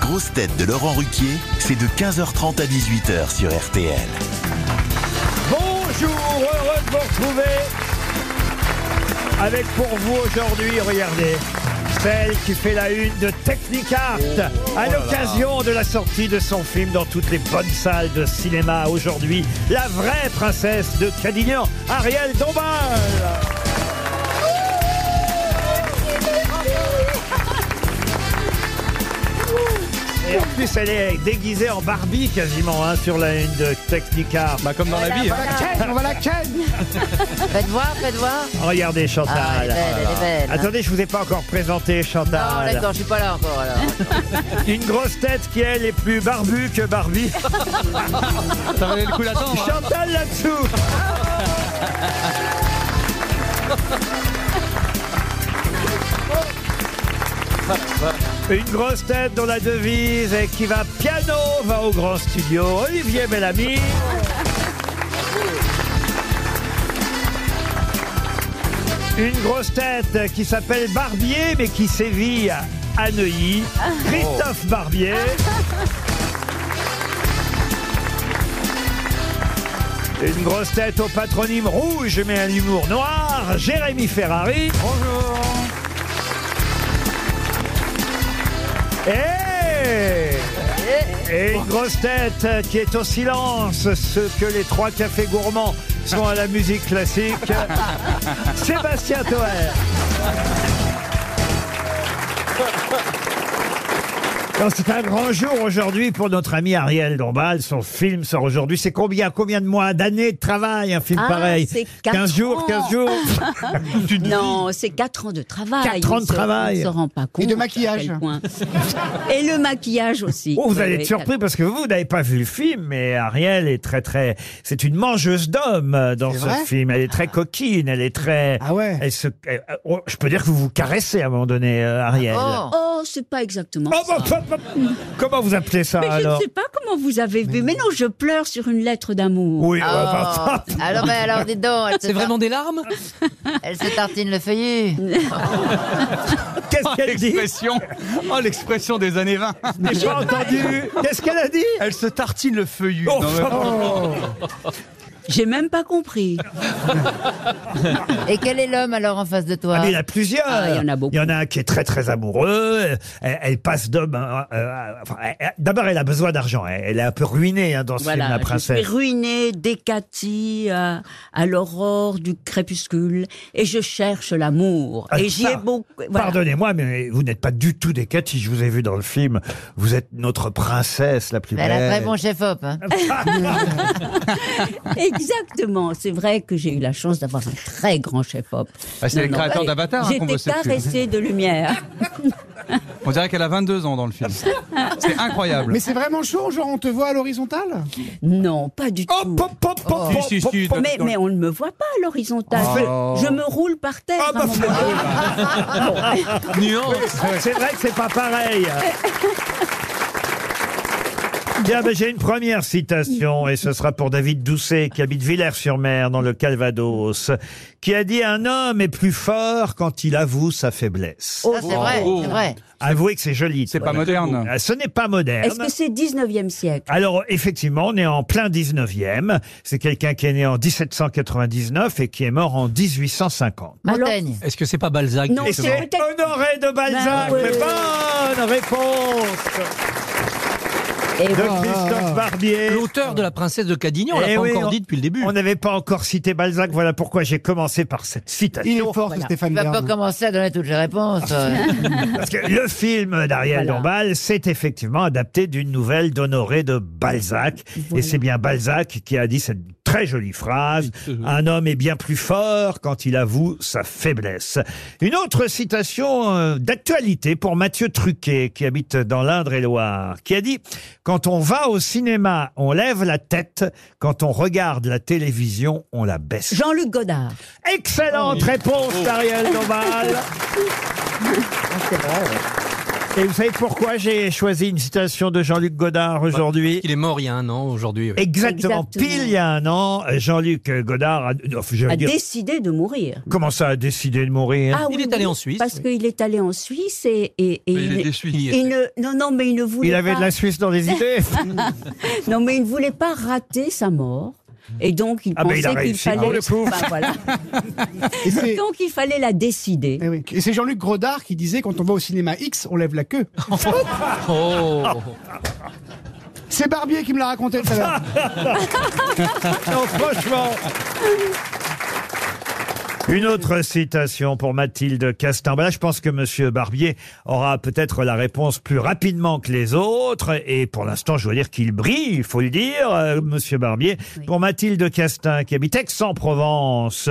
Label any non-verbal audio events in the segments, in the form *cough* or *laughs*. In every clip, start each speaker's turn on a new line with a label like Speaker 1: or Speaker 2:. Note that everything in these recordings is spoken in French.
Speaker 1: grosses têtes de Laurent Ruquier, c'est de 15h30 à 18h sur RTL.
Speaker 2: Bonjour, heureux de vous retrouver avec pour vous aujourd'hui, regardez, celle qui fait la une de Technicart à l'occasion de la sortie de son film dans toutes les bonnes salles de cinéma aujourd'hui, la vraie princesse de Cadignan, Ariel Dombal. Et en plus, elle est déguisée en Barbie quasiment hein, sur la une de Technicart. Bah, comme dans
Speaker 3: on va la ken Faites voir, faites voir.
Speaker 2: Regardez Chantal.
Speaker 3: Ah, elle est belle, elle est belle.
Speaker 2: Attendez, je vous ai pas encore présenté
Speaker 3: Ah,
Speaker 2: Chantal.
Speaker 3: d'accord, je suis pas là encore alors.
Speaker 2: Une grosse tête qui elle est plus barbue que Barbie.
Speaker 4: Ça valait le coup d'attendre, hein.
Speaker 2: Chantal là-dessous. Une grosse tête dont la devise est qui va piano va au grand studio. Olivier Bellamy. Une grosse tête qui s'appelle Barbier mais qui sévit à Neuilly. Christophe Barbier. Une grosse tête au patronyme rouge mais à l'humour noir, Jérémy Ferrari. Bonjour. Et... Eh Et une grosse tête qui est au silence, ce que les trois cafés gourmands sont à la musique classique, Sébastien Toer. Alors, C'est un grand jour aujourd'hui pour notre ami Ariel Dombal. Son film sort aujourd'hui. C'est combien, combien de mois, d'années de travail, un film
Speaker 5: Ah,
Speaker 2: pareil
Speaker 5: c'est quatre
Speaker 2: 15 jours,
Speaker 5: ans.
Speaker 2: 15 jours.
Speaker 5: *laughs* Non, c'est 4 ans de travail.
Speaker 2: Quatre ans
Speaker 5: On
Speaker 2: de
Speaker 5: se-
Speaker 2: travail.
Speaker 5: On ne se rend pas compte.
Speaker 6: Et de
Speaker 5: à
Speaker 6: maquillage.
Speaker 5: quel point. Et le maquillage aussi.
Speaker 2: Oh, vous
Speaker 5: Oui,
Speaker 2: allez
Speaker 5: oui,
Speaker 2: être surpris parce que vous, vous n'avez pas vu le film, mais Ariel est très, très. C'est une mangeuse d'hommes euh, dans
Speaker 6: C'est
Speaker 2: ce
Speaker 6: vrai
Speaker 2: film. Elle est très coquine, elle est très.
Speaker 6: Ah ouais.
Speaker 2: elle se- elle- oh, Je peux dire que vous vous caressez à un moment donné, euh, Ariel.
Speaker 6: Oh.
Speaker 5: Oh, c'est pas exactement
Speaker 2: Oh,
Speaker 5: ça.
Speaker 2: bah, bah, bah, comment vous appelez ça
Speaker 5: Mais je
Speaker 2: alors
Speaker 5: ne sais pas comment vous avez vu. Mais non, je pleure sur une lettre d'amour.
Speaker 2: Oui, bah, bah, bah.
Speaker 3: Oh. Alors, mais alors, dis donc, elle se,
Speaker 4: C'est
Speaker 3: tar-
Speaker 4: vraiment des larmes
Speaker 3: elle se tartine le feuillu.
Speaker 2: qu'est-ce qu'elle dit
Speaker 4: L'expression Oh, l'expression des années 20
Speaker 2: J'ai pas entendu. Qu'est-ce qu'elle a dit
Speaker 4: Elle se tartine le feuillu.
Speaker 2: Oh,
Speaker 4: Non, mais-
Speaker 5: J'ai même pas compris.
Speaker 3: Et quel est l'homme alors en face de toi
Speaker 2: Ah, mais il y en a plusieurs.
Speaker 5: Ah, il y en a beaucoup.
Speaker 2: Il y en a un qui est très très amoureux. Elle, elle passe d'homme. hein, euh, enfin, elle- elle- D'abord, elle a besoin d'argent. Elle, elle est un peu ruinée hein, dans ce film,
Speaker 5: Voilà,
Speaker 2: la
Speaker 5: je suis
Speaker 2: princesse.
Speaker 5: ruinée, décatie à, à l'aurore du crépuscule et je cherche l'amour.
Speaker 2: Ah,
Speaker 5: et j'y
Speaker 2: ça.
Speaker 5: ai beaucoup. voilà.
Speaker 2: Pardonnez-moi, mais vous n'êtes pas du tout des Cathy. Je vous ai vu dans le film. Vous êtes notre princesse la plus
Speaker 3: Mais Ben, elle a
Speaker 2: belle.
Speaker 3: un
Speaker 2: *laughs*
Speaker 3: vrai bon chef-op. hein.
Speaker 5: *laughs* Exactement. C'est vrai que j'ai eu la chance d'avoir un très grand chef-op.
Speaker 4: Ah, c'est
Speaker 5: Non,
Speaker 4: les
Speaker 5: non,
Speaker 4: créateurs
Speaker 5: et
Speaker 4: d'Avatar, hein, qu'on
Speaker 5: J'étais
Speaker 4: bossait dessus.
Speaker 5: caressée de lumière.
Speaker 4: On dirait qu'elle a 22 ans dans le film. *laughs* C'est incroyable.
Speaker 6: Mais c'est vraiment chaud, genre on te voit à l'horizontale
Speaker 5: Non, pas du tout.
Speaker 2: Oh, pop, pop, pop,
Speaker 4: Si,
Speaker 2: pop,
Speaker 4: si,
Speaker 2: pop,
Speaker 4: si,
Speaker 2: pop.
Speaker 5: mais, mais on ne me voit pas à l'horizontale.
Speaker 4: Oh.
Speaker 5: Je, je me roule par terre.
Speaker 2: Ah,
Speaker 5: à
Speaker 2: bah,
Speaker 5: un moment donné.
Speaker 3: Ah,
Speaker 4: *laughs* Nuance
Speaker 2: C'est vrai que c'est pas pareil. Bien, ben, j'ai une première citation, et ce sera pour David Doucet, qui habite Villers-sur-Mer, dans le Calvados, qui a dit Un homme est plus fort quand il avoue sa faiblesse. Oh.
Speaker 3: Ça, Oh, c'est vrai, c'est vrai.
Speaker 2: Avouez que c'est joli.
Speaker 4: C'est
Speaker 2: toi.
Speaker 4: pas moderne.
Speaker 2: Ah, Ce n'est pas moderne.
Speaker 5: Est-ce que c'est 19e siècle
Speaker 2: Alors, effectivement, on est en plein 19e. C'est quelqu'un qui est né en 1799 et qui est mort en 1850.
Speaker 3: Montaigne.
Speaker 7: Est-ce que c'est pas Balzac
Speaker 5: Non,
Speaker 2: Et
Speaker 5: c'est
Speaker 2: c'est
Speaker 5: peut-être-
Speaker 2: Honoré de Balzac.
Speaker 5: Ben oui.
Speaker 2: Mais Bonne réponse
Speaker 3: Et
Speaker 2: de
Speaker 3: voilà.
Speaker 2: Christophe Barbier.
Speaker 7: L'auteur de La Princesse de Cadignan, on
Speaker 2: Eh
Speaker 7: l'a pas
Speaker 2: oui,
Speaker 7: encore
Speaker 2: on-
Speaker 7: dit depuis le début.
Speaker 2: On n'avait pas encore cité Balzac, voilà pourquoi j'ai commencé par cette citation.
Speaker 6: Il est fort, ce Stéphane
Speaker 3: Ah, Tu vas pas
Speaker 6: Bern.
Speaker 3: commencer à donner toutes les réponses.
Speaker 2: *laughs* Parce que le film d'Ariel
Speaker 5: Voilà.
Speaker 2: Dombal, c'est effectivement adapté d'une nouvelle d'Honoré de Balzac. Et
Speaker 5: Voilà.
Speaker 2: c'est bien Balzac qui a dit cette très jolie phrase Un homme est bien plus fort quand il avoue sa faiblesse. Une autre citation euh, d'actualité pour Mathieu Truquet, qui habite dans l'Indre-et-Loire, qui a dit Quand on va au cinéma, on lève la tête. Quand on regarde la télévision, on la baisse.
Speaker 5: Jean-Luc Godard. *laughs* Ah,
Speaker 2: Excellente réponse d'Ariel Dombal. Et vous savez pourquoi j'ai choisi une citation de Jean-Luc Godard aujourd'hui
Speaker 7: Il Bah, est mort il y a un an aujourd'hui. oui.
Speaker 2: Exactement,
Speaker 5: Exactement.
Speaker 2: pile il y a un an, Jean-Luc Godard a, non, je veux
Speaker 5: a
Speaker 2: dire,
Speaker 5: décidé de mourir.
Speaker 2: comment ça a décidé de mourir
Speaker 5: Ah
Speaker 7: Il
Speaker 5: oui,
Speaker 7: est allé
Speaker 5: oui,
Speaker 7: en Suisse.
Speaker 5: Parce qu'il est allé en Suisse et, et- et
Speaker 4: Mais il est déçu.
Speaker 5: il ne, non, non, mais il ne voulait
Speaker 2: Il avait
Speaker 5: pas,
Speaker 2: de la Suisse dans les idées
Speaker 5: *laughs* non, mais il ne voulait pas rater sa mort. Et donc, il
Speaker 2: Ah, mais il a
Speaker 5: pensait qu'il
Speaker 2: réussi,
Speaker 5: fallait.
Speaker 2: pour le coup.
Speaker 5: Bah, voilà.
Speaker 6: Et c'est
Speaker 5: Donc, il fallait la décider.
Speaker 6: eh oui. Et c'est Jean-Luc Grodard qui disait quand on va au cinéma X, on lève
Speaker 2: *laughs*
Speaker 6: la queue.
Speaker 7: *laughs* Oh
Speaker 6: C'est Barbier qui me l'a raconté tout à l'heure.
Speaker 2: *laughs* Non, franchement Une autre citation pour Mathilde Castan. Ben là, je pense que Monsieur Barbier aura peut-être la réponse plus rapidement que les autres. Et pour l'instant, je dois dire qu'il brille, il faut le dire, euh, Monsieur Barbier. Pour Mathilde Castin, qui habite Aix-en-Provence,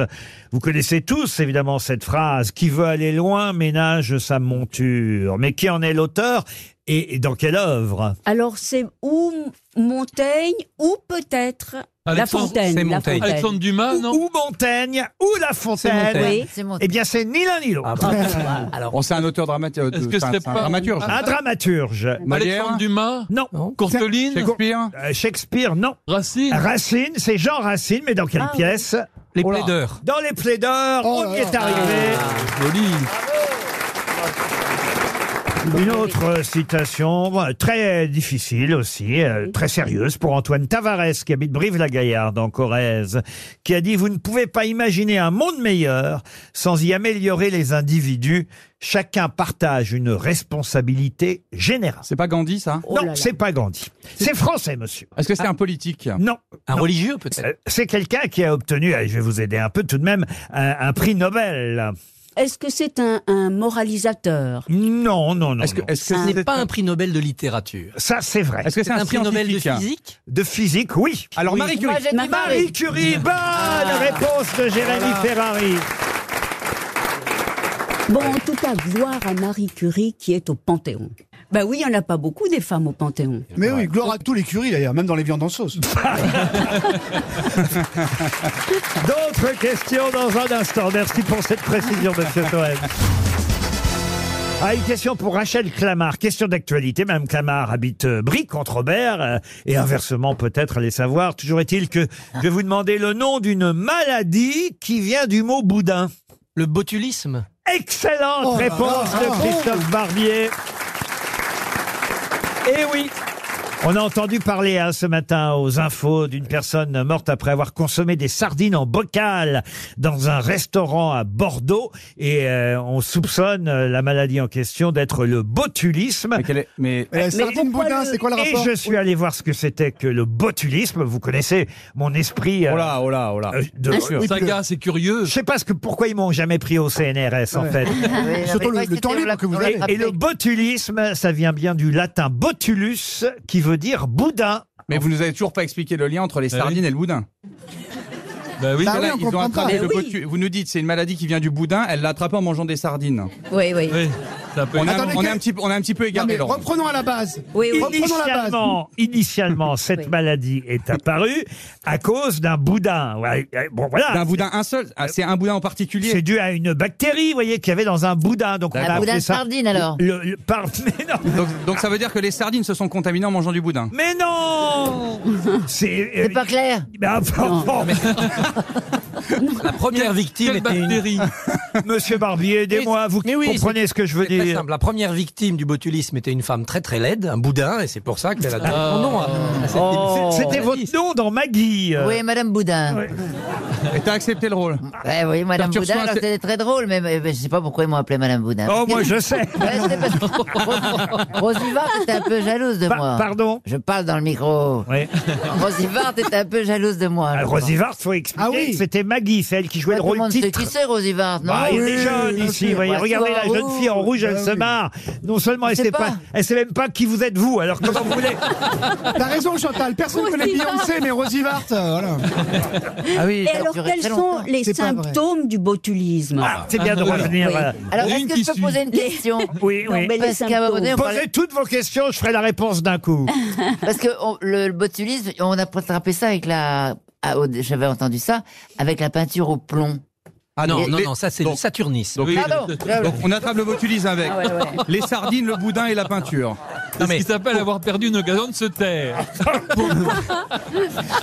Speaker 2: vous connaissez tous évidemment cette phrase qui veut aller loin ménage sa monture. Mais qui en est l'auteur et et dans quelle œuvre
Speaker 5: Alors, c'est ou Montaigne ou peut-être La
Speaker 7: Alexandre-
Speaker 5: Fontaine.
Speaker 7: c'est
Speaker 5: La
Speaker 7: Montaigne.
Speaker 5: Fontaine.
Speaker 8: Alexandre Dumas,
Speaker 2: ou,
Speaker 8: non
Speaker 2: ou Montaigne ou La Fontaine.
Speaker 7: Montaigne.
Speaker 5: Oui.
Speaker 3: C'est mon
Speaker 2: Eh bien, c'est ni l'un ni l'autre.
Speaker 7: Ah,
Speaker 2: *laughs*
Speaker 7: bravo.
Speaker 4: Alors, on c'est un auteur dramatique.
Speaker 8: Est-ce que ce serait
Speaker 4: un
Speaker 8: pas-
Speaker 4: dramaturge.
Speaker 2: euh, Un dramaturge.
Speaker 4: Molière,
Speaker 8: Alexandre Dumas
Speaker 2: Non.
Speaker 8: Courteline
Speaker 4: Shakespeare,
Speaker 2: Euh, Shakespeare, non.
Speaker 8: Racine
Speaker 2: Racine, c'est Jean Racine, mais dans quelle
Speaker 5: Ah,
Speaker 2: pièce
Speaker 7: Les
Speaker 2: Oh là.
Speaker 7: plaideurs.
Speaker 2: Dans les plaideurs,
Speaker 6: Oh
Speaker 2: on y
Speaker 6: là
Speaker 2: est
Speaker 6: là.
Speaker 2: arrivé.
Speaker 7: Joli.
Speaker 2: Une autre citation, bon, très difficile aussi, euh, très sérieuse pour Antoine Tavares, qui habite Brive-la-Gaillarde, en Corrèze, qui a dit « Vous ne pouvez pas imaginer un monde meilleur sans y améliorer les individus. Chacun partage une responsabilité générale.
Speaker 4: c'est pas Gandhi, ça »
Speaker 5: Oh là
Speaker 2: Non,
Speaker 5: là.
Speaker 2: c'est pas Gandhi. C'est français, monsieur.
Speaker 4: Est-ce que c'est un politique
Speaker 2: Non.
Speaker 7: Un
Speaker 2: Non.
Speaker 7: religieux peut-être.
Speaker 2: Euh, C'est quelqu'un qui a obtenu, euh, je vais vous aider un peu tout de même, un, un prix Nobel.
Speaker 5: Est-ce que c'est un, un moralisateur
Speaker 2: Non, non, non.
Speaker 4: Est-ce que
Speaker 2: non.
Speaker 4: est-ce
Speaker 7: Ce
Speaker 4: que
Speaker 7: n'est
Speaker 4: c'est
Speaker 7: pas un prix Nobel de littérature.
Speaker 2: Ça, c'est vrai.
Speaker 4: est-ce que c'est
Speaker 7: C'est un prix Nobel de
Speaker 4: scientifique
Speaker 7: physique.
Speaker 2: De physique, oui.
Speaker 4: Alors
Speaker 7: Oui.
Speaker 4: Marie Curie.
Speaker 3: Moi, j'ai dit
Speaker 5: Marie-
Speaker 3: Marie.
Speaker 2: Marie Curie, bonne réponse de Jérémy Ferrari.
Speaker 5: Bon, en tout cas, gloire à Marie Curie qui est au Panthéon. Ben oui, il n'y en a pas beaucoup des femmes au Panthéon.
Speaker 6: Mais oui, gloire à tous les curies d'ailleurs, même dans les viandes
Speaker 5: *laughs*
Speaker 6: en sauce.
Speaker 2: D'autres questions dans un instant. Merci pour cette précision, monsieur Toen. Ah, une question pour Rachel Clamart. Question d'actualité. Madame Clamart habite euh, Brie contre Robert. euh, et inversement, peut-être, allez savoir. Toujours est-il que je vais vous demander le nom d'une maladie qui vient du mot boudin.
Speaker 7: Le botulisme.
Speaker 2: Excellente
Speaker 6: Oh là
Speaker 2: réponse
Speaker 6: là, Ah
Speaker 2: de
Speaker 6: bravo.
Speaker 2: Christophe Barbier. Eh oui on a entendu parler hein, ce matin aux infos d'une personne morte après avoir consommé des sardines en bocal dans un restaurant à Bordeaux et euh, on soupçonne euh, la maladie en question d'être le botulisme.
Speaker 4: Mais quel est- Mais
Speaker 6: Et Eh, la sardine
Speaker 5: pourquoi
Speaker 6: boudin,
Speaker 5: le-
Speaker 6: c'est quoi le
Speaker 2: Et
Speaker 6: rapport
Speaker 2: je suis allé voir ce que c'était que le botulisme. Vous connaissez mon esprit. euh,
Speaker 4: oh là, oh là, oh là.
Speaker 2: euh, de-
Speaker 4: Bien sûr.
Speaker 6: Oui, puis
Speaker 8: Saga, c'est curieux.
Speaker 2: je sais pas ce que pourquoi ils m'ont jamais pris au CNRS en
Speaker 6: Ouais.
Speaker 2: fait.
Speaker 6: Surtout le, le temps libre que vous avez.
Speaker 2: Et, et le botulisme, ça vient bien du latin botulus, qui veut dire boudin.
Speaker 4: Mais vous nous avez toujours pas expliqué le lien entre les
Speaker 8: Eh
Speaker 4: sardines et le boudin.
Speaker 8: Bah oui.
Speaker 6: Bah oui, on
Speaker 4: Là, ils ont
Speaker 6: comprend
Speaker 4: attrapé
Speaker 5: pas.
Speaker 4: le
Speaker 5: Mais oui.
Speaker 4: botu- Vous nous dites c'est une maladie qui vient du boudin. Elle l'a attrapée en mangeant des sardines.
Speaker 5: Oui, oui.
Speaker 8: Oui, ça peut
Speaker 4: On, a,
Speaker 6: Attendez,
Speaker 4: on a
Speaker 6: quel-
Speaker 4: un petit, on a un petit peu
Speaker 6: Non,
Speaker 4: égaré.
Speaker 6: mais
Speaker 4: Laurent.
Speaker 6: reprenons à la base.
Speaker 5: Oui, oui.
Speaker 6: Reprenons la base.
Speaker 2: Initialement,
Speaker 6: *laughs*
Speaker 2: initialement, cette
Speaker 5: Oui.
Speaker 2: maladie est apparue à cause d'un boudin. Ouais, euh, Bon,
Speaker 4: D'un
Speaker 2: voilà.
Speaker 4: boudin un seul. Ah, c'est un boudin en particulier.
Speaker 2: C'est dû à une bactérie, vous voyez, qu'il y avait dans un boudin. Donc, on a
Speaker 3: Un boudin
Speaker 2: appelé
Speaker 3: de
Speaker 2: ça.
Speaker 3: sardine alors.
Speaker 2: Le, le- par- mais non,
Speaker 4: Donc, donc ça veut dire que les sardines se sont contaminées en mangeant du boudin.
Speaker 2: mais
Speaker 5: *laughs*
Speaker 2: non C'est. euh,
Speaker 3: C'est pas clair.
Speaker 2: mais enfin, bon, *laughs*
Speaker 7: La première victime
Speaker 8: Quelle
Speaker 7: était une-
Speaker 8: bactérie
Speaker 2: Monsieur Barbier, aidez-moi, vous
Speaker 7: mais Eh oui,
Speaker 2: comprenez ce que je veux
Speaker 7: C'est très
Speaker 2: dire.
Speaker 7: simple. La première victime du botulisme était une femme très très laide, un boudin, et c'est pour ça qu'elle a donné son nom à,
Speaker 2: Ah.
Speaker 7: à cette émission.
Speaker 2: hein. C'était votre nom dans Maggie. euh.
Speaker 3: Oh. Oui, Madame Boudin.
Speaker 2: Ouais.
Speaker 4: Et t'as accepté le rôle.
Speaker 3: Ouais, oui, Madame
Speaker 4: Arthur
Speaker 3: Boudin,
Speaker 4: Soin,
Speaker 3: alors
Speaker 4: c'est-
Speaker 3: c'était très drôle, mais, mais- mais je sais pas pourquoi ils m'ont appelé Madame Boudin.
Speaker 2: Oh,
Speaker 3: *laughs*
Speaker 2: moi, je sais.
Speaker 3: Ouais, c'était parce que Rosivart était un peu jalouse de
Speaker 2: Pa-
Speaker 3: moi.
Speaker 2: pardon.
Speaker 3: Je parle dans le micro.
Speaker 2: Oui.
Speaker 3: *laughs* Rosivart était un peu jalouse de moi.
Speaker 2: Ah,
Speaker 3: je
Speaker 2: Rosie
Speaker 3: crois.
Speaker 2: Vart, faut expliquer
Speaker 6: Ah oui.
Speaker 2: que c'était Maggie, celle qui jouait
Speaker 3: Pas
Speaker 2: le
Speaker 3: tout le
Speaker 2: rôle
Speaker 3: monde sait
Speaker 2: titre.
Speaker 3: qui c'est Rosivart, non
Speaker 2: Bah, elle est
Speaker 3: Oui,
Speaker 2: jeune
Speaker 3: bien
Speaker 2: ici,
Speaker 3: sûr.
Speaker 2: voyez.
Speaker 3: Bah,
Speaker 2: Regardez
Speaker 3: sois
Speaker 2: la jeune
Speaker 3: rouge. Ah
Speaker 2: fille en rouge, elle
Speaker 6: Bah
Speaker 2: se
Speaker 6: oui.
Speaker 2: marre. Non seulement elle
Speaker 3: sait
Speaker 2: sait
Speaker 3: pas.
Speaker 2: pas, elle sait même pas qui vous êtes vous. Alors comment vous voulez
Speaker 6: T'as raison, Chantal. Personne ne connaît Beyoncé, mais Rosivart, voilà.
Speaker 3: Ah oui,
Speaker 5: Et
Speaker 3: ça a
Speaker 5: alors,
Speaker 3: duré
Speaker 5: quels
Speaker 3: très longtemps.
Speaker 5: sont les
Speaker 6: C'est pas vrai.
Speaker 5: symptômes du botulisme
Speaker 2: Ah, C'est bien de revenir.
Speaker 3: Oui.
Speaker 2: euh,
Speaker 3: Alors,
Speaker 8: Il y a
Speaker 3: est-ce
Speaker 8: une
Speaker 3: que
Speaker 8: qui
Speaker 3: je peux
Speaker 8: suit.
Speaker 3: poser une question
Speaker 2: Oui,
Speaker 5: Non,
Speaker 2: Eh oui.
Speaker 5: mais les
Speaker 3: Parce qu'à un moment donné,
Speaker 5: symptômes.
Speaker 3: on parlait-
Speaker 2: Posez toutes vos questions, je ferai la réponse
Speaker 7: *laughs*
Speaker 2: d'un coup.
Speaker 3: Parce que on- le, le botulisme, on a rattrapé ça avec la. ah, au- J'avais entendu ça avec la peinture au plomb.
Speaker 7: Ah non,
Speaker 3: Et-
Speaker 7: non,
Speaker 3: et-
Speaker 7: non, ça c'est
Speaker 4: donc-
Speaker 7: le saturnisme.
Speaker 8: Donc,
Speaker 3: Pardon.
Speaker 4: Donc on attrape le botulisme avec.
Speaker 5: Ah ouais, ouais.
Speaker 4: Les sardines, le boudin et la peinture.
Speaker 8: C'est ce qui s'appelle avoir perdu une occasion de se taire.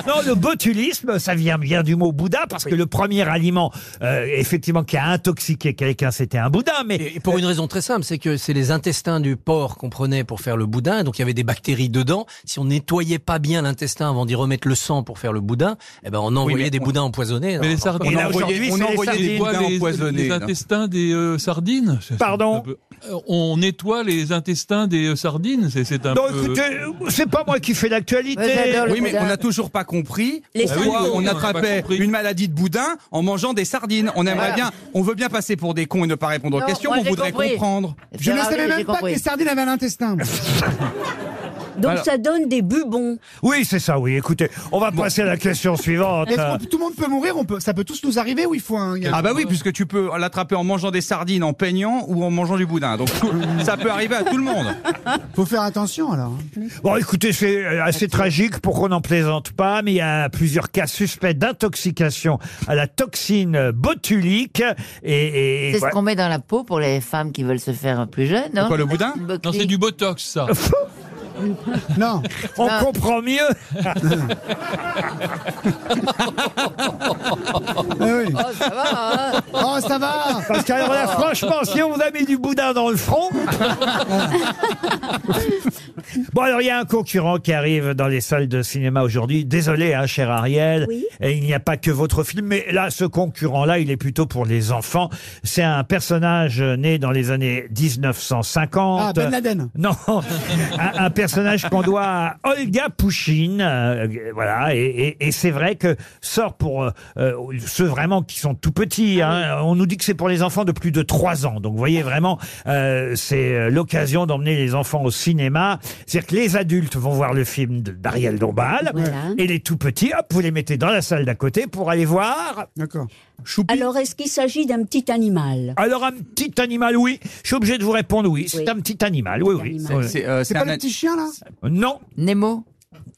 Speaker 2: Non, le botulisme, ça vient bien du mot Bouddha, parce que le premier aliment, euh, effectivement, qui a intoxiqué quelqu'un, c'était un Bouddha, mais
Speaker 7: Et et pour une raison très simple, c'est que c'est les intestins du porc qu'on prenait pour faire le boudin, donc il y avait des bactéries dedans. Si on nettoyait pas bien l'intestin avant d'y remettre le sang pour faire le boudin, eh ben on envoyait
Speaker 4: mais
Speaker 7: des
Speaker 4: on-
Speaker 7: boudins empoisonnés. hein.
Speaker 8: Mais les
Speaker 7: Alors,
Speaker 8: sardines.
Speaker 2: Et là,
Speaker 4: on
Speaker 2: aujourd'hui,
Speaker 4: envoyait, on
Speaker 2: c'est les
Speaker 4: envoyait
Speaker 2: sardines.
Speaker 4: des
Speaker 8: nettoie
Speaker 4: boudins
Speaker 8: les,
Speaker 4: empoisonnés.
Speaker 8: les
Speaker 4: là.
Speaker 8: intestins des euh, sardines. C'est- c'est
Speaker 2: Pardon
Speaker 8: un peu- Euh, On nettoie les intestins des euh, sardines. C'est- C'est un
Speaker 2: non,
Speaker 8: peu.
Speaker 2: écoutez, c'est pas moi qui fais
Speaker 3: Ouais,
Speaker 2: l'actualité.
Speaker 3: j'adore le
Speaker 4: Oui, mais
Speaker 3: boudin.
Speaker 4: on n'a toujours pas compris
Speaker 5: Les
Speaker 4: pourquoi
Speaker 5: sardines.
Speaker 4: on
Speaker 8: Ah On a pas
Speaker 4: attrapait
Speaker 8: compris.
Speaker 4: une maladie de boudin en mangeant des sardines. On aimerait
Speaker 3: Voilà.
Speaker 4: bien, on veut bien passer pour des cons et ne pas répondre aux
Speaker 3: Non,
Speaker 4: questions,
Speaker 3: moi,
Speaker 4: mais on
Speaker 3: j'ai
Speaker 4: voudrait
Speaker 3: compris.
Speaker 4: comprendre.
Speaker 6: Je ne
Speaker 3: Gérard,
Speaker 6: savais
Speaker 3: j'ai
Speaker 6: même pas que
Speaker 3: compris.
Speaker 6: les sardines avaient un intestin.
Speaker 5: Donc ça donne des bubons.
Speaker 2: Oui, c'est ça, oui. Écoutez, on va passer à la
Speaker 4: *laughs*
Speaker 2: question suivante.
Speaker 6: Est-ce que tout le monde peut mourir on peut, Ça peut tous nous arriver ou il faut un.
Speaker 4: Ah bah oui, puisque tu peux l'attraper en mangeant des sardines, en peignant ou en mangeant du boudin. Donc tout- ça peut arriver à tout le monde.
Speaker 6: Faut faire attention alors.
Speaker 2: Bon, écoutez, c'est euh, assez tragique pour qu'on n'en plaisante pas, mais il y a plusieurs cas suspects d'intoxication à la toxine botulique. Et, et-
Speaker 3: C'est ce
Speaker 2: ouais.
Speaker 3: qu'on met dans la peau pour les femmes qui veulent se faire plus jeunes, non
Speaker 4: Quoi, le boudin
Speaker 3: Une
Speaker 8: Non,
Speaker 3: boquerie.
Speaker 8: c'est du botox,
Speaker 4: *laughs*
Speaker 8: ça.
Speaker 6: Non.
Speaker 2: on
Speaker 3: *laughs* Ah.
Speaker 2: comprend mieux.
Speaker 6: Eh oui.
Speaker 3: Oh, ça va, hein
Speaker 6: Oh, ça va
Speaker 2: Ah, Parce que alors là, franchement, si on vous a mis du boudin dans le front.
Speaker 6: hein.
Speaker 4: *laughs*
Speaker 2: bon, alors il y a un concurrent qui arrive dans les salles de cinéma aujourd'hui. Désolé, hein, cher Ariel.
Speaker 5: Oui.
Speaker 2: Et il n'y a pas que votre film. Mais là, ce concurrent-là, il est plutôt pour les enfants. C'est un personnage né dans les années 1950.
Speaker 6: Ah, Ben Laden.
Speaker 2: Non, un, un personnage qu'on doit à Olga Pouchine, euh, voilà, et, et- et c'est vrai que sort pour euh, euh, ceux vraiment qui sont tout petits. hein. on nous dit que c'est pour les enfants de plus de 3 ans, donc vous voyez vraiment, euh, c'est euh, l'occasion d'emmener les enfants au cinéma. C'est-à-dire que les adultes vont voir le film de- d'Ariel Dombal,
Speaker 5: Voilà.
Speaker 2: et les tout petits, hop, vous les mettez dans la salle d'à côté pour aller voir
Speaker 6: Ah, D'accord. Choupi.
Speaker 5: Alors est-ce qu'il s'agit d'un petit animal
Speaker 2: alors un petit animal, oui. Je suis obligé de vous répondre oui. C'est
Speaker 5: Oui.
Speaker 2: un petit animal, oui, oui.
Speaker 5: Animal.
Speaker 4: C'est euh,
Speaker 6: C'est
Speaker 4: c'est
Speaker 6: pas
Speaker 4: un-
Speaker 6: le petit chien là
Speaker 2: Non,
Speaker 3: Nemo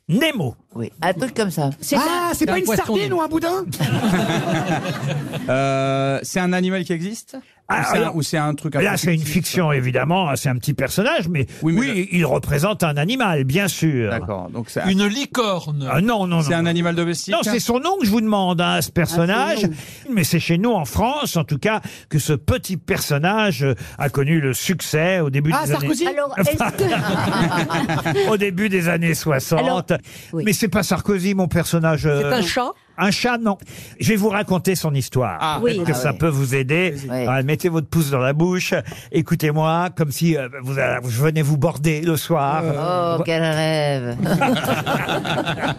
Speaker 2: Nemo.
Speaker 3: Oui, un truc comme ça.
Speaker 5: C'est
Speaker 6: Ah, c'est
Speaker 7: un
Speaker 6: pas une
Speaker 7: poisson,
Speaker 6: sardine
Speaker 7: non.
Speaker 6: ou un boudin
Speaker 4: euh, c'est un animal qui existe
Speaker 2: Ah,
Speaker 4: Ou c'est un-
Speaker 2: alors-
Speaker 4: Ou c'est un truc un
Speaker 2: Là,
Speaker 4: peu
Speaker 2: c'est une
Speaker 4: fictif
Speaker 2: fiction, évidemment. Ah, C'est un petit personnage, mais oui,
Speaker 4: Oui, mais
Speaker 2: il représente un animal, bien sûr.
Speaker 4: D'accord. Donc c'est un,
Speaker 8: Une licorne.
Speaker 2: Ah, non, non,
Speaker 4: c'est
Speaker 2: non.
Speaker 4: un
Speaker 2: non.
Speaker 4: animal domestique
Speaker 2: Non, c'est son nom que je vous demande, hein, ce personnage.
Speaker 5: Ah, son nom.
Speaker 2: Mais c'est chez nous, en France, en tout cas, que ce petit personnage euh, a connu le succès au début,
Speaker 6: Ah,
Speaker 2: des, années, *laughs*
Speaker 6: Sarkozy
Speaker 5: Alors est-ce que
Speaker 2: au début des années 60.
Speaker 5: Alors, oui.
Speaker 2: Mais c'est pas Sarkozy, mon personnage. euh,
Speaker 7: C'est un chat
Speaker 2: un chat, non. Je vais vous raconter son histoire.
Speaker 4: Ah.
Speaker 5: Oui.
Speaker 2: Peut-être que
Speaker 5: Ah
Speaker 2: ça
Speaker 3: ouais.
Speaker 2: peut vous aider.
Speaker 3: Ouais.
Speaker 2: Ah, mettez votre pouce dans la bouche. Écoutez-moi, comme si euh, vous, euh, je venais vous border le soir.
Speaker 6: Euh,
Speaker 3: Oh, quel rêve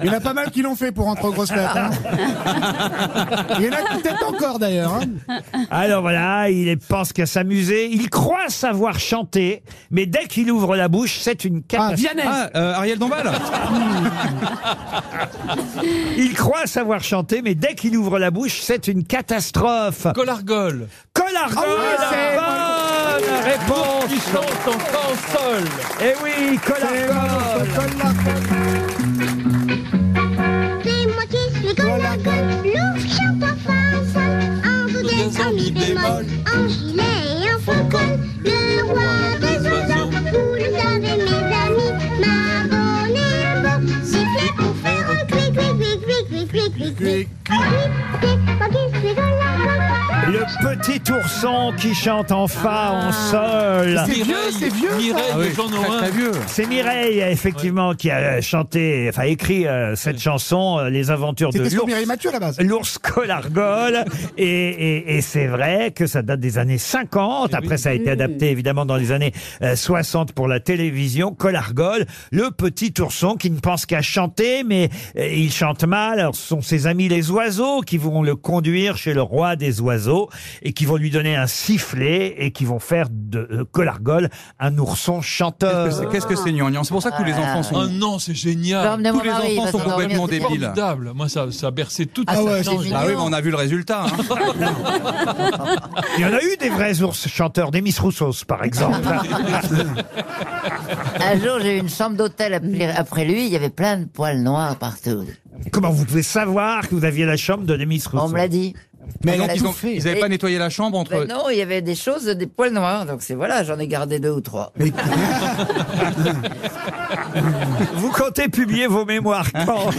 Speaker 6: Il y en a pas mal qui l'ont fait pour rentrer aux grosses têtes. hein. Il y en a qui peut-être encore d'ailleurs. hein.
Speaker 2: Alors voilà, il est- pense qu'à s'amuser. Il croit savoir chanter, mais dès qu'il ouvre la bouche, c'est une
Speaker 6: Ah,
Speaker 2: catastrophe.
Speaker 6: Vianney
Speaker 4: Ah, euh,
Speaker 2: *laughs*
Speaker 4: Ariel Dombal
Speaker 2: il croit savoir chanter, mais dès qu'il ouvre la bouche, c'est une catastrophe.
Speaker 8: Colargole.
Speaker 2: Collargol
Speaker 9: Ah,
Speaker 2: Bonne réponse
Speaker 8: Qui chante en temps seul.
Speaker 2: Eh oui, Collargol
Speaker 10: C'est moi qui suis comme la gueule, loup, chante en face, en
Speaker 8: Des
Speaker 10: goudin, en mi
Speaker 8: bémol.
Speaker 10: bémol, en gilet et en faucon, le roi des oiseaux, vous le savez mes amis, ma bonne et un bon, sifflet pour faire un cri, cri, cri, cri, cri, cri, cri, cri, c'est moi qui suis comme la gueule,
Speaker 2: Le petit ourson qui chante en fa, en sol.
Speaker 6: Ah. C'est vieux,
Speaker 8: Mireille,
Speaker 6: c'est vieux, ça.
Speaker 8: Mireille
Speaker 4: Ah oui,
Speaker 8: de Jean
Speaker 4: très,
Speaker 8: Norin.
Speaker 4: très vieux.
Speaker 2: C'est Mireille, effectivement, qui a chanté, enfin écrit euh, cette chanson, euh, Les aventures de
Speaker 6: C'était sur
Speaker 2: l'ours.
Speaker 6: Mireille Mathieu à la base.
Speaker 8: *laughs*
Speaker 2: L'ours colargole. Et, et- et c'est vrai que ça date des années
Speaker 8: Eh
Speaker 2: 50. Après, ça a été adapté évidemment dans les années euh, 60 pour la télévision. Colargole, le petit ourson qui ne pense qu'à chanter, mais euh, il chante mal. Alors, ce sont ses amis les oiseaux qui vont le conduire chez le roi des oiseaux et qui vont lui donner un sifflet et qui vont faire de euh, Colargole un ourson chanteur.
Speaker 4: Qu'est-ce que c'est- Qu'est-ce que c'est gnangnan C'est pour ça que tous les enfants
Speaker 8: Ah
Speaker 4: sont...
Speaker 8: non, c'est
Speaker 3: Je vais
Speaker 8: génial.
Speaker 3: emmener
Speaker 4: Tous
Speaker 3: mon
Speaker 4: les
Speaker 3: mari,
Speaker 4: enfants
Speaker 3: parce
Speaker 4: sont
Speaker 3: qu'on va revenir
Speaker 4: complètement
Speaker 3: ce soir.
Speaker 4: débiles.
Speaker 8: Formidable. Moi, ça, ça a bercé toute
Speaker 3: Ah,
Speaker 8: ma
Speaker 3: ouais,
Speaker 8: jeunesse.
Speaker 3: c'est
Speaker 4: Ah oui, mais
Speaker 3: mignon.
Speaker 4: on a vu le résultat. hein.
Speaker 2: Oh Il y en a eu des vrais ours chanteurs, des Miss Roussos par
Speaker 4: *laughs*
Speaker 2: exemple.
Speaker 3: *laughs* Un jour, j'ai eu une chambre d'hôtel après- après lui, il y avait plein de poils noirs partout.
Speaker 2: Comment vous pouvez savoir que vous aviez la chambre de Demis Rousseau
Speaker 3: On me l'a dit.
Speaker 4: Mais
Speaker 11: elle a
Speaker 4: ils
Speaker 11: tout
Speaker 4: ont-
Speaker 11: fait.
Speaker 4: ils n'avaient pas
Speaker 12: Et-
Speaker 4: nettoyé la chambre entre.
Speaker 12: Ben non, il y avait des choses, des poils noirs. Donc c'est voilà, j'en ai gardé deux ou trois.
Speaker 2: Vous comptez publier vos mémoires quand
Speaker 12: Mais non,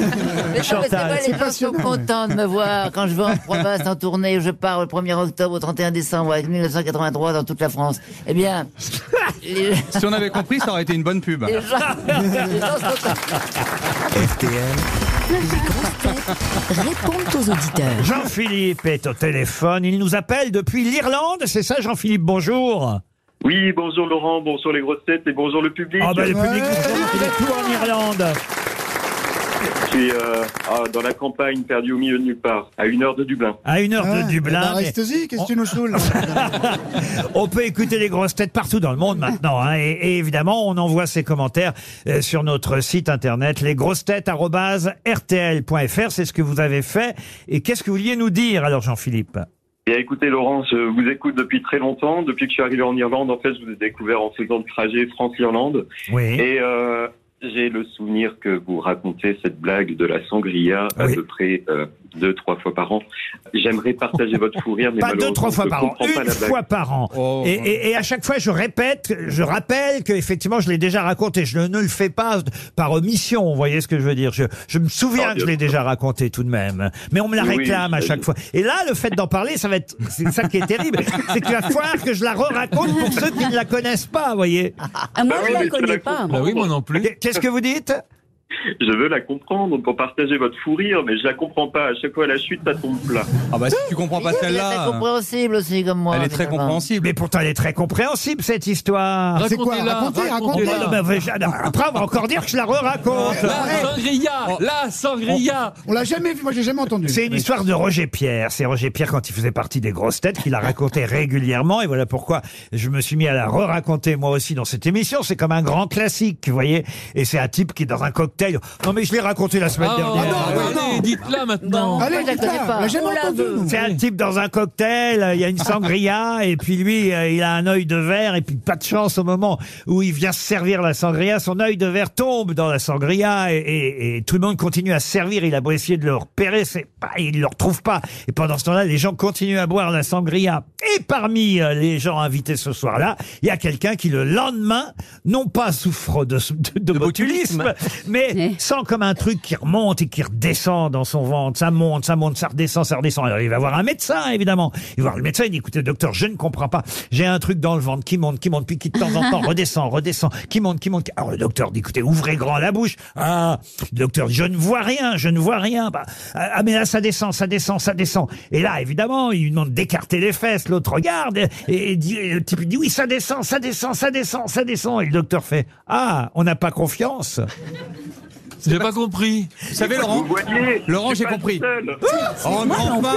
Speaker 12: mais c'est
Speaker 2: Chantal
Speaker 12: vrai, les gens sont contents de me
Speaker 5: *laughs*
Speaker 12: voir quand je vais en province en tournée. Je pars le 1er octobre au 31 décembre avec 1983 dans toute la France. Eh bien, les,
Speaker 4: *laughs* Si on avait compris, ça aurait été une bonne pub.
Speaker 12: les gens, *laughs* les gens sont contents.
Speaker 13: RTL,
Speaker 3: Euh,
Speaker 11: Répondent aux auditeurs.
Speaker 2: Jean-Philippe est au téléphone. Il nous appelle depuis l'Irlande. C'est ça, Jean-Philippe Bonjour.
Speaker 9: Oui, bonjour Laurent, bonjour les grosses têtes et bonjour le public.
Speaker 2: Ah ben, le public, nous dit qu'il est tout en Irlande.
Speaker 9: Je suis euh, ah, dans la campagne, perdu au milieu de nulle part, à une heure de Dublin.
Speaker 2: À une heure
Speaker 6: Ouais,
Speaker 2: de Dublin.
Speaker 6: bah,
Speaker 2: mais
Speaker 6: Reste-y, qu'est-ce que tu
Speaker 14: *laughs*
Speaker 6: nous saoules
Speaker 2: On peut écouter les grosses têtes partout dans le monde maintenant. hein. Et, et évidemment, on envoie ses commentaires euh, sur notre site internet, lesgrossetêtes.rtl.fr. C'est ce que vous avez fait. Et qu'est-ce que vous vouliez nous dire, alors, Jean-Philippe
Speaker 9: Bien écoutez Laurent, je vous écoute depuis très longtemps. Depuis que je suis arrivé en Irlande, en fait, je vous ai découvert en faisant le trajet France-Irlande.
Speaker 2: Oui.
Speaker 9: Et euh, j'ai le souvenir que vous racontez cette blague de la sangria à
Speaker 2: Oui.
Speaker 9: peu près euh, deux, trois fois par an. J'aimerais partager votre fou rire, mais
Speaker 2: Pas
Speaker 9: malheureusement,
Speaker 2: deux, trois fois
Speaker 9: je ne
Speaker 2: par an.
Speaker 9: comprends pas
Speaker 2: Une
Speaker 9: la blague.
Speaker 2: fois par an.
Speaker 4: Oh.
Speaker 2: Et, et- et à chaque fois, je répète, je rappelle que effectivement, je l'ai déjà raconté. Je ne le fais pas par omission. Vous voyez ce que je veux dire Je, je me souviens
Speaker 9: Oh,
Speaker 2: que je l'ai
Speaker 9: bien
Speaker 2: déjà raconté tout de même, mais on me la
Speaker 9: Oui, oui,
Speaker 2: réclame à
Speaker 9: je-
Speaker 2: chaque fois. Et là, le fait d'en parler, ça va être, c'est ça qui est terrible, c'est qu'il va falloir que je la re-raconte pour ceux qui ne la connaissent pas. Vous voyez
Speaker 15: Ah, moi, je
Speaker 9: Bah oui,
Speaker 15: ne
Speaker 9: mais
Speaker 15: la
Speaker 9: je
Speaker 15: connais
Speaker 9: la
Speaker 15: pas.
Speaker 8: Bah oui, moi non plus.
Speaker 2: Qu'est-ce que vous dites
Speaker 9: Je veux la comprendre pour partager votre fou rire, mais je la comprends pas. À chaque fois, la chute, ça tombe plat.
Speaker 4: Ah bah si tu comprends pas
Speaker 12: Elle est très
Speaker 4: celle-là,
Speaker 12: compréhensible aussi comme moi.
Speaker 4: elle est
Speaker 15: Ah,
Speaker 4: très
Speaker 12: finalement.
Speaker 4: compréhensible.
Speaker 2: Mais pourtant, elle est très compréhensible cette histoire.
Speaker 6: C'est quoi
Speaker 8: Racontez-la,
Speaker 6: Racontez,
Speaker 8: racontez-la.
Speaker 6: racontez.
Speaker 2: Non, mais vous- après, on va encore dire que je la re-raconte.
Speaker 8: La sangria La sangria
Speaker 6: Oh. On l'a jamais vu, moi j'ai jamais entendu.
Speaker 2: C'est une histoire de Roger Pierre. C'est Roger Pierre quand il faisait partie des grosses têtes qu'il a raconté *laughs* régulièrement. Et voilà pourquoi je me suis mis à la re-raconter moi aussi dans cette émission. C'est comme un grand classique, vous voyez. Et c'est un type qui est dans un cocktail. Non mais je l'ai raconté la semaine
Speaker 8: Ah,
Speaker 2: dernière.
Speaker 8: allez, dites-la maintenant
Speaker 12: Bon.
Speaker 6: Allez,
Speaker 12: Moi, je la
Speaker 6: putain,
Speaker 12: connais pas.
Speaker 6: on l'a jamais
Speaker 12: On la
Speaker 6: entendu.
Speaker 12: veut.
Speaker 6: nous.
Speaker 2: C'est un type dans un cocktail, euh, il y
Speaker 12: *laughs*
Speaker 2: a une sangria, et puis lui, euh, il a un œil de verre, et puis pas de chance au moment où il vient se servir la sangria, son œil de verre tombe dans la sangria, et, et- et tout le monde continue à se servir, il a beau essayer de le repérer, c'est pas, il le retrouve pas. Et pendant ce temps-là, les gens continuent à boire la sangria. Et parmi euh, les gens invités ce soir-là, il y a quelqu'un qui le lendemain, non pas souffre de, de, de botulisme, mais
Speaker 15: Eh.
Speaker 2: sent comme un truc qui remonte et qui redescend dans son ventre. Ça monte, ça monte, ça redescend, ça redescend. Alors il va voir un médecin, évidemment. Il va voir le médecin, il dit, écoutez, docteur, je ne comprends pas. J'ai un truc dans le ventre qui monte, qui monte, puis qui de temps en temps redescend, redescend, qui monte, qui monte. Alors le docteur dit, écoutez, ouvrez grand la bouche. Ah, le docteur, dit, je ne vois rien, je ne vois rien. Bah, ah, mais là, ça descend, ça descend, ça descend. Et là, évidemment, il lui demande d'écarter les fesses. L'autre regarde et, et dit- et le type il dit, oui, ça descend, ça descend, ça descend, ça descend. Et le docteur fait, ah, on n'a pas confiance.
Speaker 8: J'ai pas compris.
Speaker 4: Vous savez Laurent
Speaker 9: Vous voyez
Speaker 4: Laurent,
Speaker 9: je
Speaker 4: j'ai
Speaker 9: suis pas
Speaker 4: compris.
Speaker 9: tout seul.
Speaker 4: Oh, non, pas.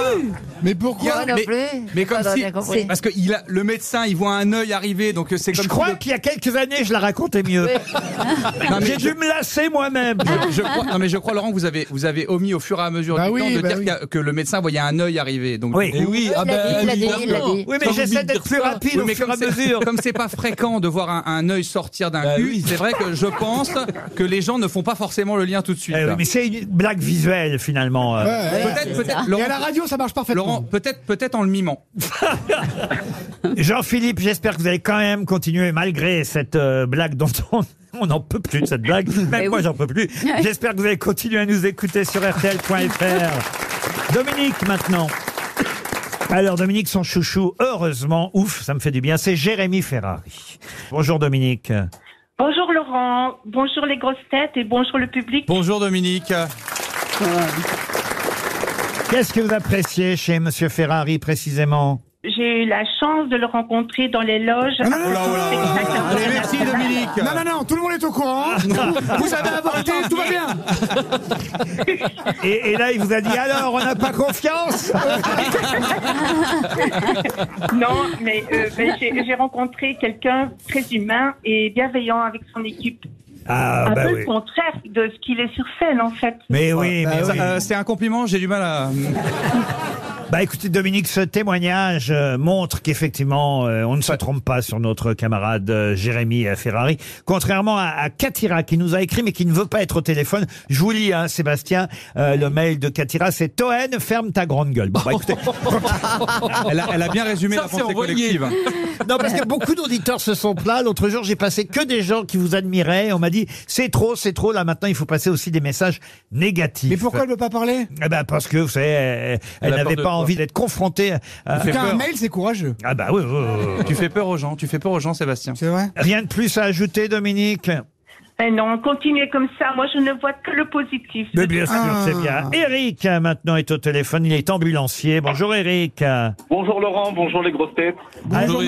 Speaker 6: Mais pourquoi
Speaker 12: Moi non
Speaker 4: Mais-
Speaker 12: plus.
Speaker 4: Mais comme
Speaker 12: Ah,
Speaker 4: si,
Speaker 12: bien compris.
Speaker 4: parce que il a, le médecin, il voit un œil arriver, donc c'est comme.
Speaker 2: Je
Speaker 4: si
Speaker 2: crois
Speaker 4: le-
Speaker 2: qu'il y a quelques années, je la racontais mieux.
Speaker 4: Non, mais
Speaker 2: J'ai dû me lasser moi-même.
Speaker 4: je, je crois, non mais je crois Laurent, que vous avez, vous avez omis au fur et à mesure
Speaker 6: Bah
Speaker 4: du
Speaker 6: oui,
Speaker 4: temps de
Speaker 6: bah
Speaker 4: dire
Speaker 6: oui.
Speaker 4: qu'il y a- que le médecin voyait un œil arriver. Donc
Speaker 2: Oui.
Speaker 8: Eh oui, ah
Speaker 12: Il l'a
Speaker 8: ben,
Speaker 12: dit, il l'a dit,
Speaker 8: évidemment.
Speaker 12: il l'a dit.
Speaker 2: Oui, mais
Speaker 8: Quand vous
Speaker 2: j'essaie
Speaker 8: me
Speaker 2: d'être
Speaker 8: dites
Speaker 2: plus
Speaker 8: ça,
Speaker 2: rapide
Speaker 4: Oui,
Speaker 2: au
Speaker 4: mais
Speaker 2: fur et
Speaker 4: comme
Speaker 2: à
Speaker 4: c'est-
Speaker 2: mesure.
Speaker 4: comme c'est pas fréquent de voir un, un œil sortir d'un
Speaker 8: Bah
Speaker 4: cul,
Speaker 8: oui.
Speaker 4: c'est vrai que je pense que les gens ne font pas forcément le lien tout de suite.
Speaker 2: Eh oui, mais c'est une blague visuelle finalement. euh.
Speaker 6: Ouais, ouais.
Speaker 4: Peut-être, peut-être,
Speaker 6: Et
Speaker 4: Laurent,
Speaker 6: à la radio, ça marche parfaitement.
Speaker 4: Laurent, peut-être, peut-être en le mimant.
Speaker 2: Jean-Philippe, j'espère que vous allez quand même continuer malgré cette euh, blague dont on on n'en peut plus de cette
Speaker 6: *laughs*
Speaker 2: blague. Même
Speaker 15: Eh
Speaker 2: moi,
Speaker 15: oui.
Speaker 2: j'en peux plus. J'espère que vous allez continuer à nous écouter sur RTL.fr. Dominique, maintenant. Alors, Dominique, son chouchou, heureusement, ouf, ça me fait du bien, c'est Jérémy Ferrari. Bonjour, Dominique.
Speaker 10: Bonjour Laurent, bonjour les grosses têtes et bonjour le public.
Speaker 4: Bonjour Dominique.
Speaker 2: Qu'est-ce que vous appréciez chez Monsieur Ferrari précisément
Speaker 10: J'ai eu la chance de le rencontrer dans les loges.
Speaker 2: Ah, oh
Speaker 6: Non, non, non, non, non, non,
Speaker 4: Allez, merci Dominique.
Speaker 6: non, non, non, tout le monde est au courant.
Speaker 2: Ah,
Speaker 6: Vous avez avorté, tout va bien.
Speaker 2: et, et là, il vous a dit alors, on n'a pas confiance
Speaker 10: *laughs* Non, mais, euh, mais j'ai j'ai rencontré quelqu'un très humain et bienveillant avec son équipe.
Speaker 2: Ah,
Speaker 10: Un
Speaker 2: bah
Speaker 10: peu
Speaker 2: oui.
Speaker 10: le contraire de ce qu'il est sur scène en fait.
Speaker 2: Mais oui, mais
Speaker 4: Ça,
Speaker 2: oui.
Speaker 4: euh, c'est un compliment, j'ai du mal à.
Speaker 2: Bah écoutez Dominique, ce témoignage euh, montre qu'effectivement euh, on ne se trompe pas sur notre camarade euh, Jérémy euh, Ferrari. Contrairement à, à Katira qui nous a écrit mais qui ne veut pas être au téléphone, je vous lis hein, Sébastien, euh, le mail de Katira c'est Toen, ferme ta grande gueule. Bon, bah, écoutez,
Speaker 4: Elle a- elle a bien résumé la pensée collective.
Speaker 2: Non, parce que beaucoup d'auditeurs se sont plaints. L'autre jour, j'ai passé que des gens qui vous admiraient. On m'a dit, c'est trop, c'est trop. Là, maintenant, il faut passer aussi des messages négatifs. Mais pourquoi elle ne veut pas parler Eh ben, parce que, vous savez, elle- elle
Speaker 4: Elle a peur
Speaker 2: n'avait
Speaker 4: de
Speaker 2: pas
Speaker 4: toi.
Speaker 2: envie d'être confrontée à.
Speaker 4: Putain, un mail,
Speaker 2: c'est courageux. Ah bah oui, oui, oui, oui.
Speaker 4: Tu fais peur aux gens, tu fais peur aux gens, Sébastien.
Speaker 2: C'est vrai Rien de plus à ajouter, Dominique
Speaker 10: Eh non, continuez comme ça. Moi, je ne vois que le positif.
Speaker 2: Mais bien sûr,
Speaker 6: Ah.
Speaker 2: c'est bien. Ah. Eric, euh, maintenant, est au téléphone. Il est ambulancier. Bonjour, Eric.
Speaker 9: Bonjour Laurent, bonjour les grosses têtes.
Speaker 2: Alors-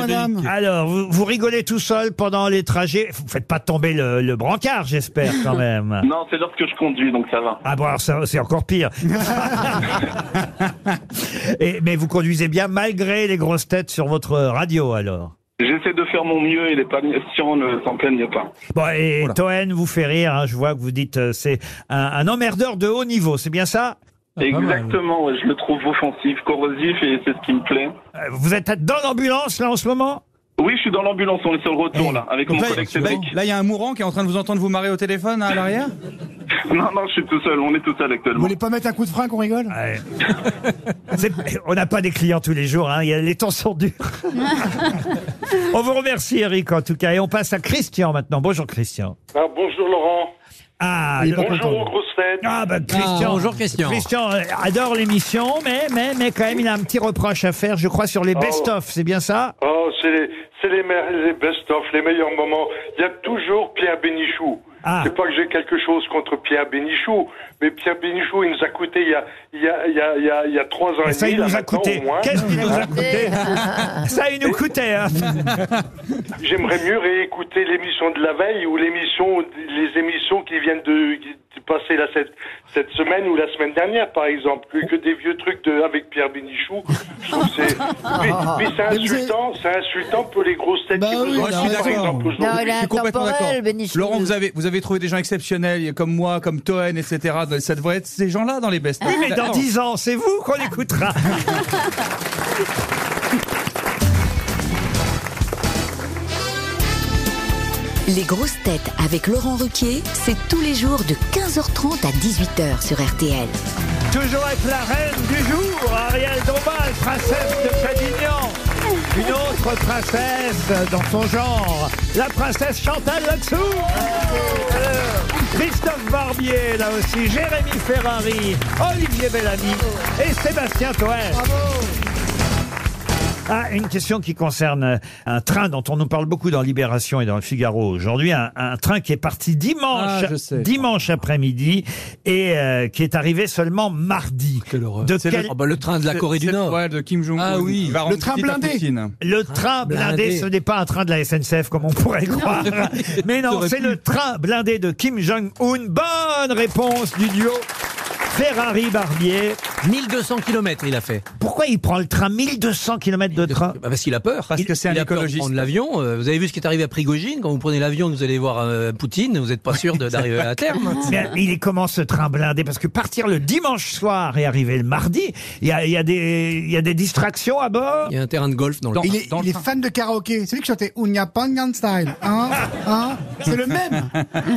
Speaker 2: Alors, vous, vous rigolez tout seul pendant les trajets. Vous faites pas tomber le, le brancard, j'espère, quand même.
Speaker 9: *laughs* Non, c'est lorsque je conduis, donc ça va.
Speaker 2: Ah bon, alors ça, c'est encore pire. Et- mais vous conduisez bien malgré les grosses têtes sur votre radio, alors.
Speaker 9: *laughs* J'essaie de faire mon mieux et les patients ne s'en plaignent pas.
Speaker 2: Bon, et Toen vous fait rire. hein. Je vois que vous dites euh, c'est un, un emmerdeur de haut niveau. C'est bien ça
Speaker 9: Exactement, ouais, je le trouve offensif, corrosif et c'est ce qui me plaît.
Speaker 2: Euh, Vous êtes dans l'ambulance, là, en ce moment Eh,
Speaker 9: Oui, je suis dans l'ambulance, on est sur le retour là, avec mon
Speaker 4: là,
Speaker 9: collègue
Speaker 4: là,
Speaker 9: Cédric. *laughs*
Speaker 4: là, il y a un mourant qui est en train de vous entendre vous marrer au téléphone hein, à l'arrière.
Speaker 9: Non, non, je suis tout seul, on est tout seul
Speaker 16: Vous
Speaker 9: actuellement.
Speaker 16: voulez pas mettre un coup de frein qu'on rigole
Speaker 2: C'est- On n'a pas des clients tous les jours. hein. Il y a- Les temps sont durs. on vous remercie, Eric, en tout cas. Et on passe à Christian maintenant. Bonjour, Christian.
Speaker 17: Ah, bonjour Laurent.
Speaker 2: Ah, le-
Speaker 17: bonjour aux grosses têtes.
Speaker 2: Ah bah Christian. Christian euh, adore l'émission, mais, mais, mais quand même, il a un petit reproche à faire, je crois, sur les
Speaker 17: Oh.
Speaker 2: best-of, c'est bien ça
Speaker 17: Oh, c'est les, c'est les, me- les best-of, les meilleurs moments. Il y a toujours Pierre Bénichou.
Speaker 2: Ah.
Speaker 17: C'est pas que j'ai quelque chose contre Pierre Bénichou, mais Pierre Bénichou, il nous a coûté il y a, il y a, il y a, il y a, il y a trois ans
Speaker 2: Mais
Speaker 17: et
Speaker 2: ça,
Speaker 17: demi.
Speaker 2: il
Speaker 17: là,
Speaker 2: nous a
Speaker 17: maintenant,
Speaker 2: coûté.
Speaker 17: au moins. Hein
Speaker 2: Qu'est-ce qu'il nous a coûté *laughs* Ça, il nous coûtait. hein.
Speaker 17: J'aimerais mieux réécouter l'émission de la veille ou l'émission, les émissions qui viennent de, qui- de passer là cette, cette semaine ou la semaine dernière, par exemple, que, que des vieux trucs de, avec Pierre Bénichou. Je trouve que
Speaker 2: *laughs*
Speaker 17: c'est, mais, mais c'est
Speaker 4: Ah, Mais vous Bah
Speaker 17: insultant, c'est insultant pour les grosses têtes qui nous
Speaker 4: Moi,
Speaker 17: ont dit, par exemple, aujourd'hui.
Speaker 4: Je suis complètement d'accord. Laurent, vous avez, vous avez trouvé des gens exceptionnels comme moi, comme Toen, etc. Ça devrait être ces gens-là dans les best
Speaker 2: Oui, mais dans 10 ans, c'est vous qu'on écoutera.
Speaker 5: Les grosses têtes avec Laurent Ruquier, c'est tous les jours de 15h30 à 18h sur RTL.
Speaker 2: Toujours avec la reine du jour, Ariel Dombal, princesse de Cadignan. Une autre princesse dans son genre, la princesse Chantal Latsou. Euh, Christophe Barbier, là aussi, Jérémy Ferrari, Olivier Bellamy et Sébastien Toer. Ah, une question qui concerne euh, un train dont on nous parle beaucoup dans Libération et dans le Figaro aujourd'hui. Un, un train qui est parti dimanche,
Speaker 4: Ah, je sais.
Speaker 2: dimanche après-midi et euh, qui est arrivé seulement mardi. De
Speaker 6: C'est le- oh, bah, le train de la Corée du Nord.
Speaker 4: Ouais, de Kim Jong-un.
Speaker 6: Ah oui.
Speaker 4: Il va rendre
Speaker 6: Le train
Speaker 4: visite à
Speaker 6: blindé.
Speaker 4: Poutine.
Speaker 2: Le train blindé,
Speaker 4: blindé.
Speaker 2: ce n'est pas un train de la SNCF comme on pourrait *laughs* le croire. Mais non,
Speaker 4: T'aurais
Speaker 2: c'est
Speaker 4: pu.
Speaker 2: le train blindé de Kim Jong-un. Bonne réponse du duo Ferrari-Barbier.
Speaker 6: 1200 km il a fait.
Speaker 2: Pourquoi il prend le train 1200 km de train
Speaker 6: Bah, parce qu'il a peur. Parce
Speaker 4: que c'est un écologiste.
Speaker 6: prendre l'avion. Euh, Vous avez vu ce qui est arrivé à Prigogine Quand vous prenez l'avion, vous allez voir euh, Poutine. Vous n'êtes pas sûr de- d'arriver Euh, à *laughs* terme.
Speaker 2: *laughs* Mais il est comment ce train blindé Parce que partir le dimanche soir et arriver le mardi, il y a, il y a des, il y a des distractions à bord.
Speaker 6: Il y a un terrain de golf dans le
Speaker 16: Il, est, il est fan de karaoké. C'est lui qui chantait Unia Pangan Style. Hein Hein C'est le même.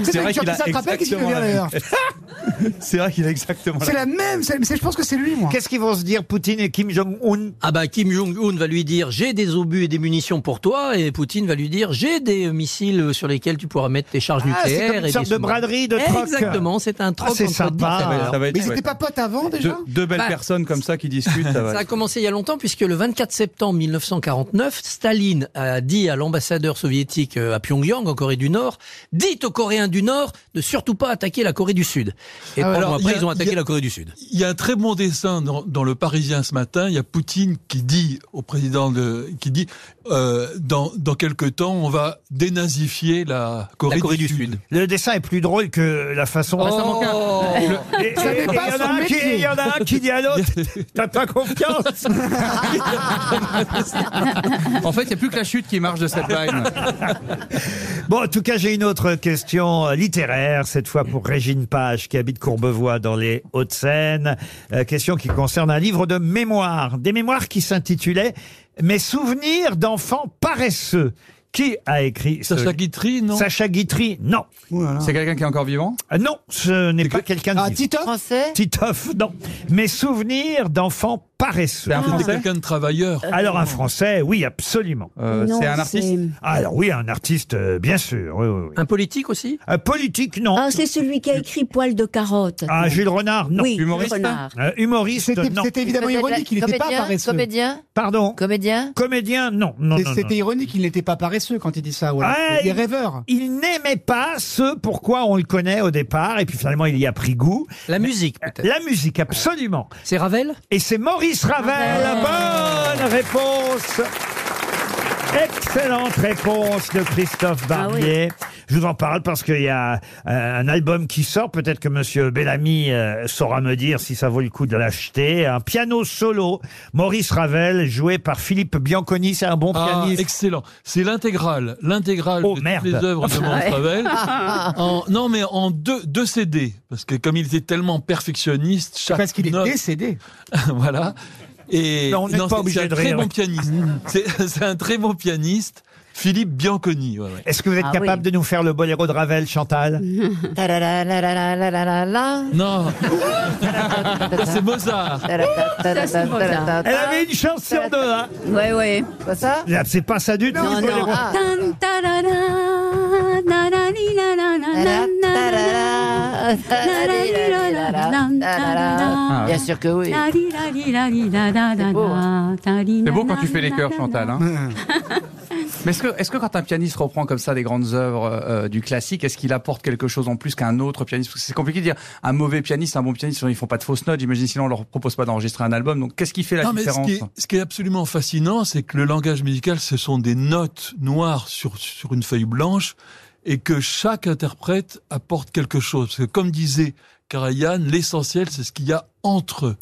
Speaker 16: C'est celui
Speaker 4: vrai
Speaker 16: qui
Speaker 4: qu'il
Speaker 16: chantait
Speaker 4: a
Speaker 16: ça, te rappelles qu'est-ce qu'il
Speaker 4: exactement
Speaker 16: devient
Speaker 4: la-
Speaker 16: d'ailleurs
Speaker 4: *laughs* C'est vrai qu'il a exactement.
Speaker 16: C'est la même. c'est- c'est- Je pense que c'est lui, moi.
Speaker 2: Qu'est-ce qu'ils vont se dire, Poutine et Kim Jong-un
Speaker 6: Ah bah Kim Jong-un va lui dire j'ai des obus et des munitions pour toi et Poutine va lui dire j'ai des missiles sur lesquels tu pourras mettre tes charges
Speaker 2: Ah, c'est
Speaker 6: nucléaires.
Speaker 2: comme une
Speaker 6: et des
Speaker 2: sorte de
Speaker 6: sous-marins.
Speaker 2: braderie, de troc.
Speaker 6: Exactement, c'est un troc.
Speaker 2: Ah, c'est
Speaker 6: entre
Speaker 2: sympa.
Speaker 6: dictateurs.
Speaker 4: Ça va être-
Speaker 16: Mais ils
Speaker 4: ouais.
Speaker 16: étaient pas potes avant déjà
Speaker 4: Deux, deux belles
Speaker 6: Bah,
Speaker 4: personnes comme ça qui discutent. ça va
Speaker 6: Ça a
Speaker 4: être-
Speaker 6: commencé il y a longtemps puisque le 24 septembre 1949, Staline a dit à l'ambassadeur soviétique euh, à Pyongyang, en Corée du Nord, dites aux Coréens du Nord de surtout pas attaquer la Corée du Sud. Et
Speaker 8: Ah ouais.
Speaker 6: trois
Speaker 8: Alors,
Speaker 6: mois
Speaker 8: il y
Speaker 6: après,
Speaker 8: a-
Speaker 6: ils ont
Speaker 8: il
Speaker 6: attaqué
Speaker 8: y a-
Speaker 6: la Corée du Sud.
Speaker 8: Il y a un très bon dessin dans, dans le Parisien ce matin. Il y a Poutine qui dit au président de, qui dit euh, dans dans quelque temps on va dénazifier la Corée,
Speaker 6: Corée
Speaker 8: du,
Speaker 6: du
Speaker 8: Sud.
Speaker 2: Le dessin est plus drôle que la façon.
Speaker 6: Oh.
Speaker 8: Ah, ça manque un.
Speaker 2: Le- et-
Speaker 16: Ça
Speaker 2: et- et
Speaker 16: dépasse
Speaker 2: il y en a
Speaker 16: son
Speaker 2: un qui-
Speaker 16: métier.
Speaker 2: Il y en a un qui dit à
Speaker 4: *laughs*
Speaker 2: l'autre T'as pas confiance
Speaker 4: En fait, il n'y a plus que la chute qui marche de cette blague.
Speaker 2: Bon, en tout cas, j'ai une autre question euh, littéraire, cette fois pour Régine Page, qui habite Courbevoie dans les Hauts-de-Seine. Euh, question qui concerne un livre de mémoires, des mémoires qui s'intitulait Mes souvenirs d'enfants paresseux. Qui a écrit Sacha Guitry, non Sacha Guitry, non. C'est quelqu'un qui est encore vivant Non, ce n'est pas quelqu'un de
Speaker 6: Ah,
Speaker 2: vivant.
Speaker 6: Titoff
Speaker 2: Français Titoff, non. Mes souvenirs d'enfants paresseux.
Speaker 8: C'était quelqu'un de travailleur.
Speaker 2: Alors un français, oui, absolument.
Speaker 8: Non, c'est un artiste c'est-
Speaker 2: Ah, Alors oui, un artiste, euh, bien sûr. Un politique aussi Un politique, non.
Speaker 5: Ah, c'est celui qui a écrit Poil de carotte.
Speaker 2: Ah, Jules Renard, non.
Speaker 5: Oui, humoriste. Renard.
Speaker 2: Euh, humoriste,
Speaker 5: C'était-
Speaker 2: non.
Speaker 5: c'était évidemment Comédien- ironique, il n'était pas comédien- paresseux. comédien
Speaker 2: Pardon
Speaker 12: Comédien
Speaker 2: Comédien, non. non,
Speaker 6: C'est-
Speaker 2: non, non.
Speaker 6: C'était ironique, il n'était pas paresseux quand il dit ça. Ouais.
Speaker 2: Ah,
Speaker 6: il est
Speaker 2: il-
Speaker 6: rêveur.
Speaker 2: Il n'aimait pas ce pourquoi on le connaît au départ, et puis finalement il y a pris goût.
Speaker 7: La musique, peut-être.
Speaker 2: La musique, absolument.
Speaker 7: C'est Ravel
Speaker 2: Et c'est Maurice Ravel,
Speaker 7: Ah.
Speaker 2: bonne réponse Excellente réponse de Christophe
Speaker 5: Ah
Speaker 2: Barbier. Je vous en parle parce qu'il y a euh, un album qui sort. Peut-être que Monsieur Bellamy euh, saura me dire si ça vaut le coup de l'acheter. Un piano solo, Maurice Ravel, joué par Philippe Bianconi. C'est un bon
Speaker 8: Ah,
Speaker 2: pianiste. Oh,
Speaker 8: excellent. C'est l'intégrale, l'intégrale de toutes
Speaker 2: Bah.
Speaker 8: les œuvres de Maurice
Speaker 2: *laughs* Ouais.
Speaker 8: Ravel. En- non, mais en deux, deux CD, parce que comme il était tellement perfectionniste, chaque parce qu'il est
Speaker 6: décédé.
Speaker 8: *laughs* voilà. Et
Speaker 2: Non, on n'est pas
Speaker 8: c'est-
Speaker 2: obligé
Speaker 8: c'est un
Speaker 2: de
Speaker 8: très
Speaker 2: rire.
Speaker 8: bon
Speaker 2: *laughs*
Speaker 8: pianiste. C'est c'est un très bon pianiste, Philippe Bianconi. ouais, ouais.
Speaker 2: Est-ce que vous
Speaker 5: Ah
Speaker 2: êtes capable de nous faire le boléro de Ravel, Chantal
Speaker 8: *laughs* Non.
Speaker 5: *laughs*
Speaker 8: Ça, c'est Mozart.
Speaker 2: Elle avait une chance sur deux, hein
Speaker 5: Ouais, ouais.
Speaker 12: Pas ça
Speaker 2: Là, Ah, C'est pas ça du tout.
Speaker 5: Non, non.
Speaker 2: le boléro.
Speaker 5: Ah. Tan, tarara, nanani, nanana, nanana, nanani, nanana,
Speaker 4: Ah.
Speaker 5: nanana.
Speaker 12: Bien sûr que oui.
Speaker 5: C'est
Speaker 4: C'est beau quand tu fais les chœurs,
Speaker 12: *laughs*
Speaker 4: Chantal. hein. Mais est-ce que, est-ce que quand un pianiste reprend comme ça des grandes œuvres euh, du classique, est-ce qu'il apporte quelque chose en plus qu'un autre pianiste Parce que c'est compliqué de dire un mauvais pianiste, un bon pianiste, sinon ils font pas de fausses notes. J'imagine sinon on leur propose pas d'enregistrer un album. Donc qu'est-ce qui fait la
Speaker 8: Non, mais ce
Speaker 4: différence
Speaker 8: qui, est, ce qui est absolument fascinant, c'est que le langage musical, ce sont des notes noires sur, sur une feuille blanche et que chaque interprète apporte quelque chose. Parce que comme disait Karajan, l'essentiel, c'est ce qu'il y a entre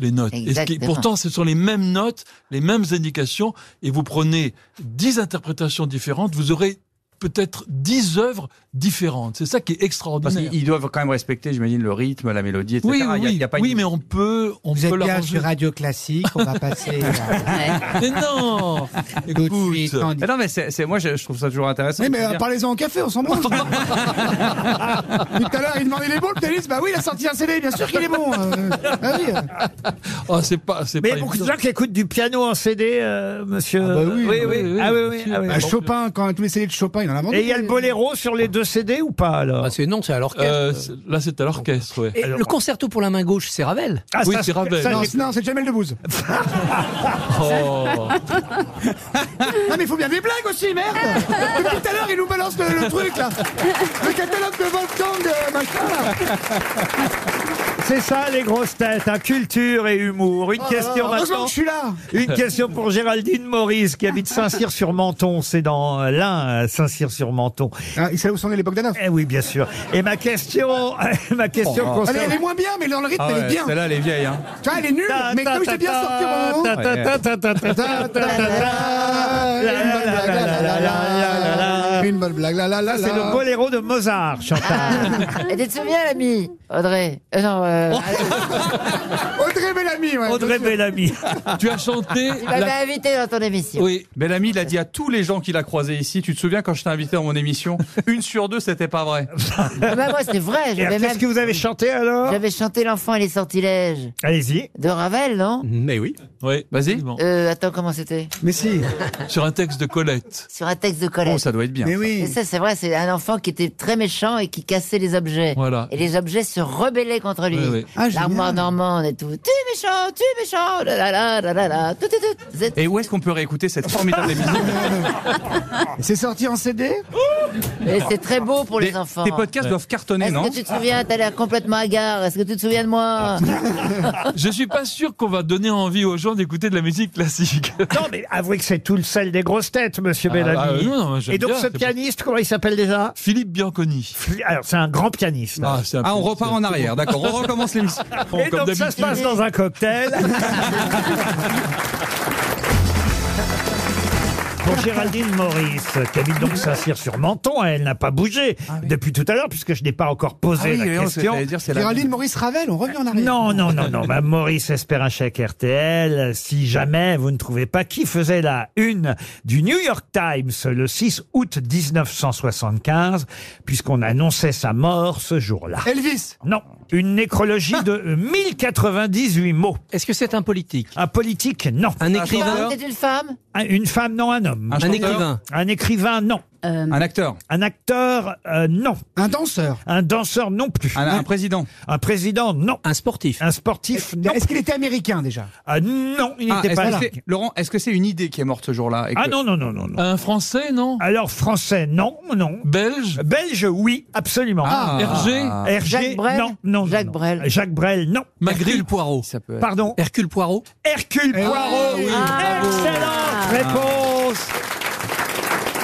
Speaker 8: les notes. Et ce qui-
Speaker 17: Exactement.
Speaker 8: pourtant, ce sont les mêmes notes, les mêmes indications, et vous prenez dix interprétations différentes, vous aurez peut-être dix œuvres différentes. C'est ça qui est
Speaker 4: Parce
Speaker 8: extraordinaire.
Speaker 4: qu'ils doivent quand même respecter, j'imagine, le rythme, la mélodie, etc.
Speaker 8: Oui, oui,
Speaker 4: Il y a- il y a
Speaker 8: oui.
Speaker 4: pas une-
Speaker 8: Oui, mais on peut, on
Speaker 6: Vous
Speaker 8: peut
Speaker 6: êtes bien
Speaker 8: l'arranger.
Speaker 6: sur Radio Classique, on va
Speaker 8: *laughs*
Speaker 6: passer. euh, à-
Speaker 8: Mais non Écoute.
Speaker 4: Mais non, mais c'est, c'est- moi, je, je trouve ça toujours intéressant.
Speaker 6: Oui, mais euh,
Speaker 4: C'est-à-dire- *laughs*
Speaker 6: parlez-en au café, on
Speaker 8: *laughs*
Speaker 6: s'en branle. Tout à l'heure, il demandait les bons, le pianiste. Bah oui, il a sorti un CD, bien sûr qu'il est bon. euh. Ah oui.
Speaker 8: Oh, c'est pas, c'est
Speaker 2: Mais
Speaker 8: pas
Speaker 2: beaucoup de
Speaker 8: évident.
Speaker 2: gens qui écoutent du piano en CD, euh, monsieur. oui, oui, Ah oui, oui, ah oui.
Speaker 6: Bah, Chopin, quand tous les CD de Chopin, il en a vendu.
Speaker 2: Et il y a le boléro sur les deux CD ou pas alors
Speaker 7: Ah, c'est non, c'est à l'orchestre.
Speaker 8: Euh, c'est- là, c'est à l'orchestre, ouais.
Speaker 7: Et le concerto pour la main gauche, c'est Ravel
Speaker 2: Ah,
Speaker 8: Oui, ça, c'est Ravel. ça,
Speaker 6: Non,
Speaker 8: j'ai-
Speaker 6: c'est- non, c'est Jamel Debbouze.
Speaker 8: Oh.
Speaker 6: Non, mais il faut bien des blagues aussi, merde Depuis tout à l'heure, il nous balance le, le truc, là Le catalogue de Wolfgang, euh, machin, là
Speaker 2: C'est ça les grosses têtes, hein, culture et humour. Une
Speaker 6: Oh là là,
Speaker 2: question
Speaker 6: heureusement
Speaker 2: maintenant.
Speaker 6: que je suis là.
Speaker 2: Une question pour Géraldine Maurice qui habite Saint-Cyr-sur-Menton. C'est dans euh, l'Ain, euh, Saint-Cyr-sur-Menton.
Speaker 6: il sait où sont les Bogdanov
Speaker 2: Eh oui, bien sûr. Et ma question, *laughs* ma question
Speaker 4: Oh.
Speaker 6: Elle,
Speaker 2: concerne.
Speaker 6: elle est moins bien, mais dans le rythme,
Speaker 4: Ah
Speaker 6: elle
Speaker 4: ouais,
Speaker 6: est bien.
Speaker 4: Celle-là, elle est vieille. Hein.
Speaker 6: Tu vois, elle est nulle,
Speaker 2: Ta,
Speaker 6: mais
Speaker 2: ta,
Speaker 6: comme
Speaker 2: ta,
Speaker 6: j'étais bien
Speaker 2: ta,
Speaker 6: sorti au moment.
Speaker 2: ta, ta, ta, ta, ta, ta, ta, ta, ta,
Speaker 6: Une bonne blague, la la la
Speaker 2: Ça, c'est le boléro de Mozart, Chantal.
Speaker 12: Et tu te souviens, l'ami Audrey Euh, Non, euh,
Speaker 5: Oh.
Speaker 6: Audrey Bellamy, ouais.
Speaker 2: Audrey Bellamy.
Speaker 8: tu as chanté.
Speaker 12: tu
Speaker 8: la-
Speaker 12: m'avais invité dans ton émission.
Speaker 8: Oui.
Speaker 4: Bellamy, il a dit à tous les gens qu'il a croisés ici, tu te souviens quand je t'ai invité à
Speaker 6: *laughs*
Speaker 4: mon émission, une sur deux, c'était pas vrai.
Speaker 12: Ah bah, moi, c'est vrai.
Speaker 4: Et alors, qu'est-ce que
Speaker 2: vous avez chanté alors
Speaker 12: J'avais chanté L'enfant et les sortilèges.
Speaker 2: Allez-y.
Speaker 12: De Ravel, non
Speaker 7: Mais oui.
Speaker 8: Ouais.
Speaker 4: Vas-y.
Speaker 12: euh, Attends, comment c'était
Speaker 6: Mais si.
Speaker 8: *laughs* Sur un texte de Colette.
Speaker 12: Sur un texte de Colette.
Speaker 4: Oh, ça doit être bien.
Speaker 6: Mais oui.
Speaker 12: Et ça, c'est vrai, c'est un enfant qui était très méchant et qui cassait les objets.
Speaker 8: Voilà.
Speaker 12: Et les objets se rebellaient contre lui.
Speaker 8: Oui, oui.
Speaker 6: Ah, génial.
Speaker 12: L'armoire normande et tout. Tu es méchant, tu es méchant, la la la la la la. Tout, tout, tout. C'est-
Speaker 4: Et où est-ce qu'on peut réécouter
Speaker 6: *laughs*
Speaker 4: cette formidable émission Ah,
Speaker 6: C'est sorti en CD
Speaker 12: Et c'est très beau pour les
Speaker 4: Des-
Speaker 12: enfants.
Speaker 4: tes podcasts doivent cartonner,
Speaker 12: Est-ce
Speaker 4: non
Speaker 12: que tu te souviens, t'as l'air complètement hagard. Est-ce que tu te souviens de moi
Speaker 4: Ah.
Speaker 8: Je suis pas sûr qu'on va donner envie aux gens d'écouter de la musique classique.
Speaker 2: Non, mais avouez que c'est tout le sel des grosses têtes, monsieur
Speaker 8: Ah, bah,
Speaker 2: Bellamy.
Speaker 8: euh, non, moi, j'aime
Speaker 2: Et donc,
Speaker 8: bien,
Speaker 2: ce
Speaker 8: c'est pour-
Speaker 2: pianiste, comment il s'appelle déjà
Speaker 8: Philippe Bianconi.
Speaker 2: Alors, c'est un grand pianiste.
Speaker 8: Ah, c'est un
Speaker 4: Ah, on
Speaker 8: peu-
Speaker 4: repart en arrière, d'accord. On recommence l'émission.
Speaker 2: *laughs* Et donc, ça se passe dans un
Speaker 4: *laughs*
Speaker 2: cocktail. pour Géraldine Maurice, qui habite donc Saint-Cyr-sur-Menton. Elle n'a pas bougé depuis tout à l'heure, puisque je n'ai pas encore posé
Speaker 4: Ah oui,
Speaker 2: la
Speaker 4: mais non,
Speaker 2: question.
Speaker 4: c'est- j'allais dire, c'est la-
Speaker 6: Géraldine Maurice Ravel, on revient en arrière.
Speaker 2: Non, non, Oh, non, non. Madame Maurice espère un chèque RTL. Si jamais vous ne trouvez pas qui faisait la une du New York Times le 6 août 1975, puisqu'on annonçait sa mort ce jour-là. Elvis Non. Une nécrologie
Speaker 4: euh,
Speaker 2: de 1098 mots. Est-ce que c'est un politique Un politique, non. Un
Speaker 4: Ah,
Speaker 12: C'est une femme
Speaker 2: Une femme, non, un homme.
Speaker 7: Un Un chanteur écrivain
Speaker 2: Un écrivain, non. Un acteur Un acteur, euh, non. Un danseur Un danseur, non plus. Un, président Un président, non. Un sportif Un sportif, non.
Speaker 6: Est-ce qu'il était américain déjà
Speaker 2: Ah, non, il
Speaker 4: Ah,
Speaker 2: n'était
Speaker 4: est-ce
Speaker 2: pas
Speaker 4: que
Speaker 2: là.
Speaker 4: c'est- Laurent, est-ce que c'est une idée qui est morte ce jour-là et
Speaker 2: Ah
Speaker 4: que-
Speaker 2: non, non, non, non, Un français, non Alors, français, non, non. Belge Belge, oui, absolument.
Speaker 4: Ah. Hergé
Speaker 2: Hergé,
Speaker 4: Jacques Brel
Speaker 2: non, non. Jacques Brel. Jacques Brel, non. Magritte Poirot.
Speaker 4: être.
Speaker 2: Pardon Hercule Poirot Hercule
Speaker 4: Eh oui,
Speaker 2: Poirot
Speaker 4: oui,
Speaker 6: Ah.
Speaker 2: Excellente réponse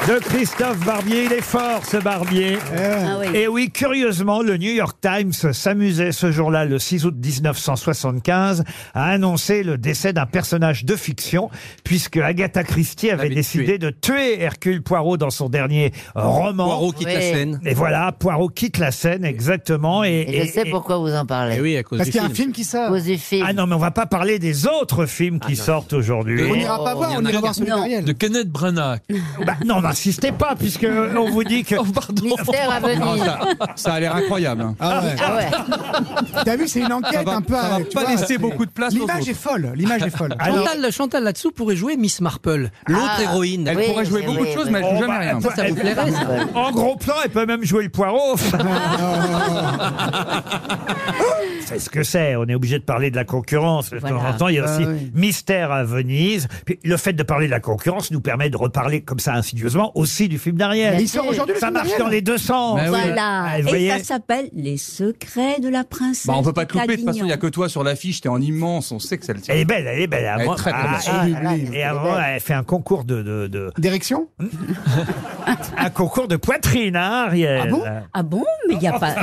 Speaker 2: de Christophe Barbier, il est fort ce Barbier.
Speaker 5: Ah oui.
Speaker 2: Et oui, curieusement, le New York Times s'amusait ce jour-là, le 6 août 1975, à annoncer le décès d'un personnage de fiction, puisque Agatha Christie avait décidé de tuer Hercule Poirot dans son dernier euh, roman.
Speaker 7: Poirot quitte la Oui. scène.
Speaker 2: Et voilà, Poirot quitte la scène, exactement. Et,
Speaker 12: Et je sais pourquoi vous en parlez.
Speaker 2: oui,
Speaker 12: cause Parce du qu'il y a un film. film qui
Speaker 2: sort. Ah non, mais on va pas parler des autres films qui sortent aujourd'hui.
Speaker 6: Ah On n'ira pas voir, on ira voir celui d'Ariel.
Speaker 2: De Kenneth Branagh. *laughs* Bah, non, n'insistez pas, puisque on vous dit que.
Speaker 6: Mystère à venir.
Speaker 4: Oh, Non, ça, ça a l'air incroyable. hein.
Speaker 6: Ah ouais. *laughs* T'as vu, c'est une enquête
Speaker 4: Ça va-
Speaker 6: un peu.
Speaker 4: ça va
Speaker 6: euh,
Speaker 4: pas
Speaker 6: tu vois,
Speaker 4: laisser
Speaker 6: c'est-
Speaker 4: beaucoup de place aux
Speaker 6: L'image
Speaker 4: autres.
Speaker 6: est folle. L'image est folle.
Speaker 7: *laughs* Chantal, Chantal là-dessous pourrait jouer Miss Marple, l'autre
Speaker 6: Ah,
Speaker 7: héroïne.
Speaker 6: Elle oui, pourrait jouer oui, beaucoup de oui, choses, mais elle joue
Speaker 2: Oh, bah, elle
Speaker 7: Ça, ça vous
Speaker 2: peut-
Speaker 7: plairait, ça
Speaker 2: En gros plan, elle peut même jouer le poireau. C'est ce que c'est. On est obligé de parler de la concurrence. De temps
Speaker 9: Voilà.
Speaker 2: en temps, il y a
Speaker 9: Ah
Speaker 2: aussi
Speaker 9: oui.
Speaker 2: Mystère à Venise. Puis le fait de parler de la concurrence nous permet de reparler comme ça insidieusement aussi du film d'Ariel.
Speaker 5: Bien Il sort sûr. aujourd'hui, le
Speaker 2: Ça
Speaker 5: film
Speaker 2: marche
Speaker 5: d'Ariel
Speaker 2: dans les deux sens.
Speaker 5: Voilà.
Speaker 2: Ah, vous
Speaker 5: Et
Speaker 2: voyez
Speaker 5: ça s'appelle Les secrets de la princesse.
Speaker 4: Bah, on peut pas te
Speaker 5: de
Speaker 4: louper, de toute façon, il n'y a
Speaker 5: Avignon.
Speaker 4: que toi sur l'affiche, t'es en immense, on sait que c'est le
Speaker 2: Elle est belle, elle est belle.
Speaker 4: Elle est très, très
Speaker 2: Ah,
Speaker 4: belle.
Speaker 2: ah, et à un moment, elle fait un concours de. de- de- Hmm?
Speaker 6: Direction
Speaker 2: *laughs* un concours de poitrine, hein, Ariel.
Speaker 5: Ah bon Ah bon Mais il n'y a pas.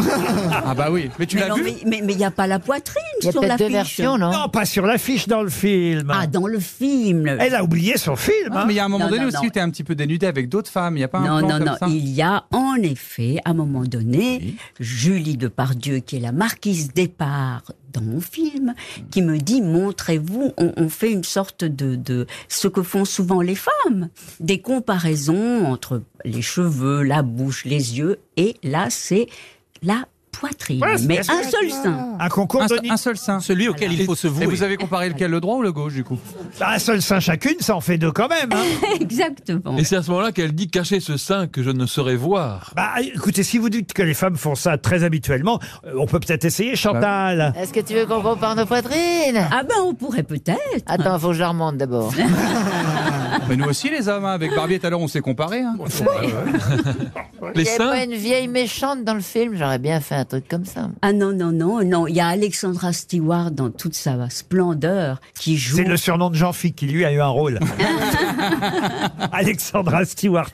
Speaker 4: Ah bah oui, mais *laughs* tu
Speaker 5: Mais
Speaker 4: l'as
Speaker 5: non,
Speaker 4: vu
Speaker 5: Mais mais- mais il n'y a pas la poitrine
Speaker 2: Il y a
Speaker 5: sur
Speaker 2: peut-être
Speaker 5: la
Speaker 2: deux
Speaker 5: fiche.
Speaker 2: versions, non Non, pas sur l'affiche, dans le film.
Speaker 5: Ah, dans le film.
Speaker 2: Elle a oublié son film. hein.
Speaker 4: Ah, mais il y a un moment
Speaker 5: Non,
Speaker 4: donné
Speaker 5: non,
Speaker 4: aussi
Speaker 5: non.
Speaker 4: où t'es un petit peu dénudé avec d'autres femmes, il n'y a pas un
Speaker 5: Non,
Speaker 4: plan
Speaker 5: non,
Speaker 4: comme
Speaker 5: non.
Speaker 4: ça
Speaker 5: Il y a en effet, à un moment donné, Julie Depardieu, qui est la marquise Départ dans mon film, qui me dit montrez-vous, on, on fait une sorte de, de ce que font souvent les femmes, des comparaisons entre les cheveux, la bouche, les yeux, et là c'est la poitrine,
Speaker 4: Voilà, c'est
Speaker 5: mais
Speaker 4: bien
Speaker 5: un
Speaker 4: sûr.
Speaker 5: seul sein.
Speaker 2: Un concours
Speaker 4: un,
Speaker 2: de
Speaker 4: se- un seul sein. Celui
Speaker 7: auquel il faut se vouer.
Speaker 4: Et vous avez comparé lequel, le droit ou le gauche,
Speaker 2: *laughs*
Speaker 4: du coup
Speaker 2: Bah, Un seul sein chacune, ça en fait deux quand même. hein.
Speaker 5: Exactement.
Speaker 8: Et c'est à ce moment-là qu'elle dit cachez ce sein que je ne saurais voir.
Speaker 2: Bah, écoutez, si vous dites que les femmes font ça très habituellement, euh, on peut peut-être essayer,
Speaker 5: Bah
Speaker 2: Chantal.
Speaker 12: Est-ce que tu veux qu'on compare nos poitrines
Speaker 5: Ah ben, on pourrait peut-être.
Speaker 12: Attends, faut que je la remonte
Speaker 5: *laughs*
Speaker 12: d'abord.
Speaker 4: Mais nous aussi, les hommes, hein, avec Barbier tout à l'heure, on s'est comparés. hein. *laughs*
Speaker 12: Il y avait pas une vieille méchante dans le film, j'aurais bien fait un truc comme ça.
Speaker 5: Ah non, non, non, non. Il y a Alexandra Stewart dans toute sa splendeur qui joue.
Speaker 2: C'est le surnom de jean philippe qui lui a eu
Speaker 5: *laughs*
Speaker 2: un rôle. Alexandra Stewart.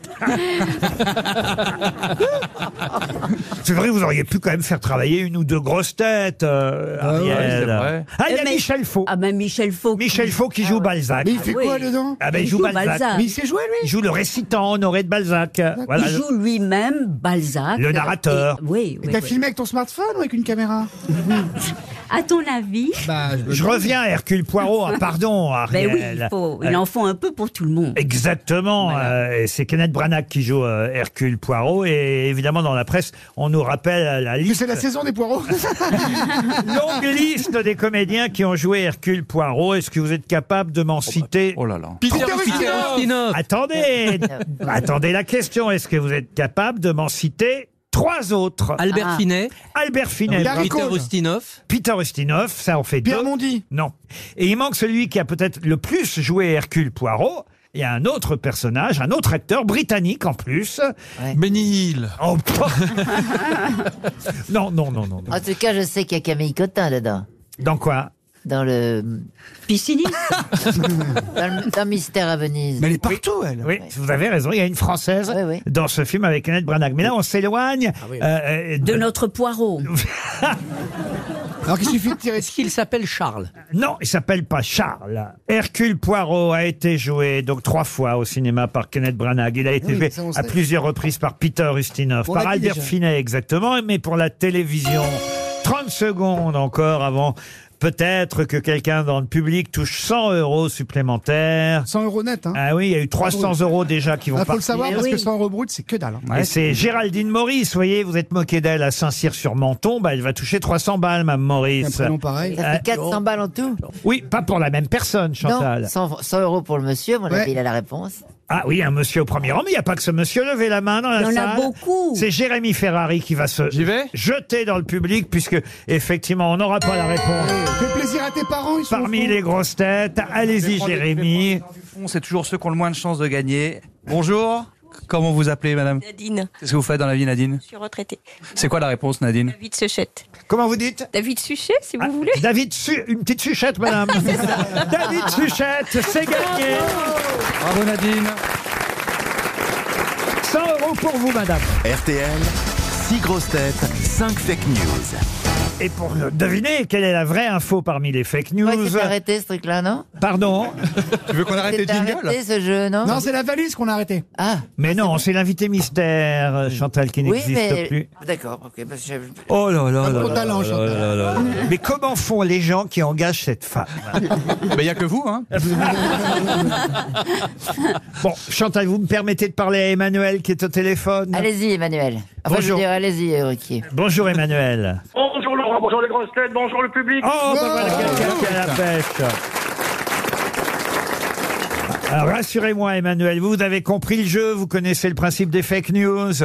Speaker 2: c'est vrai, vous auriez pu quand même faire travailler une ou deux grosses têtes. euh,
Speaker 4: Bah
Speaker 2: Ariel. Ah, il y a
Speaker 5: Mais-
Speaker 2: Michel Faux.
Speaker 5: Ah ben Michel Faux.
Speaker 2: Michel Faux qui joue Balzac.
Speaker 5: Mais il fait Ah quoi oui. dedans
Speaker 2: Ah ben, il,
Speaker 5: Il
Speaker 2: joue
Speaker 5: joue
Speaker 2: Balzac.
Speaker 5: Balzac. Mais il
Speaker 2: sait jouer lui Il joue le récitant honoré de Balzac. Voilà.
Speaker 5: Il joue lui-même Balzac.
Speaker 2: Le narrateur.
Speaker 5: Et- oui, oui.
Speaker 6: T'as
Speaker 5: oui.
Speaker 6: filmé avec ton smartphone ou avec une caméra
Speaker 5: *laughs* À ton avis
Speaker 2: Bah, Je reviens à Hercule Poirot, ah, pardon
Speaker 5: *laughs*
Speaker 2: Ariel.
Speaker 5: Ben oui, il, faut, il
Speaker 2: Euh,
Speaker 5: en faut un peu pour tout le monde.
Speaker 2: Exactement. euh, et c'est Kenneth Branagh qui joue euh, Hercule Poirot. Et évidemment, dans la presse, on nous rappelle euh, la liste.
Speaker 6: C'est *laughs* la saison des
Speaker 2: *laughs*
Speaker 6: poireaux. *laughs*
Speaker 2: Longue liste des comédiens qui ont joué Hercule Poirot. Est-ce que vous êtes capable de m'en citer Oh là là.
Speaker 7: Peter Ustinov. Ustinov.
Speaker 2: Attendez. attendez la question. Est-ce que vous êtes capable de m'en citer trois autres
Speaker 7: Albert Ah. Finet.
Speaker 2: Albert Finet.
Speaker 7: Peter
Speaker 2: oui.
Speaker 7: Ustinov.
Speaker 2: Peter Ustinov, ça en fait deux. Pierre Mondi Non. Et il manque celui qui a peut-être le plus joué Hercule Poirot. Il y a un autre personnage, un autre acteur britannique en plus.
Speaker 8: Benny Hill.
Speaker 2: Oh, *laughs* non, non, non, non.
Speaker 12: En tout cas, je sais qu'il y a Camille Cotin dedans.
Speaker 2: Dans quoi
Speaker 12: Dans le.
Speaker 5: Piscinis
Speaker 12: dans, le- dans Mystère à Venise.
Speaker 2: *laughs* Mais elle est partout, elle. Oui, vous avez raison. Il y a une Française dans ce film avec euh, Annette Branagh. Mais là, on s'éloigne
Speaker 5: oui.
Speaker 2: euh, euh, *laughs*
Speaker 5: De notre Poirot.
Speaker 6: Alors qu'il suffit de tirer.
Speaker 7: Est-ce qu'il s'appelle Charles
Speaker 2: Non, il s'appelle pas Charles. Hercule Poirot a été joué donc trois fois au cinéma par Kenneth Branagh. Il a été
Speaker 6: Oui,
Speaker 2: joué
Speaker 6: ça, on
Speaker 2: à
Speaker 6: sait.
Speaker 2: plusieurs reprises par Peter Ustinov,
Speaker 6: On
Speaker 2: par
Speaker 6: l'a dit
Speaker 2: Albert
Speaker 6: déjà.
Speaker 2: Finet exactement, mais pour la télévision. 30 secondes encore avant peut-être que quelqu'un dans le public touche 100 euros supplémentaires. 100 euros net, hein Ah oui, il y a eu 300 euros déjà qui
Speaker 6: Il
Speaker 2: vont
Speaker 6: Ah, faut
Speaker 2: partir.
Speaker 6: le savoir
Speaker 12: Eh
Speaker 6: parce que sans rebroute, c'est que dalle. hein.
Speaker 2: Et c'est Géraldine Maurice, voyez, vous êtes moqué d'elle à Saint-Cyr-sur-Menton, bah, elle va toucher 300 balles, Mme Maurice. Euh,
Speaker 6: C'est un prénom pareil. Ah, oh.
Speaker 12: Ça fait 400 balles en tout
Speaker 2: Oui, pas pour la même personne, Chantal.
Speaker 12: Non, 100, 100 euros pour le monsieur, à mon
Speaker 2: Ouais.
Speaker 12: avis, il a la réponse.
Speaker 2: Ah oui, un monsieur au premier rang, mais il n'y a pas que ce monsieur. Levez la main dans la
Speaker 12: Il y en a
Speaker 2: salle.
Speaker 12: beaucoup.
Speaker 2: C'est Jérémy Ferrari qui va se jeter dans le public, puisque effectivement, on n'aura pas la réponse.
Speaker 6: Fais plaisir à tes parents, ils sont au
Speaker 2: Parmi
Speaker 6: fond.
Speaker 2: les grosses têtes, allez-y, Jérémy.
Speaker 4: fond, c'est toujours ceux qui ont le moins de chances de gagner. Bonjour. Comment vous appelez, madame
Speaker 9: Nadine,
Speaker 4: Qu'est-ce que vous faites dans la vie, Nadine
Speaker 9: je suis retraitée.
Speaker 4: C'est quoi la réponse, Nadine
Speaker 9: David Suchette.
Speaker 2: Comment vous dites Ah,
Speaker 9: David Suchet, si vous voulez.
Speaker 2: David, Su- une petite suchette,
Speaker 9: *laughs*
Speaker 2: madame. David Suchette, c'est gagné.
Speaker 4: Bravo, Nadine.
Speaker 2: 100 euros pour vous, madame.
Speaker 1: RTL, 6 grosses têtes, 5 fake news.
Speaker 2: Et pour deviner quelle est la vraie info parmi les fake news.
Speaker 12: Ouais, c'est arrêté ce truc-là, non
Speaker 2: Pardon Tu veux qu'on
Speaker 12: C'est arrêté ce jeu, non
Speaker 6: Non, c'est la valise qu'on a arrêtée.
Speaker 12: Ah,
Speaker 2: Mais non, c'est l'invité mystère, euh, Chantal, qui
Speaker 12: oui,
Speaker 2: n'existe
Speaker 12: mais.
Speaker 2: plus.
Speaker 12: D'accord, ok. parce que je-
Speaker 2: Oh là là là
Speaker 12: Trop
Speaker 2: là
Speaker 12: talent,
Speaker 2: là
Speaker 12: Chantal.
Speaker 2: là là là là. Mais comment font les gens qui engagent
Speaker 12: *laughs*
Speaker 2: cette femme
Speaker 4: Il n'y a que vous, hein
Speaker 2: Bon, Chantal, vous me permettez de parler à Emmanuel qui est au téléphone
Speaker 12: Allez-y, Emmanuel. Enfin, je veux
Speaker 2: Bonjour.
Speaker 12: dire, allez-y, euh, Ruquier.
Speaker 2: Bonjour Emmanuel.
Speaker 17: Bonjour Laurent, bonjour les grosses têtes, bonjour le public.
Speaker 2: Oh, bah voilà quelqu'un qui a la pêche. Alors, rassurez-moi Emmanuel, vous, vous avez compris le jeu, vous connaissez le principe des fake news.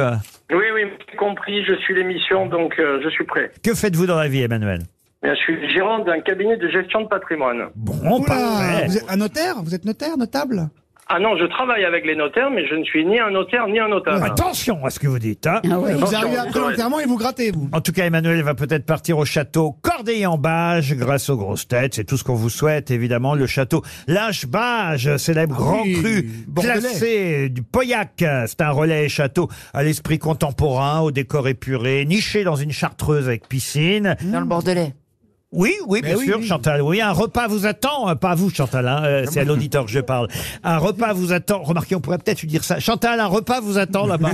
Speaker 17: Oui, oui, j'ai compris, je suis l'émission, donc euh, je suis prêt.
Speaker 2: Que faites-vous dans la vie Emmanuel
Speaker 17: Je suis gérant d'un cabinet de gestion de patrimoine.
Speaker 2: Bon, parfait.
Speaker 6: Vous êtes un notaire Vous êtes notaire, notable
Speaker 17: Ah non, je travaille avec les notaires, mais je ne suis ni un notaire ni un notable.
Speaker 2: Ah, Attention à ce que vous dites. hein.
Speaker 6: Vous arrivez après l'enterrement et vous grattez, vous.
Speaker 2: En tout cas, Emmanuel va peut-être partir au château Corday-en-Bage grâce aux grosses têtes. C'est tout ce qu'on vous souhaite, évidemment. Le château Lâche-Bage, célèbre
Speaker 6: Ah
Speaker 2: grand
Speaker 6: oui,
Speaker 2: cru
Speaker 6: bordelais.
Speaker 2: classé du Pauillac. euh, C'est un relais et château à l'esprit contemporain, au décor épuré, niché dans une chartreuse avec piscine.
Speaker 12: Dans le Bordelais.
Speaker 2: Oui, oui,
Speaker 6: Eh
Speaker 12: Mais
Speaker 2: bien
Speaker 12: oui,
Speaker 2: sûr,
Speaker 12: oui.
Speaker 2: Chantal. Oui, un repas vous attend. euh, Pas à vous, Chantal. hein, euh, c'est à l'auditeur que je parle. Un repas vous attend. Remarquez, on pourrait peut-être lui dire ça. Chantal, un repas vous attend
Speaker 6: *laughs*
Speaker 2: là-bas.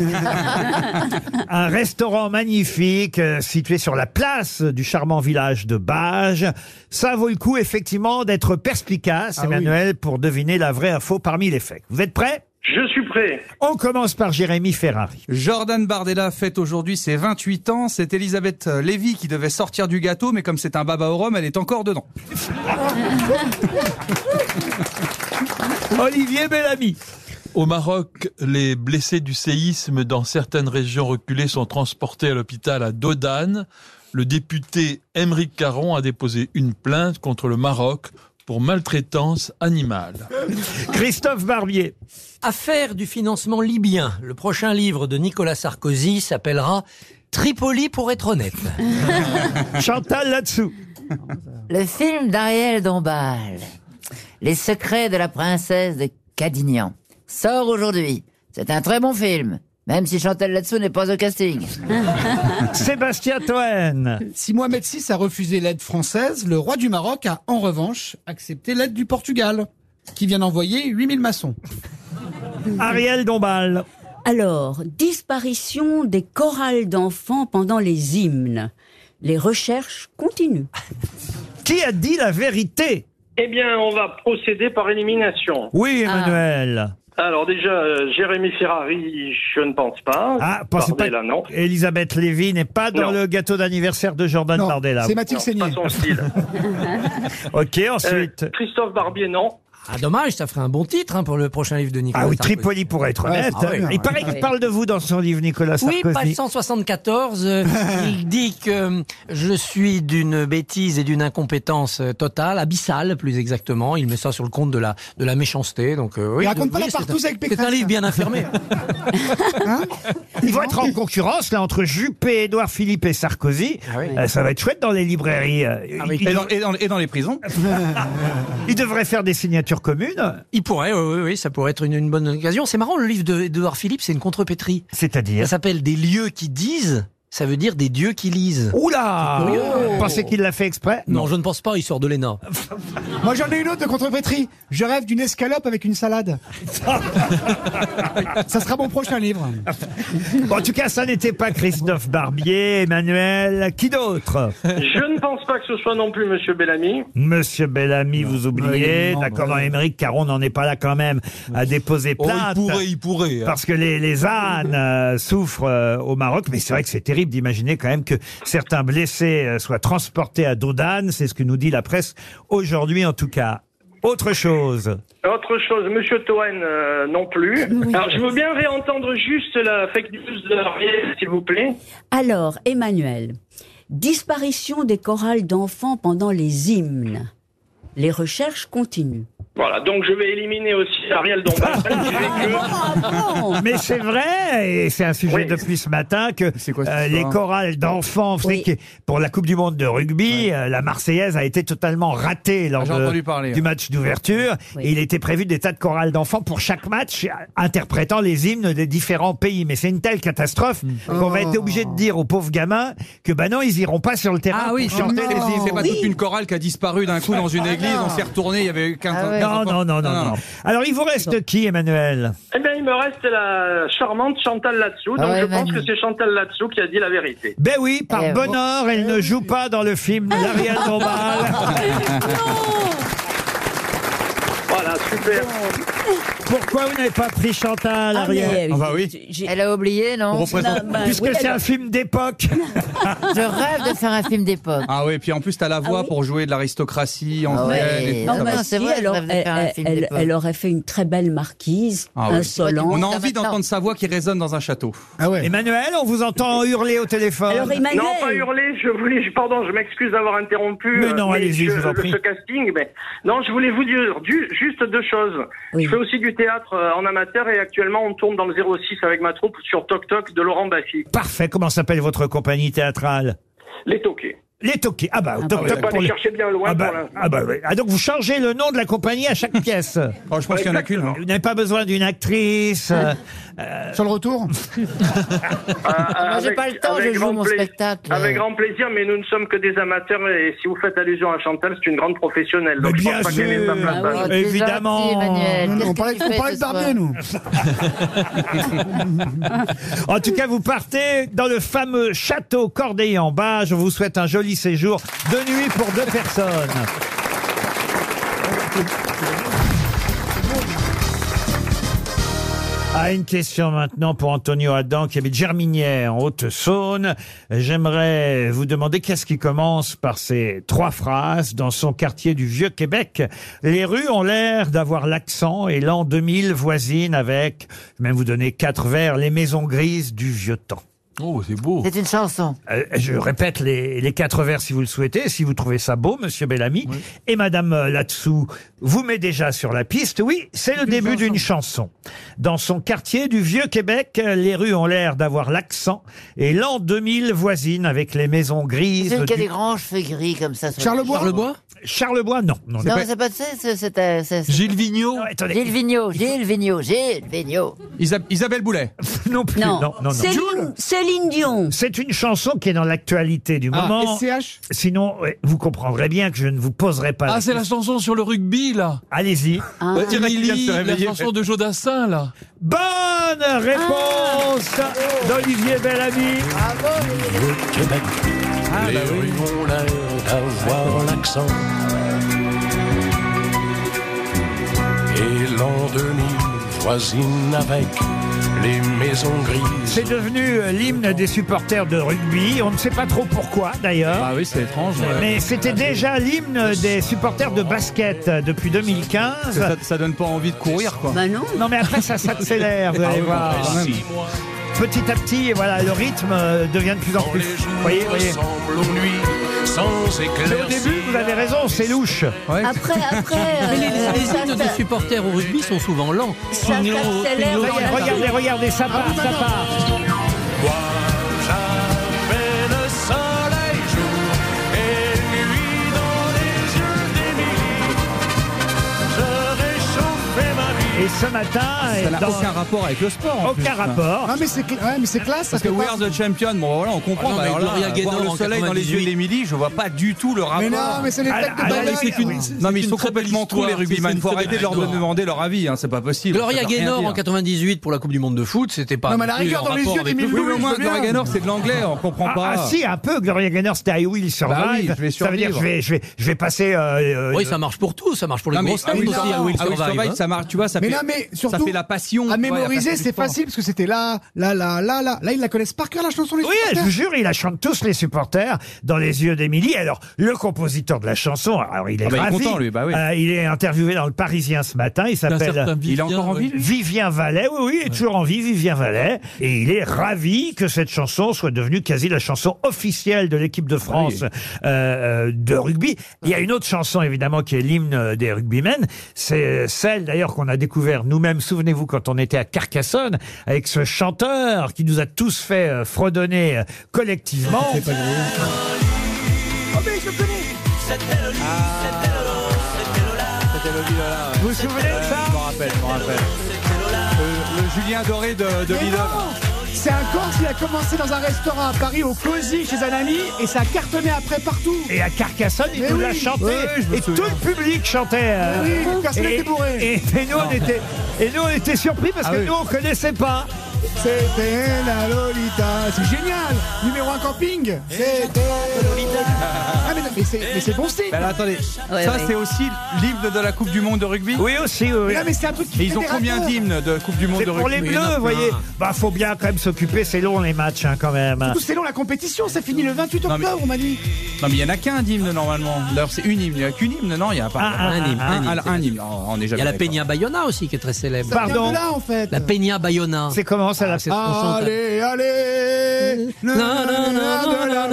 Speaker 2: un restaurant magnifique euh, situé sur la place du charmant village de Bage. Ça vaut le coup, effectivement, d'être perspicace,
Speaker 17: Ah oui.
Speaker 2: Emmanuel, pour deviner la vraie info parmi les faits. Vous êtes prêts
Speaker 17: Je suis prêt.
Speaker 2: On commence par Jérémy
Speaker 17: *laughs*
Speaker 2: Ferrari.
Speaker 4: Jordan Bardella fête aujourd'hui ses 28 ans. C'est Elisabeth euh, Lévy qui devait sortir du gâteau, mais comme c'est un baba au rhum, elle est encore dedans.
Speaker 2: Olivier Bellamy.
Speaker 8: Au Maroc, les blessés du séisme dans certaines régions reculées sont transportés à l'hôpital à Dodane. Le député Émeric Caron a déposé une plainte contre le Maroc pour maltraitance animale.
Speaker 2: Christophe Barbier.
Speaker 7: Affaire du financement libyen. Le prochain livre de Nicolas Sarkozy s'appellera Tripoli pour être honnête.
Speaker 2: Chantal là-dessous.
Speaker 12: Le film d'Ariel Dombal, Les secrets de la princesse de Cadignan, sort aujourd'hui. C'est un très bon film, même si Chantal Latsou n'est pas au casting.
Speaker 2: *laughs* Ah, Sébastien Toen.
Speaker 6: Si Mohamed VI a refusé l'aide française, le roi du Maroc a en revanche accepté l'aide du Portugal, qui vient d'envoyer 8000 maçons.
Speaker 2: Ariel Dombal.
Speaker 5: Alors, disparition des chorales d'enfants pendant les hymnes. Les recherches continuent.
Speaker 2: *laughs* Qui a dit la vérité
Speaker 17: *laughs* Eh bien, on va procéder par élimination.
Speaker 2: Oui,
Speaker 17: Ah.
Speaker 2: Emmanuel.
Speaker 17: Alors déjà, euh, Jérémy Ferrari, je ne pense pas.
Speaker 2: Ah, pensez pas.
Speaker 17: Bardella, non.
Speaker 2: Elisabeth Lévy n'est pas
Speaker 17: Non.
Speaker 2: dans le gâteau d'anniversaire de Jordan Bardella.
Speaker 17: Non, Pas son style.
Speaker 2: *laughs* Ok, ensuite.
Speaker 17: Euh, Christophe Barbier, non.
Speaker 7: Ah dommage, ça ferait un bon titre hein, pour le prochain livre de Nicolas
Speaker 2: Ah oui,
Speaker 7: Sarkozy.
Speaker 2: Tripoli pour être honnête.
Speaker 7: Ah oui.
Speaker 17: hein.
Speaker 2: il paraît qu'il parle de vous dans son livre, Nicolas
Speaker 7: Oui,
Speaker 2: Sarkozy. Ah,
Speaker 7: page 174, euh,
Speaker 2: *laughs*
Speaker 7: il dit que euh, je suis d'une bêtise et d'une incompétence euh, totale, abyssale plus exactement. Il met ça sur le compte de la, de la méchanceté. Donc, euh, oui,
Speaker 6: Il raconte
Speaker 7: donc,
Speaker 6: pas
Speaker 7: oui,
Speaker 6: la
Speaker 7: c'est
Speaker 6: partouze
Speaker 7: un-
Speaker 6: avec Pécresse.
Speaker 7: C'est un livre
Speaker 2: *laughs*
Speaker 7: bien affirmé.
Speaker 2: Ils vont être en concurrence là entre Juppé, Édouard Philippe et Sarkozy. Euh, ça va être chouette dans les librairies. Euh, ils,
Speaker 4: Et dans, et dans- et dans
Speaker 2: *laughs*
Speaker 4: les prisons.
Speaker 2: ils devraient faire des signatures communes.
Speaker 7: Il pourrait, oui, oui, oui, ça pourrait être une, une bonne occasion. C'est marrant, le livre de- d'Edouard Philippe, c'est une contrepétrie.
Speaker 2: C'est-à-dire
Speaker 7: Ça s'appelle Des lieux qui disent. ça veut dire des dieux qui lisent.
Speaker 2: Oula
Speaker 7: C'est
Speaker 2: Oh
Speaker 7: curieux.
Speaker 2: Vous pensez qu'il l'a fait exprès
Speaker 7: non, je ne pense pas, il sort de
Speaker 2: *laughs*
Speaker 7: l'ENA.
Speaker 6: Moi j'en ai une autre de contrepétrie. Je rêve d'une escalope avec
Speaker 2: *laughs*
Speaker 6: une salade.
Speaker 2: Ça sera mon prochain livre. en tout cas, ça n'était pas Christophe Barbier, Emmanuel. Qui d'autre
Speaker 9: Je ne pense pas que ce soit non plus Monsieur Bellamy.
Speaker 2: Monsieur Bellamy, vous oubliez,
Speaker 9: Non,
Speaker 2: d'accord,
Speaker 9: non.
Speaker 2: Émeric Caron n'en est pas là quand même à déposer
Speaker 8: bah Oh, il
Speaker 2: plainte.
Speaker 8: pourrait, il pourrait, hein.
Speaker 2: Parce que les, les ânes euh, souffrent euh, au Maroc, mais c'est vrai que c'est terrible d'imaginer quand même que certains blessés euh, soient transportés à dos d'âne, c'est ce que nous dit la presse aujourd'hui en tout cas. Autre chose.
Speaker 9: Autre chose, Monsieur Toen euh, non plus. Alors je veux bien réentendre juste la fake news de Ariel, s'il vous plaît.
Speaker 5: Alors, Emmanuel, disparition des chorales d'enfants pendant les hymnes. Les recherches continuent.
Speaker 9: Voilà, donc je vais éliminer aussi
Speaker 2: *laughs*
Speaker 9: Ariel Dombal. Je vais que-
Speaker 2: Mais c'est vrai, et c'est un sujet depuis ce matin, que euh, les chorales d'enfants, vous savez que pour la Coupe du Monde de rugby, euh, la Marseillaise a été totalement ratée lors
Speaker 4: Ah, j'ai
Speaker 2: de-
Speaker 4: entendu parler,
Speaker 2: du
Speaker 4: ouais.
Speaker 2: match d'ouverture.
Speaker 4: Oui.
Speaker 2: Et Il était prévu des tas de chorales d'enfants pour chaque match, euh, interprétant les hymnes des différents pays. Mais c'est une telle catastrophe
Speaker 4: Mm.
Speaker 2: qu'on va être
Speaker 4: Oh.
Speaker 2: obligé de dire aux pauvres gamins que bah non, ils iront pas sur le terrain
Speaker 4: Ah oui,
Speaker 2: pour chanter les hymnes.
Speaker 4: c'est pas toute une chorale qui a disparu d'un coup dans une église, on s'est retourné, il y avait 15
Speaker 2: non, non, non,
Speaker 4: Ah
Speaker 2: non, non. Alors il vous reste qui, Emmanuel
Speaker 9: Eh bien, il me reste la charmante Chantal Latsou. Donc
Speaker 2: Ah ouais,
Speaker 9: je pense
Speaker 2: Manu.
Speaker 9: que c'est Chantal Latsou qui a dit la vérité.
Speaker 2: Ben oui, par bonheur, elle ne joue pas dans le film
Speaker 9: Eh.
Speaker 2: L'Ariel *laughs*
Speaker 9: *laughs*
Speaker 2: Dombal.
Speaker 9: Voilà, super.
Speaker 2: Pourquoi vous n'avez pas pris Chantal,
Speaker 12: Ah, mais,
Speaker 2: Ariel
Speaker 12: euh, Ah bah
Speaker 2: oui.
Speaker 12: Elle a oublié,
Speaker 4: Ah
Speaker 12: non
Speaker 4: bah
Speaker 2: Puisque c'est un film d'époque.
Speaker 12: Je rêve de faire un film d'époque.
Speaker 4: Ah oui, puis en plus, t'as la voix pour jouer de l'aristocratie en
Speaker 12: Ah ouais.
Speaker 4: Vienne et tout
Speaker 12: Non,
Speaker 4: ça.
Speaker 12: mais
Speaker 4: va.
Speaker 12: c'est
Speaker 5: Si,
Speaker 12: vrai,
Speaker 5: alors,
Speaker 12: je rêve de
Speaker 5: elle,
Speaker 12: faire un film
Speaker 5: elle-
Speaker 12: d'époque.
Speaker 5: elle aurait fait une très belle marquise,
Speaker 4: Ah ouais.
Speaker 5: insolente.
Speaker 4: On a envie d'entendre sa voix qui résonne dans un château.
Speaker 2: Ah Emmanuel, on vous entend hurler au téléphone.
Speaker 9: Non, pas hurler, je voulais, je- pardon, je m'excuse d'avoir interrompu
Speaker 2: Mais
Speaker 9: euh,
Speaker 2: non, allez-y,
Speaker 9: je-
Speaker 2: je vous en prie.
Speaker 9: ce casting. Mais, non, je voulais vous dire du- juste deux choses. Je fais aussi du théâtre euh, en amateur et actuellement on tourne dans le 06 avec ma troupe sur Toc Toc de Laurent Baffy.
Speaker 2: Parfait, comment s'appelle votre compagnie théâtrale
Speaker 9: Les toqués.
Speaker 2: Les Toqués. Ah bah,
Speaker 9: Ah
Speaker 2: toc,
Speaker 9: bah,
Speaker 2: toc
Speaker 9: faut pas
Speaker 2: pour
Speaker 9: aller
Speaker 2: les-
Speaker 9: chercher bien loin
Speaker 2: Ah bah,
Speaker 9: pour l'instant.
Speaker 2: ah bah oui. Ah, donc vous changez le nom de la compagnie à chaque pièce.
Speaker 4: je pense qu'il y en a qu'une, hein.
Speaker 2: Vous n'avez pas besoin d'une actrice. euh, Sur le *laughs* retour
Speaker 12: *laughs* Moi, j'ai pas le temps, je
Speaker 9: Ah, avec
Speaker 12: joue
Speaker 9: grand
Speaker 12: mon
Speaker 9: pla-
Speaker 12: spectacle.
Speaker 9: Avec grand plaisir, mais nous ne sommes que des amateurs et si vous faites allusion à Chantal, c'est une grande professionnelle. Donc je pense pas qu'elle ait sa place.
Speaker 12: Ah ouais, t'es gentil, Emmanuel. Qu'est-ce
Speaker 6: on
Speaker 12: que
Speaker 6: parlait,
Speaker 12: tu
Speaker 6: on
Speaker 12: fais
Speaker 6: parlait
Speaker 12: ce
Speaker 6: de
Speaker 12: soir
Speaker 6: Barbier, nous.
Speaker 2: *laughs* En tout cas, vous partez dans le fameux château Corday-en-Bas. Je vous souhaite un joli séjour de nuit pour deux personnes. Ah, une question maintenant pour Antonio Adam qui habite Germinière en Haute-Saône. J'aimerais vous demander qu'est-ce qui commence par ces trois phrases dans son quartier du Vieux-Québec. Les rues ont l'air d'avoir l'accent et l'an 2000 voisine avec, je vais même vous donner quatre vers, les maisons grises du vieux temps.
Speaker 8: Oh, c'est beau.
Speaker 12: C'est une chanson.
Speaker 2: Euh, je répète les, les quatre vers si vous le souhaitez, si vous trouvez ça beau, monsieur Bellamy. Et madame euh, là-dessous vous met déjà sur la piste. Oui, c'est le début d'une chanson. Dans son quartier du Vieux-Québec, euh, les rues ont l'air d'avoir l'accent et l'an 2000 voisine avec les maisons grises.
Speaker 12: Celle qui a
Speaker 2: du-
Speaker 12: des grands cheveux gris comme ça. sur-
Speaker 2: Charlebois, non. non,
Speaker 12: Non, mais c'est pas c'est- c'est- c'était- c'est- c'est-
Speaker 2: Gilles Vigneault
Speaker 12: Gilles Vigneault, Gilles Vigneault, Gilles Vigneault.
Speaker 4: Isabelle Boulet.
Speaker 2: *laughs* non plus. Non, non, non.
Speaker 5: Céline- Céline Dion.
Speaker 2: C'est une chanson qui est dans l'actualité du
Speaker 8: Ah,
Speaker 2: moment.
Speaker 8: SCH?
Speaker 2: Sinon, ouais, vous comprendrez bien que je ne vous poserai pas.
Speaker 8: Ah, c'est la chanson sur le rugby, là.
Speaker 2: Allez-y.
Speaker 5: Ah.
Speaker 8: Bah,
Speaker 2: Il y en a qui viennent
Speaker 8: Emily,
Speaker 2: se
Speaker 8: la
Speaker 2: réveiller.
Speaker 8: chanson de Jodassin, là.
Speaker 2: Bonne réponse d'Olivier Bellamy.
Speaker 18: Québec.
Speaker 7: Ah,
Speaker 18: les rues ont l'air d'avoir l'accent. Et l'an 2000 voisine avec les maisons grises.
Speaker 2: C'est devenu euh, l'hymne des supporters de rugby. On ne sait pas trop pourquoi d'ailleurs.
Speaker 4: Ah oui, c'est étrange.
Speaker 2: Mais c'était déjà l'hymne des supporters de basket euh, depuis 2015.
Speaker 4: Ça- ça donne pas envie de courir, quoi.
Speaker 5: Bah non.
Speaker 2: Non mais après ça s'accélère, vous
Speaker 4: Ah
Speaker 2: allez
Speaker 4: oui,
Speaker 2: voir.
Speaker 4: quand même.
Speaker 2: Petit à petit, et voilà, le rythme euh, devient de plus en plus. Vous voyez, vous voyez.
Speaker 18: Ressemble aux nuits sans
Speaker 2: C'est au
Speaker 18: éclaircie.
Speaker 2: début, vous avez raison, c'est louche.
Speaker 5: Après, après.
Speaker 7: *laughs* Mais les,
Speaker 5: euh,
Speaker 7: les
Speaker 5: ça
Speaker 7: hymnes
Speaker 5: fait-
Speaker 7: de supporters au rugby sont souvent lents.
Speaker 5: Ça
Speaker 7: Pignon,
Speaker 5: s'accélère
Speaker 7: pignon,
Speaker 5: dans la
Speaker 2: Regardez,
Speaker 5: rue.
Speaker 2: regardez,
Speaker 7: Ah,
Speaker 2: ça part, ça part.
Speaker 18: Moi, j'avais le soleil jour et nuit dans les yeux d'Émilie. Je réchauffais ma vie.
Speaker 2: Et ce matin.
Speaker 4: Ah, Ça
Speaker 2: est
Speaker 4: n'a
Speaker 2: dans-
Speaker 4: aucun rapport avec le sport. en
Speaker 2: Aucun
Speaker 4: plus. hein.
Speaker 2: rapport.
Speaker 6: Ah, mais c'est cl- ouais, mais c'est classe.
Speaker 4: Parce
Speaker 6: ça fait
Speaker 4: que We
Speaker 6: pas-
Speaker 4: are the champion, bon voilà, on
Speaker 7: Ah
Speaker 4: comprend.
Speaker 7: non, mais
Speaker 4: mais alors là,
Speaker 7: Gloria Gaynor
Speaker 4: voir le
Speaker 7: en
Speaker 4: soleil dans les yeux
Speaker 7: 98.
Speaker 4: d'Émilie, je vois pas du tout le rapport.
Speaker 6: non, mais c'est les têtes de
Speaker 4: Ah,
Speaker 6: baleine.
Speaker 4: mais c'est qu'une-
Speaker 6: Oui.
Speaker 4: Non,
Speaker 7: c'est
Speaker 4: mais ils sont
Speaker 7: une très belle
Speaker 4: complètement
Speaker 7: histoire,
Speaker 4: cons, les
Speaker 7: c'est- c'est
Speaker 4: rugbyman.
Speaker 7: une
Speaker 4: Faut
Speaker 7: très
Speaker 4: arrêter de
Speaker 7: belle
Speaker 4: leur
Speaker 7: histoire.
Speaker 4: demander leur avis, hein, c'est pas possible.
Speaker 7: Gloria
Speaker 4: Ça veut rien
Speaker 7: Gaynor
Speaker 4: dire.
Speaker 7: en 98 pour la Coupe du Monde de foot, c'était pas.
Speaker 6: Non, mais à la
Speaker 7: non plus
Speaker 6: rigueur,
Speaker 7: en
Speaker 6: dans les
Speaker 7: rapport
Speaker 6: yeux
Speaker 7: avec le
Speaker 6: d'Émile
Speaker 4: Oui,
Speaker 7: foot.
Speaker 4: mais au moins,
Speaker 6: bien.
Speaker 4: Gloria Gaynor, c'est de l'anglais, on comprend
Speaker 2: Ah,
Speaker 4: pas.
Speaker 2: ah, si, un peu, Gloria Gaynor, c'était I Will Survive.
Speaker 4: Bah oui, je vais
Speaker 2: ça veut dire, je
Speaker 4: survivre.
Speaker 2: vais, je vais, je vais passer. euh, euh,
Speaker 7: Oui, ça marche pour tout, ça marche pour les
Speaker 4: Non, mais-
Speaker 7: grosses
Speaker 4: ah
Speaker 7: têtes
Speaker 4: oui,
Speaker 7: aussi
Speaker 4: non,
Speaker 7: à Will
Speaker 4: ah oui,
Speaker 7: Survive, hein.
Speaker 4: ça marche, tu vois, ça
Speaker 6: Mais
Speaker 4: fait-
Speaker 6: non, mais
Speaker 4: ça
Speaker 6: surtout,
Speaker 4: fait la passion. tu vois,
Speaker 6: À
Speaker 4: la
Speaker 6: mémoriser,
Speaker 4: passion du
Speaker 6: c'est
Speaker 4: sport.
Speaker 6: facile parce que c'était là, là, là, là, là. Là, ils la connaissent par cœur, la chanson. Les
Speaker 2: Oui, je vous jure, ils la chantent tous les supporters dans les yeux d'Émilie. Alors, le compositeur de la chanson, alors il est
Speaker 4: Ah bah, il est
Speaker 2: ravi.
Speaker 4: content, lui, bah oui.
Speaker 2: Euh, il est interviewé dans le Parisien ce matin. Il
Speaker 8: D'un
Speaker 2: s'appelle.
Speaker 8: certain
Speaker 4: Il est
Speaker 8: Vivien,
Speaker 4: encore en
Speaker 8: ouais.
Speaker 4: vie, lui
Speaker 2: Vivien Vallet, oui, oui, il est toujours en vie, Vivien Vallet. Et il est ravi que cette chanson soit devenue quasi la chanson officielle de l'équipe de France euh, euh, de rugby. Il y a une autre chanson, évidemment, qui est l'hymne des rugbymen. C'est euh, celle, d'ailleurs, qu'on a découvert nous-mêmes, souvenez-vous, quand on était à Carcassonne, avec ce chanteur qui nous a tous fait euh, fredonner euh, collectivement.
Speaker 6: Oh, mais je connais.
Speaker 9: Ah,
Speaker 4: C'était le Vilola, ouais.
Speaker 2: Vous vous souvenez de ça
Speaker 4: Je m'en rappelle, je m'en rappelle. Le, le Euh, Julien Doré de, de
Speaker 6: Mais
Speaker 4: Lidl.
Speaker 6: non C'est un Corse qui a commencé dans un restaurant à Paris, au Cozy, chez un ami, et ça a cartonné après partout.
Speaker 2: Et à Carcassonne, il
Speaker 6: Mais
Speaker 2: nous
Speaker 6: oui.
Speaker 2: l'a chanté.
Speaker 4: Ouais, je me
Speaker 2: et tout
Speaker 4: souviens.
Speaker 2: le public chantait. euh,
Speaker 6: Mais Ah oui, personne
Speaker 2: et,
Speaker 6: n'était bourré.
Speaker 2: et- et nous,
Speaker 6: Ah.
Speaker 2: on était, et nous, on était surpris parce
Speaker 4: Ah
Speaker 2: que
Speaker 4: oui.
Speaker 2: nous, on connaissait pas.
Speaker 6: C'était la Lolita. C'est génial. Numéro un camping. C'était la Lolita. Ah, mais non, mais c'est mais c'est bon style.
Speaker 4: Mais alors, attendez,
Speaker 5: Ouais,
Speaker 4: ça
Speaker 5: ouais.
Speaker 4: c'est aussi l'hymne de la Coupe du Monde de rugby
Speaker 2: Oui, aussi, oui. oui.
Speaker 6: Mais non, mais c'est un truc qui
Speaker 4: Et ils ont combien
Speaker 6: fédérateur.
Speaker 4: d'hymnes de Coupe du Monde
Speaker 2: C'est
Speaker 4: de
Speaker 2: pour
Speaker 4: rugby
Speaker 2: les
Speaker 4: Il y en a
Speaker 2: bleus,
Speaker 4: plein.
Speaker 2: vous
Speaker 7: Ah.
Speaker 2: voyez. Bah, faut bien quand même s'occuper. C'est long, les matchs, hein, quand même.
Speaker 6: Tout c'est long la compétition, ça finit le 28
Speaker 4: Non, mais-
Speaker 6: octobre, on m'a dit.
Speaker 4: Non, mais il n'y en a qu'un d'hymne normalement. D'ailleurs, c'est une hymne. Il n'y a qu'une hymne, non Il y en a pas.
Speaker 2: Ah, ah,
Speaker 7: Un hymne,
Speaker 4: Un,
Speaker 7: un hymne.
Speaker 4: un hymne. Oh, on est
Speaker 7: Il
Speaker 4: jamais
Speaker 7: y a la
Speaker 4: d'accord.
Speaker 7: Peña Bayona aussi qui est très célèbre.
Speaker 2: Pardon.
Speaker 6: Viens de là en fait. Ah,
Speaker 7: La Peña Bayona. Ah,
Speaker 2: C'est comment ça la
Speaker 7: c'est- on chante.
Speaker 6: Allez, allez le
Speaker 7: Na, na, na,
Speaker 6: nanana de
Speaker 7: na, na,
Speaker 6: l'avion,
Speaker 7: na,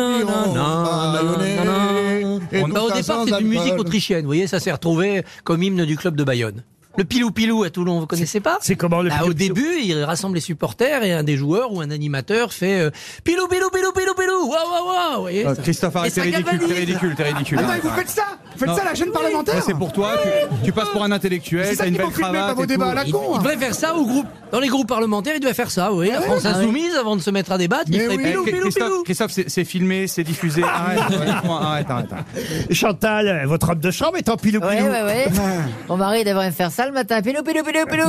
Speaker 6: ballonné,
Speaker 7: na, na,
Speaker 6: et
Speaker 7: na. Bah,
Speaker 6: tout
Speaker 7: Au
Speaker 6: ça
Speaker 7: départ,
Speaker 6: sans
Speaker 7: c'est une
Speaker 6: alcool.
Speaker 7: musique autrichienne. Vous voyez, ça s'est retrouvé comme hymne du club de Bayonne. Le Pilou Pilou à Toulon, vous connaissez pas
Speaker 2: C'est comment le
Speaker 7: Bah,
Speaker 2: Pilou
Speaker 7: Au
Speaker 2: Pilou
Speaker 7: début, il rassemble les supporters et un des joueurs ou un animateur fait euh, Pilou Pilou Pilou Pilou Pilou Waouh waouh waouh Vous voyez
Speaker 4: Euh,
Speaker 7: ça-
Speaker 4: Christophe, arrête,
Speaker 7: Et
Speaker 4: t'es
Speaker 7: ça
Speaker 4: ridicule, t'es
Speaker 7: galvanise.
Speaker 4: ridicule, t'es ridicule.
Speaker 6: Attends, et Ah, vous faites ça Vous faites
Speaker 4: Non.
Speaker 6: ça à la chaîne
Speaker 4: Ça,
Speaker 6: parlementaire
Speaker 4: c'est pour toi, tu, tu passes pour un
Speaker 6: C'est
Speaker 4: intellectuel,
Speaker 6: ça
Speaker 4: t'as une
Speaker 6: qu'il
Speaker 4: belle
Speaker 6: faut filmer pas
Speaker 4: cravate.
Speaker 6: vos
Speaker 4: et
Speaker 6: débats
Speaker 4: tout.
Speaker 6: à la
Speaker 7: Il,
Speaker 6: con
Speaker 7: il
Speaker 6: hein. Ah
Speaker 7: devrait faire ça au groupe. Dans les groupes parlementaires, il devrait faire ça. Vous voyez, la France insoumise, avant de se mettre à débattre, il
Speaker 6: Mais
Speaker 7: fait
Speaker 6: oui.
Speaker 7: Pilou
Speaker 4: Eh,
Speaker 7: Pilou
Speaker 4: Christophe,
Speaker 7: Pilou.
Speaker 4: Christophe, c'est c'est filmé,
Speaker 7: *laughs*
Speaker 4: c'est diffusé. Arrête, honnêtement, arrête, arrête, arrête.
Speaker 2: Chantal, euh, votre robe de chambre est en pilou
Speaker 12: Ouais,
Speaker 2: pilou.
Speaker 12: ouais,
Speaker 2: Ah, *laughs*
Speaker 12: ouais. Mon mari devrait me faire ça le matin. Pilou, pilou, pilou, pilou.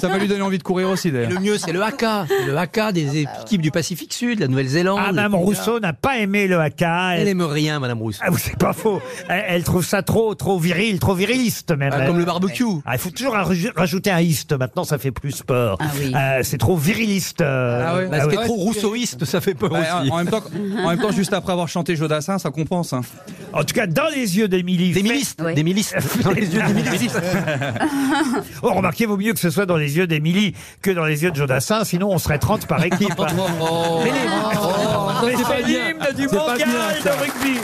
Speaker 4: Ça va lui donner envie de courir aussi d'ailleurs.
Speaker 7: Le mieux, c'est le haka. Le haka des équipes du Pacifique Sud, la Nouvelle-Zélande.
Speaker 2: Ah, Madame
Speaker 7: etc.
Speaker 2: Rousseau n'a pas aimé le haka.
Speaker 7: Elle aime rien, Madame Rousseau.
Speaker 2: Ah, c'est pas faux. Elle, elle trouve ça trop, trop viril, trop viriliste même.
Speaker 7: Ah, comme le barbecue.
Speaker 2: Ah, il faut toujours raj- rajouter un iste. Maintenant, ça fait plus sport.
Speaker 5: Ah oui.
Speaker 2: c'est trop viriliste. euh,
Speaker 4: Ah ouais.
Speaker 7: Parce
Speaker 2: ah
Speaker 7: que
Speaker 2: ouais.
Speaker 7: trop rousseauiste, ça fait peur
Speaker 4: Ouais,
Speaker 7: aussi.
Speaker 4: Bah, en, en même temps, en même temps, juste après avoir chanté Jodassin, ça compense. Hein.
Speaker 2: En tout cas, dans les yeux d'Émilie.
Speaker 7: Des
Speaker 2: fait-
Speaker 7: milices,
Speaker 5: Ouais.
Speaker 7: des
Speaker 2: *laughs*
Speaker 7: milices. Dans les yeux des milices. *laughs*
Speaker 2: Oh, remarquez, vaut mieux que ce soit dans les yeux d'Émilie que dans les yeux de Jodassin, sinon on serait 30 par équipe.
Speaker 8: Oh,
Speaker 2: Mais les- Oh, Mais c'est l'hymne du mondial de rugby.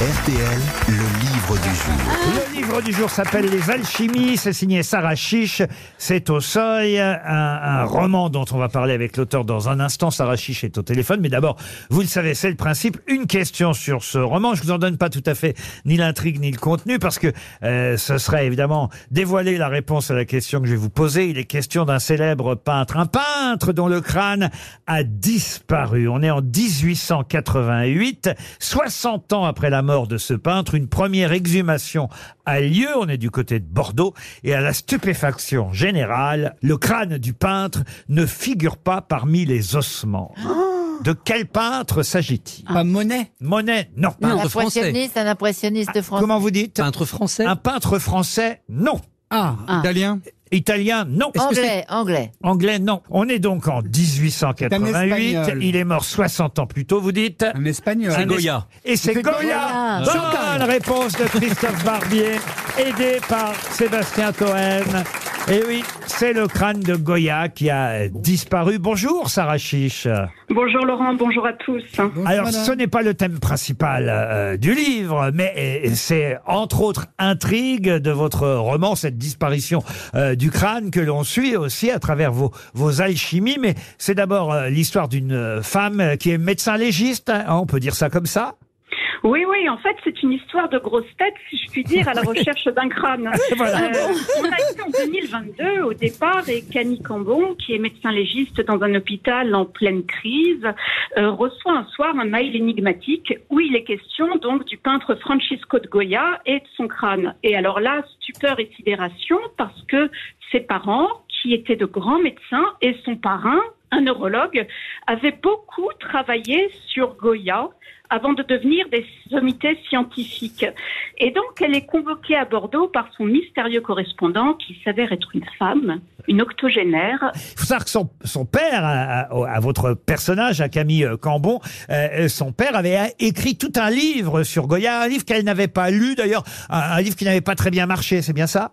Speaker 1: RTL, le livre du jour.
Speaker 2: Le livre du jour s'appelle Les Alchimies, c'est signé Sarah Chiche, c'est au seuil, un, un roman dont on va parler avec l'auteur dans un instant. Sarah Chiche est au téléphone, mais d'abord, vous le savez, c'est le principe, une question sur ce roman. Je vous en donne pas tout à fait ni l'intrigue ni le contenu, parce que euh, ce serait évidemment dévoiler la réponse à la question que je vais vous poser. Il est question d'un célèbre peintre, un peintre dont le crâne a disparu. On est en 1888, 60 ans après la mort de ce peintre, une première exhumation a lieu, on est du côté de Bordeaux, et à la stupéfaction générale, le crâne du peintre ne figure pas parmi les ossements. De quel peintre s'agit-il
Speaker 3: Pas Monet.
Speaker 2: Monet, non.
Speaker 12: Un
Speaker 7: Peintre français.
Speaker 12: impressionniste, un impressionniste français.
Speaker 2: Comment vous dites
Speaker 7: Peintre français.
Speaker 2: Un peintre français, non.
Speaker 7: Ah.
Speaker 4: Italien
Speaker 2: Italien, non.
Speaker 12: Anglais, anglais.
Speaker 2: Anglais, non. On est donc en
Speaker 6: C'est un
Speaker 2: 1888.
Speaker 6: Espagnol.
Speaker 2: Il est mort 60 ans plus tôt, vous dites.
Speaker 4: Un espagnol.
Speaker 7: C'est Goya.
Speaker 2: Et c'est
Speaker 6: C'est
Speaker 2: Goya.
Speaker 6: Goya.
Speaker 2: Bonne
Speaker 6: Chantal.
Speaker 2: réponse de
Speaker 6: *laughs*
Speaker 2: Christophe Barbier, aidé par Sébastien Toen. Et oui, c'est le crâne de Goya qui a disparu. Bonjour, Sarah Chiche.
Speaker 19: Bonjour Laurent, bonjour à tous.
Speaker 2: Alors, ce n'est pas le thème principal euh, du livre, mais euh, c'est entre autres intrigue de votre roman, cette disparition euh, du crâne que l'on suit aussi à travers vos, vos alchimies. Mais c'est d'abord euh, l'histoire d'une euh, femme euh, qui est médecin légiste, hein, on peut dire ça comme ça.
Speaker 19: Oui, oui, en fait, c'est une histoire de grosse tête, si je puis dire, à la recherche
Speaker 10: *laughs*
Speaker 19: d'un
Speaker 6: *laughs*
Speaker 19: crâne.
Speaker 10: Voilà.
Speaker 19: Euh,
Speaker 6: Ah
Speaker 19: on a été en 2022 au départ et Camille Cambon, qui est médecin légiste dans un hôpital en pleine crise, euh, reçoit un soir un mail énigmatique où il est question donc du peintre Francisco de Goya et de son crâne. Et alors là, stupeur et sidération parce que ses parents, qui étaient de grands médecins, et son parrain, un neurologue, avait beaucoup travaillé sur Goya avant de devenir des sommités scientifiques. Et donc, elle est convoquée à Bordeaux par son mystérieux correspondant, qui s'avère être une femme, une octogénaire.
Speaker 2: Il faut savoir que son, son père, à, à- à votre personnage, à Camille euh, Cambon, euh, son père avait euh, écrit tout un livre sur Goya, un livre qu'elle n'avait pas lu d'ailleurs, un, un livre qui n'avait pas très bien marché, c'est bien ça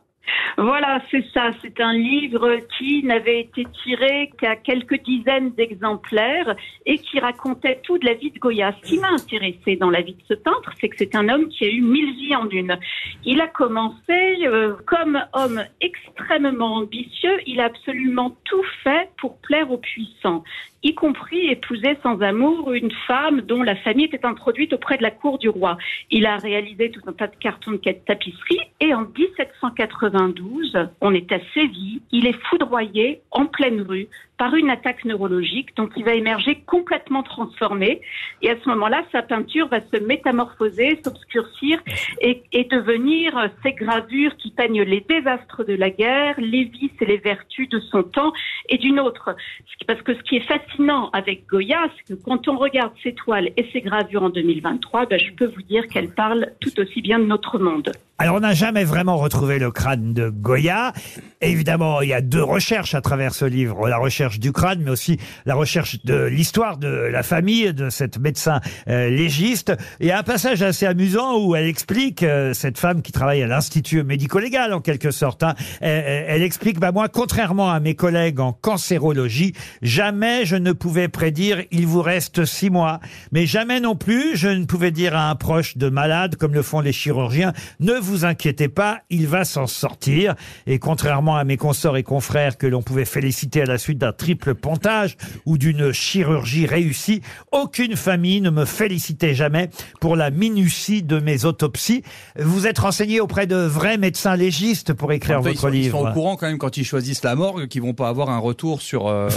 Speaker 19: Voilà, c'est ça. C'est un livre qui n'avait été tiré qu'à quelques dizaines d'exemplaires et qui racontait tout de la vie de Goya. Ce qui m'a intéressé dans la vie de ce peintre, c'est que c'est un homme qui a eu mille vies en une. Il a commencé euh, comme homme extrêmement ambitieux. Il a absolument tout fait pour plaire aux puissants, y compris épouser sans amour une femme dont la famille était introduite auprès de la cour du roi. Il a réalisé tout un tas de cartons de tapisserie et en 1792, on est à Séville, il est foudroyé en pleine rue par une attaque neurologique, donc il va émerger complètement transformé. Et à ce moment-là, sa peinture va se métamorphoser, s'obscurcir et, et devenir euh, ces gravures qui peignent les désastres de la guerre, les vices et les vertus de son temps et d'une autre. Ce qui- Parce que ce qui est fascinant avec Goya, c'est que quand on regarde ses toiles et ses gravures en 2023, ben, je peux vous dire qu'elles parlent tout aussi bien de notre monde.
Speaker 2: Alors, on n'a jamais vraiment retrouvé le crâne de Goya. Évidemment, il y a deux recherches à travers ce livre. La recherche du crâne, mais aussi la recherche de l'histoire de la famille de cette médecin euh, légiste. Il y a un passage assez amusant où elle explique, euh, cette femme qui travaille à l'Institut médico-légal, en quelque sorte, hein, elle, elle- elle explique, bah, moi, contrairement à mes collègues en cancérologie, jamais je ne pouvais prédire, il vous reste six mois. Mais jamais non plus, je ne pouvais dire à un proche de malade, comme le font les chirurgiens, ne vous inquiétez pas, il va s'en sortir. Et contrairement à mes consorts et confrères que l'on pouvait féliciter à la suite d'un triple pontage ou d'une chirurgie réussie, aucune famille ne me félicitait jamais pour la minutie de mes autopsies. Vous êtes renseigné auprès de vrais médecins légistes pour écrire
Speaker 4: Enfin,
Speaker 2: votre
Speaker 4: ils, sont, ils
Speaker 2: livre.
Speaker 4: sont au courant quand même quand ils choisissent la morgue qu'ils vont pas avoir un retour sur
Speaker 2: *laughs*
Speaker 4: euh,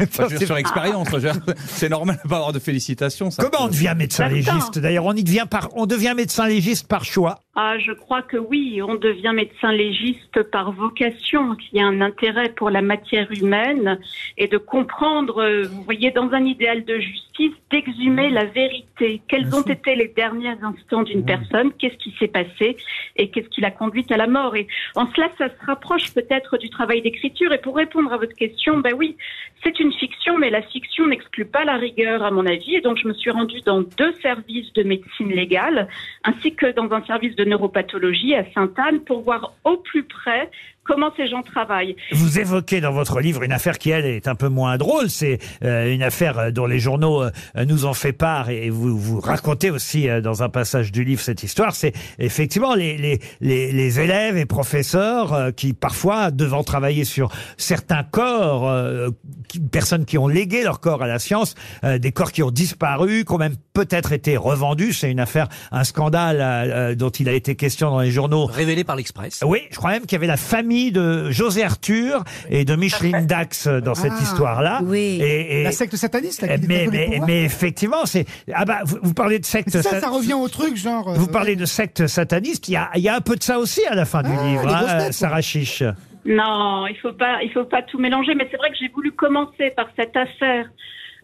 Speaker 4: enfin, je veux dire, sur expérience. je veux dire, C'est normal de pas avoir de félicitations. Ça.
Speaker 2: Comment on devient médecin
Speaker 19: D'accord.
Speaker 2: légiste D'ailleurs, on y devient par, on devient médecin légiste par choix.
Speaker 19: Ah, je crois que oui, on devient médecin légiste par vocation, qui a un intérêt pour la matière humaine et de comprendre, euh, vous voyez, dans un idéal de justice, d'exhumer la vérité. Quels ont été les derniers instants d'une personne Qu'est-ce qui s'est passé Et qu'est-ce qui l'a conduite à la mort Et en cela, ça se rapproche peut-être du travail d'écriture. Et pour répondre à votre question, ben oui, c'est une fiction, mais la fiction n'exclut pas la rigueur, à mon avis. Et donc, je me suis rendue dans deux services de médecine légale, ainsi que dans un service de neuropathologie à Sainte-Anne, pour voir au plus près comment ces gens travaillent.
Speaker 2: Vous évoquez dans votre livre une affaire qui, elle, est un peu moins drôle. C'est euh, une affaire euh, dont les journaux euh, nous ont fait part et vous, vous racontez aussi euh, dans un passage du livre cette histoire. C'est effectivement les, les, les, les élèves et professeurs euh, qui, parfois, devant travailler sur certains corps, euh, qui- personnes qui ont légué leur corps à la science, euh, des corps qui ont disparu, qui ont même peut-être été revendus. C'est une affaire, un scandale euh, euh, dont il a été question dans les journaux.
Speaker 7: Révélé par l'Express.
Speaker 2: Oui, je crois même qu'il y avait la famille de José Arthur et de Micheline Dax euh, dans cette
Speaker 6: Ah,
Speaker 2: histoire-là.
Speaker 6: oui.
Speaker 2: Et, et-
Speaker 6: La secte sataniste, là, qui
Speaker 2: mais,
Speaker 6: détient tous les
Speaker 2: mais,
Speaker 6: pouvoirs.
Speaker 2: mais effectivement, c'est ah bah vous, vous parlez de secte.
Speaker 6: Ça,
Speaker 2: sat-
Speaker 6: ça revient au truc, genre. euh,
Speaker 2: Vous parlez de secte sataniste. Il y a, il y a un peu de ça aussi à la fin du livre,
Speaker 6: les
Speaker 2: hein,
Speaker 6: Ah, grosses têtes,
Speaker 2: euh, Sarah Chiche.
Speaker 19: Non, il faut pas, il faut pas tout mélanger. Mais c'est vrai que j'ai voulu commencer par cette affaire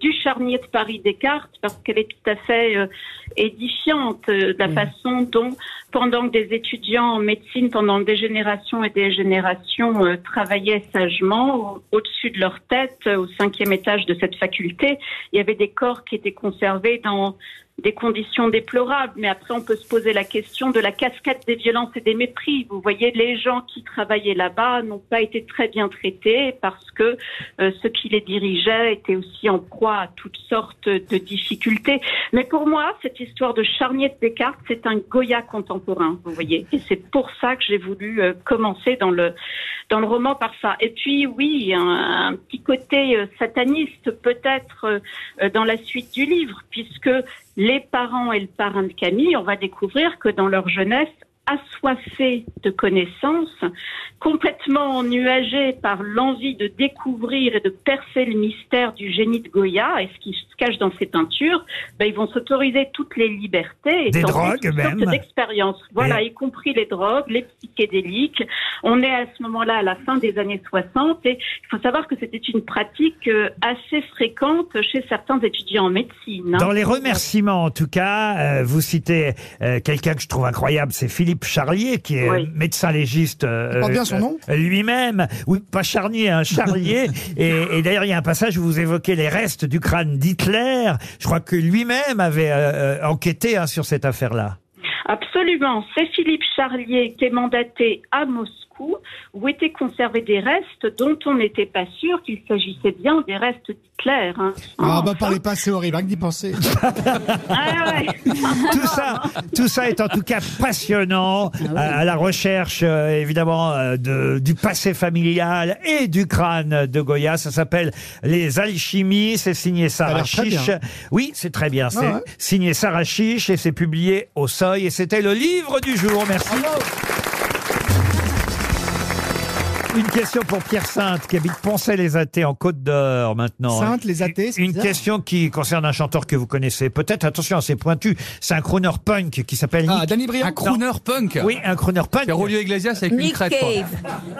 Speaker 19: du charnier de Paris Descartes parce qu'elle est tout à fait euh, édifiante euh, de la façon dont, pendant que des étudiants en médecine, pendant des générations et des générations, euh, travaillaient sagement au- au-dessus de leur tête, euh, au cinquième étage de cette faculté, il y avait des corps qui étaient conservés dans des conditions déplorables, mais après on peut se poser la question de la cascade des violences et des mépris. Vous voyez, les gens qui travaillaient là-bas n'ont pas été très bien traités parce que euh, ceux qui les dirigeaient étaient aussi en proie à toutes sortes de difficultés. Mais pour moi, cette histoire de charnier de Descartes, c'est un Goya contemporain, vous voyez. Et c'est pour ça que j'ai voulu euh, commencer dans le, dans le roman par ça. Et puis oui, un, un petit côté euh, sataniste peut-être euh, euh, dans la suite du livre, puisque les parents et le parrain de Camille, on va découvrir que dans leur jeunesse, assoiffés de connaissances, complètement ennuagés par l'envie de découvrir et de percer le mystère du génie de Goya et ce qui se cache dans ses peintures, ben, ils vont s'autoriser toutes les libertés. Et
Speaker 2: Des
Speaker 19: tenter
Speaker 2: drogues,
Speaker 19: toutes sortes
Speaker 2: même.
Speaker 19: d'expériences. Voilà,
Speaker 2: Et-
Speaker 19: y compris les drogues, les psychédéliques. On est à ce moment-là à la fin des années 60 et il faut savoir que c'était une pratique euh, assez fréquente chez certains étudiants en médecine. hein.
Speaker 2: Dans les remerciements, en tout cas, euh, vous citez euh, quelqu'un que je trouve incroyable, c'est Philippe Charlier, qui est
Speaker 19: Oui.
Speaker 2: médecin légiste. euh,
Speaker 6: Il porte bien son
Speaker 2: euh,
Speaker 6: nom
Speaker 2: Lui-même. Oui, pas Charnier, hein,
Speaker 6: *laughs*
Speaker 2: Charlier. et et d'ailleurs, il y a un passage où vous évoquez les restes du crâne d'Hitler. Je crois que lui-même avait euh, euh, enquêté hein, sur cette affaire-là.
Speaker 19: Absolument. C'est Philippe Charlier qui est mandaté à Moscou, où étaient conservés des restes dont on n'était pas sûr qu'il s'agissait bien des restes d'Hitler.
Speaker 2: *laughs*
Speaker 19: hein.
Speaker 6: Ah bah parlez pas, c'est horrible, rien que d'y penser.
Speaker 2: tout ça, tout ça est en tout cas passionnant
Speaker 6: Ah
Speaker 2: à, à la recherche euh, évidemment euh, de, du passé familial et du crâne de Goya. Ça s'appelle Les Alchimies. C'est signé
Speaker 6: a
Speaker 2: Sarah
Speaker 6: l'air très
Speaker 2: Chiche.
Speaker 6: bien.
Speaker 2: Oui, c'est très bien. C'est
Speaker 6: Ah ouais.
Speaker 2: signé Sarah Chiche et c'est publié au Seuil. Et c'était le livre du jour. Merci. Une question pour Pierre Sainte qui habite Poncet-les-Athées en Côte d'Or maintenant.
Speaker 6: Sainte, les athées, c'est
Speaker 2: Une
Speaker 6: bizarre.
Speaker 2: question qui concerne un chanteur que vous connaissez peut-être. Attention, c'est pointu. C'est un crooner punk qui s'appelle.
Speaker 4: Ah,
Speaker 2: Nick-
Speaker 4: Danny Briand. Un crooner
Speaker 2: Non.
Speaker 4: punk.
Speaker 2: Oui, un crooner punk.
Speaker 4: Rolio Iglesias avec une
Speaker 2: Nick
Speaker 4: crête. quoi.
Speaker 2: Cave.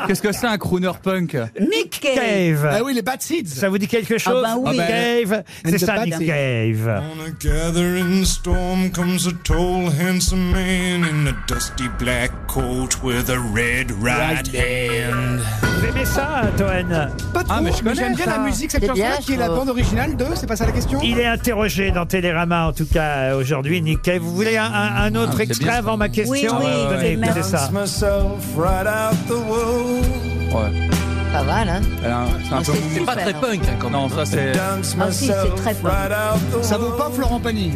Speaker 4: Qu'est-ce que c'est un crooner punk
Speaker 2: Nick Cave.
Speaker 6: Ah oui, les Bad Seeds.
Speaker 2: Ça vous dit quelque chose
Speaker 6: Ah bah oui.
Speaker 2: Nick
Speaker 6: Ah bah,
Speaker 2: Cave. C'est
Speaker 6: and the
Speaker 2: ça,
Speaker 6: Bad
Speaker 2: Nick
Speaker 6: Seeds.
Speaker 2: Cave.
Speaker 20: On a gathering storm comes a tall, handsome man in a dusty black coat with a red right hand.
Speaker 2: Vous aimez ça, Toen
Speaker 6: Pas trop, mais j'aime bien la musique, cette chanson-là, qui est la bande originale de, c'est pas ça la question
Speaker 2: Il est interrogé dans Télérama, en tout cas, euh, aujourd'hui, Nick Cave. Vous voulez un, un- un autre extrait avant ma question Donnez, écoutez ça.
Speaker 20: Dance myself right out the womb.
Speaker 12: Pas mal, hein
Speaker 4: Elle a un- C'est un peu-
Speaker 7: Ah, C'est pas très punk, hein, quand même. Ah,
Speaker 4: Non, ça c'est.
Speaker 20: Dance myself right out the
Speaker 6: Ça vaut pas Florent Pagny.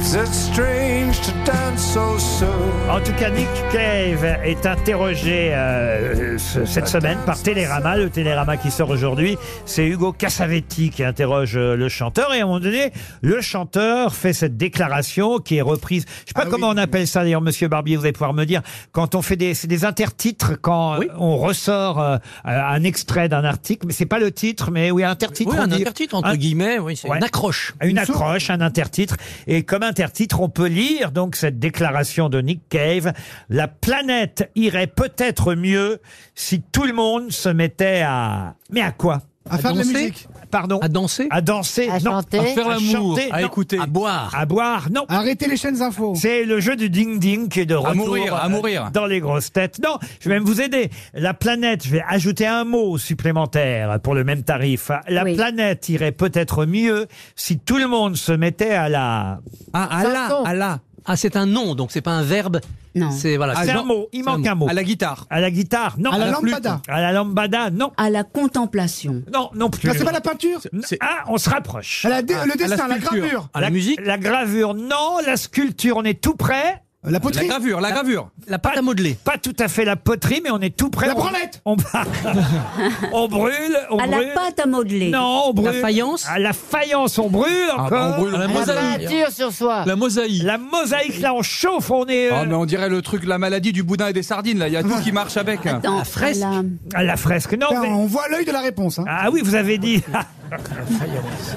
Speaker 20: Is it strange to dance so soon?
Speaker 2: En tout cas, Nick Cave est interrogé euh, ce- cette semaine par Télérama. Le Télérama qui sort aujourd'hui, c'est Hugo Cassavetti qui interroge euh, le chanteur. Et à un moment donné, le chanteur fait cette déclaration qui est reprise. Je sais pas comment on appelle ça d'ailleurs, Monsieur Barbier, vous allez pouvoir me dire. Quand on fait des, c'est des intertitres, quand euh, on ressort euh, un extrait d'un article, mais c'est pas le titre, mais oui, un intertitre.
Speaker 7: Oui,
Speaker 2: on
Speaker 7: un
Speaker 2: dit.
Speaker 7: intertitre, entre guillemets, oui, c'est une accroche.
Speaker 2: Une
Speaker 7: Une source.
Speaker 2: accroche, un intertitre. Et comme intertitre, on peut lire donc cette déclaration de Nick Cave. La planète irait peut-être mieux si tout le monde se mettait à... Mais Ah. à quoi
Speaker 6: À faire de la musique.
Speaker 2: Pardon
Speaker 7: À danser
Speaker 2: À danser,
Speaker 6: À
Speaker 2: non.
Speaker 6: chanter. À faire l'amour.
Speaker 2: chanter,
Speaker 6: À
Speaker 2: non.
Speaker 4: écouter.
Speaker 7: À boire.
Speaker 2: À boire, non.
Speaker 6: Arrêtez les chaînes infos.
Speaker 2: C'est le jeu du ding-ding qui est de
Speaker 4: À
Speaker 2: retour
Speaker 4: mourir, à
Speaker 2: euh,
Speaker 4: mourir.
Speaker 2: dans les grosses têtes. Non, je vais même vous aider. La planète, je vais ajouter un mot supplémentaire pour le même tarif. La planète irait peut-être mieux si tout le monde se mettait à la...
Speaker 7: Ah, Allah, Allah. Ah, c'est un nom, donc c'est pas un verbe. Non. C'est voilà.
Speaker 2: Ah, c'est un mot, il manque un mot. À la
Speaker 7: guitare.
Speaker 2: À la guitare, non.
Speaker 6: À la
Speaker 2: flûte.
Speaker 6: lambada.
Speaker 2: À la lambada, non.
Speaker 5: À la contemplation.
Speaker 2: Non, non plus.
Speaker 6: Ah, c'est pas la peinture
Speaker 2: Ah, on se rapproche.
Speaker 6: À la dé- le dessin, la gravure.
Speaker 7: À la musique
Speaker 2: La gravure, non. La sculpture, on est tout près.
Speaker 6: La
Speaker 4: La
Speaker 6: poterie
Speaker 4: gravure, la gravure.
Speaker 7: La pâte à modeler.
Speaker 2: Pas tout à fait la poterie, mais on est tout près.
Speaker 6: La
Speaker 2: On-
Speaker 6: branlette
Speaker 2: On,
Speaker 7: *laughs*
Speaker 2: on brûle, on
Speaker 5: À la
Speaker 2: brûle.
Speaker 5: pâte à modeler.
Speaker 2: Non, on brûle.
Speaker 7: La faïence
Speaker 2: À la faïence, on brûle
Speaker 4: Ah,
Speaker 2: encore.
Speaker 4: bah, on brûle.
Speaker 8: La
Speaker 12: La
Speaker 8: mosaïque.
Speaker 12: peinture sur soi.
Speaker 8: La mosaïque.
Speaker 2: La mosaïque, là, on chauffe, on est...
Speaker 4: Ah,
Speaker 2: euh, Ah.
Speaker 4: mais on dirait le truc, la maladie du boudin et des sardines, là. Il y a tout qui marche avec.
Speaker 5: Dans
Speaker 7: fresque.
Speaker 5: la-
Speaker 2: à la fresque, non.
Speaker 6: Ben,
Speaker 2: mais-
Speaker 6: On voit l'œil de la réponse. hein.
Speaker 2: Ah oui, vous avez
Speaker 6: *laughs*
Speaker 2: dit.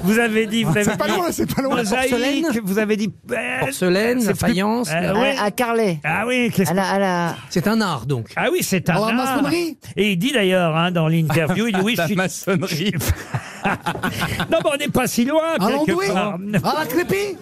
Speaker 2: vous avez dit. Vous avez
Speaker 6: C'est pas
Speaker 2: dit
Speaker 6: loin, c'est pas loin.
Speaker 2: Mosaïque,
Speaker 7: porcelaine
Speaker 2: vous avez dit. euh,
Speaker 7: Porcelaine,
Speaker 2: c'est
Speaker 7: la
Speaker 2: plus-
Speaker 7: faïence,
Speaker 2: euh,
Speaker 7: la-
Speaker 2: oui.
Speaker 12: À, à Carlet.
Speaker 2: Ah oui, qu'est-ce
Speaker 12: À la, à la-
Speaker 7: C'est un art, donc.
Speaker 2: Ah oui, c'est un
Speaker 6: Oh, la
Speaker 2: art.
Speaker 6: maçonnerie
Speaker 2: Et il dit d'ailleurs hein, dans l'interview,
Speaker 4: *laughs*
Speaker 2: il dit oui, je
Speaker 4: La
Speaker 2: suis...
Speaker 4: maçonnerie.
Speaker 2: *laughs* non, mais on n'est pas si loin
Speaker 6: À
Speaker 2: quelque
Speaker 6: l'andouille
Speaker 2: part.
Speaker 6: À la crépie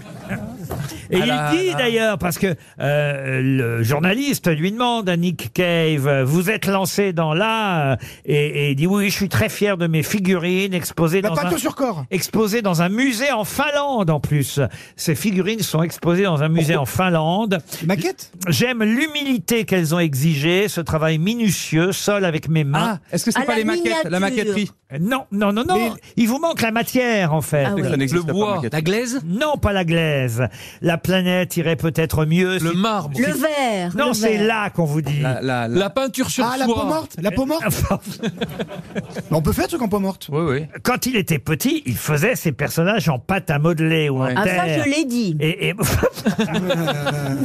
Speaker 2: Et
Speaker 4: Ah
Speaker 2: il
Speaker 4: là,
Speaker 2: dit
Speaker 4: là.
Speaker 2: d'ailleurs, parce que euh, le journaliste lui demande à Nick Cave, euh, vous êtes lancé dans l'art, euh, et, et il dit oui, je suis très fier de mes figurines exposées
Speaker 6: La
Speaker 2: dans un...
Speaker 6: peinture sur corps.
Speaker 2: exposées dans un musée en Finlande en plus. Ces figurines sont exposées dans un musée en Finlande.
Speaker 6: Maquette
Speaker 2: J'aime l'humilité qu'elles ont exigée, ce travail minutieux, seul avec mes mains. Euh,
Speaker 4: Ah, est-ce que c'est
Speaker 5: À
Speaker 4: pas
Speaker 5: la
Speaker 4: les maquettes,
Speaker 5: miniature.
Speaker 4: la maquetterie
Speaker 2: Non, non, non, non.
Speaker 6: Mais-
Speaker 2: Il vous manque la matière, en fait.
Speaker 5: Ah oui.
Speaker 4: Ça n'existe
Speaker 8: Le
Speaker 4: pas,
Speaker 8: bois.
Speaker 4: maquette.
Speaker 7: La glaise
Speaker 2: Non, pas la glaise. La planète irait peut-être mieux. Le
Speaker 8: marbre.
Speaker 5: Le verre,
Speaker 2: Non,
Speaker 5: le
Speaker 2: c'est
Speaker 5: verre.
Speaker 2: là qu'on vous dit. La,
Speaker 8: peinture
Speaker 6: sur Ah, la soie. peau morte, la
Speaker 2: *laughs*
Speaker 6: peau morte.
Speaker 2: on peut faire truc en peau morte.
Speaker 4: Oui, oui.
Speaker 2: Quand il était petit, il faisait ses personnages en pâte à modeler ou en
Speaker 5: Ah, ça,
Speaker 2: terre.
Speaker 5: je l'ai dit.
Speaker 2: Et, *laughs* et-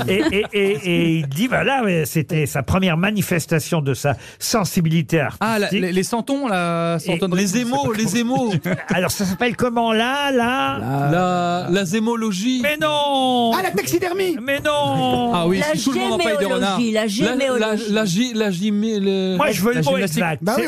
Speaker 2: et, et- et- et il dit, voilà, ouais, c'était sa première manifestation de sa sensibilité
Speaker 4: Ah, la-
Speaker 2: artistique.
Speaker 4: les, les santons, la santonnerie.
Speaker 2: les émaux, les
Speaker 8: émaux.
Speaker 2: *laughs* Alors ça s'appelle comment là, là
Speaker 8: La, la zémologie.
Speaker 2: Mais non
Speaker 6: Ah, la taxidermie
Speaker 2: Mais non
Speaker 8: Ah oui,
Speaker 6: La
Speaker 8: si tout le monde en paille des renards.
Speaker 6: géméologie, la
Speaker 8: La, la,
Speaker 6: géméologie.
Speaker 8: la, gi- la gimé- le-
Speaker 2: Moi, je veux
Speaker 8: la
Speaker 2: le mot
Speaker 8: gymnastique.
Speaker 2: exact. C'est-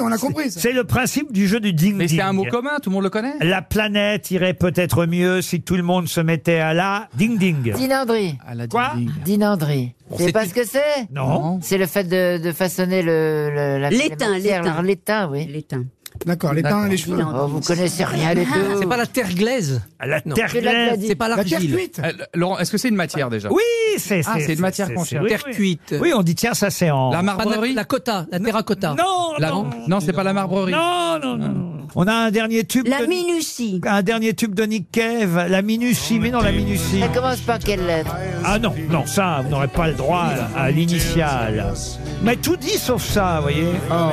Speaker 2: c'est- C'est le principe du jeu du ding-ding. Mais
Speaker 4: c'est un mot commun, tout le monde le connaît.
Speaker 2: La planète irait peut-être mieux si tout le monde se mettait à la ding-ding.
Speaker 12: Dinandrie.
Speaker 2: Quoi
Speaker 12: Dinandrie.
Speaker 2: c'est
Speaker 12: c'est pas
Speaker 2: une-
Speaker 12: ce que c'est
Speaker 2: Non.
Speaker 12: C'est le fait de, de façonner le, le- la
Speaker 5: L'étain,
Speaker 12: la matière,
Speaker 5: l'étain.
Speaker 12: alors L'étain, oui.
Speaker 5: L'étain. Ah.
Speaker 6: D'accord,
Speaker 12: les
Speaker 6: l'étain
Speaker 12: teints
Speaker 6: et les cheveux.
Speaker 12: Oh, vous connaissez rien
Speaker 2: Ah,
Speaker 12: du tout.
Speaker 7: C'est pas la terre glaise.
Speaker 4: Ah,
Speaker 2: La
Speaker 7: Non.
Speaker 2: terre
Speaker 7: C'est la-
Speaker 2: glaise.
Speaker 7: c'est pas La terre l'argile. cuite.
Speaker 4: Euh, Laurent, est-ce que c'est une matière déjà
Speaker 2: Oui, c'est
Speaker 4: Ah, c'est une matière
Speaker 2: c'est-
Speaker 4: qu'on
Speaker 2: c'est-
Speaker 4: cherche.
Speaker 2: oui,
Speaker 4: Terre
Speaker 2: oui.
Speaker 4: cuite.
Speaker 2: Oui, on dit tiens, ça c'est en.
Speaker 4: La
Speaker 7: Pas
Speaker 4: marbrerie.
Speaker 7: la, la cotta, la terracotta.
Speaker 2: Non,
Speaker 4: La- non, c'est pas la marbrerie.
Speaker 2: Non, non, non. On a un dernier tube.
Speaker 5: La
Speaker 2: de-
Speaker 5: minutie.
Speaker 2: Un dernier tube de Nick Cave, la minutie, mais non la minutie.
Speaker 12: Ça commence par quelle lettre
Speaker 2: Ah non, non, ça, vous n'aurez pas le droit à, à l'initiale. Mais tout dit sauf ça, vous voyez.
Speaker 6: Oh.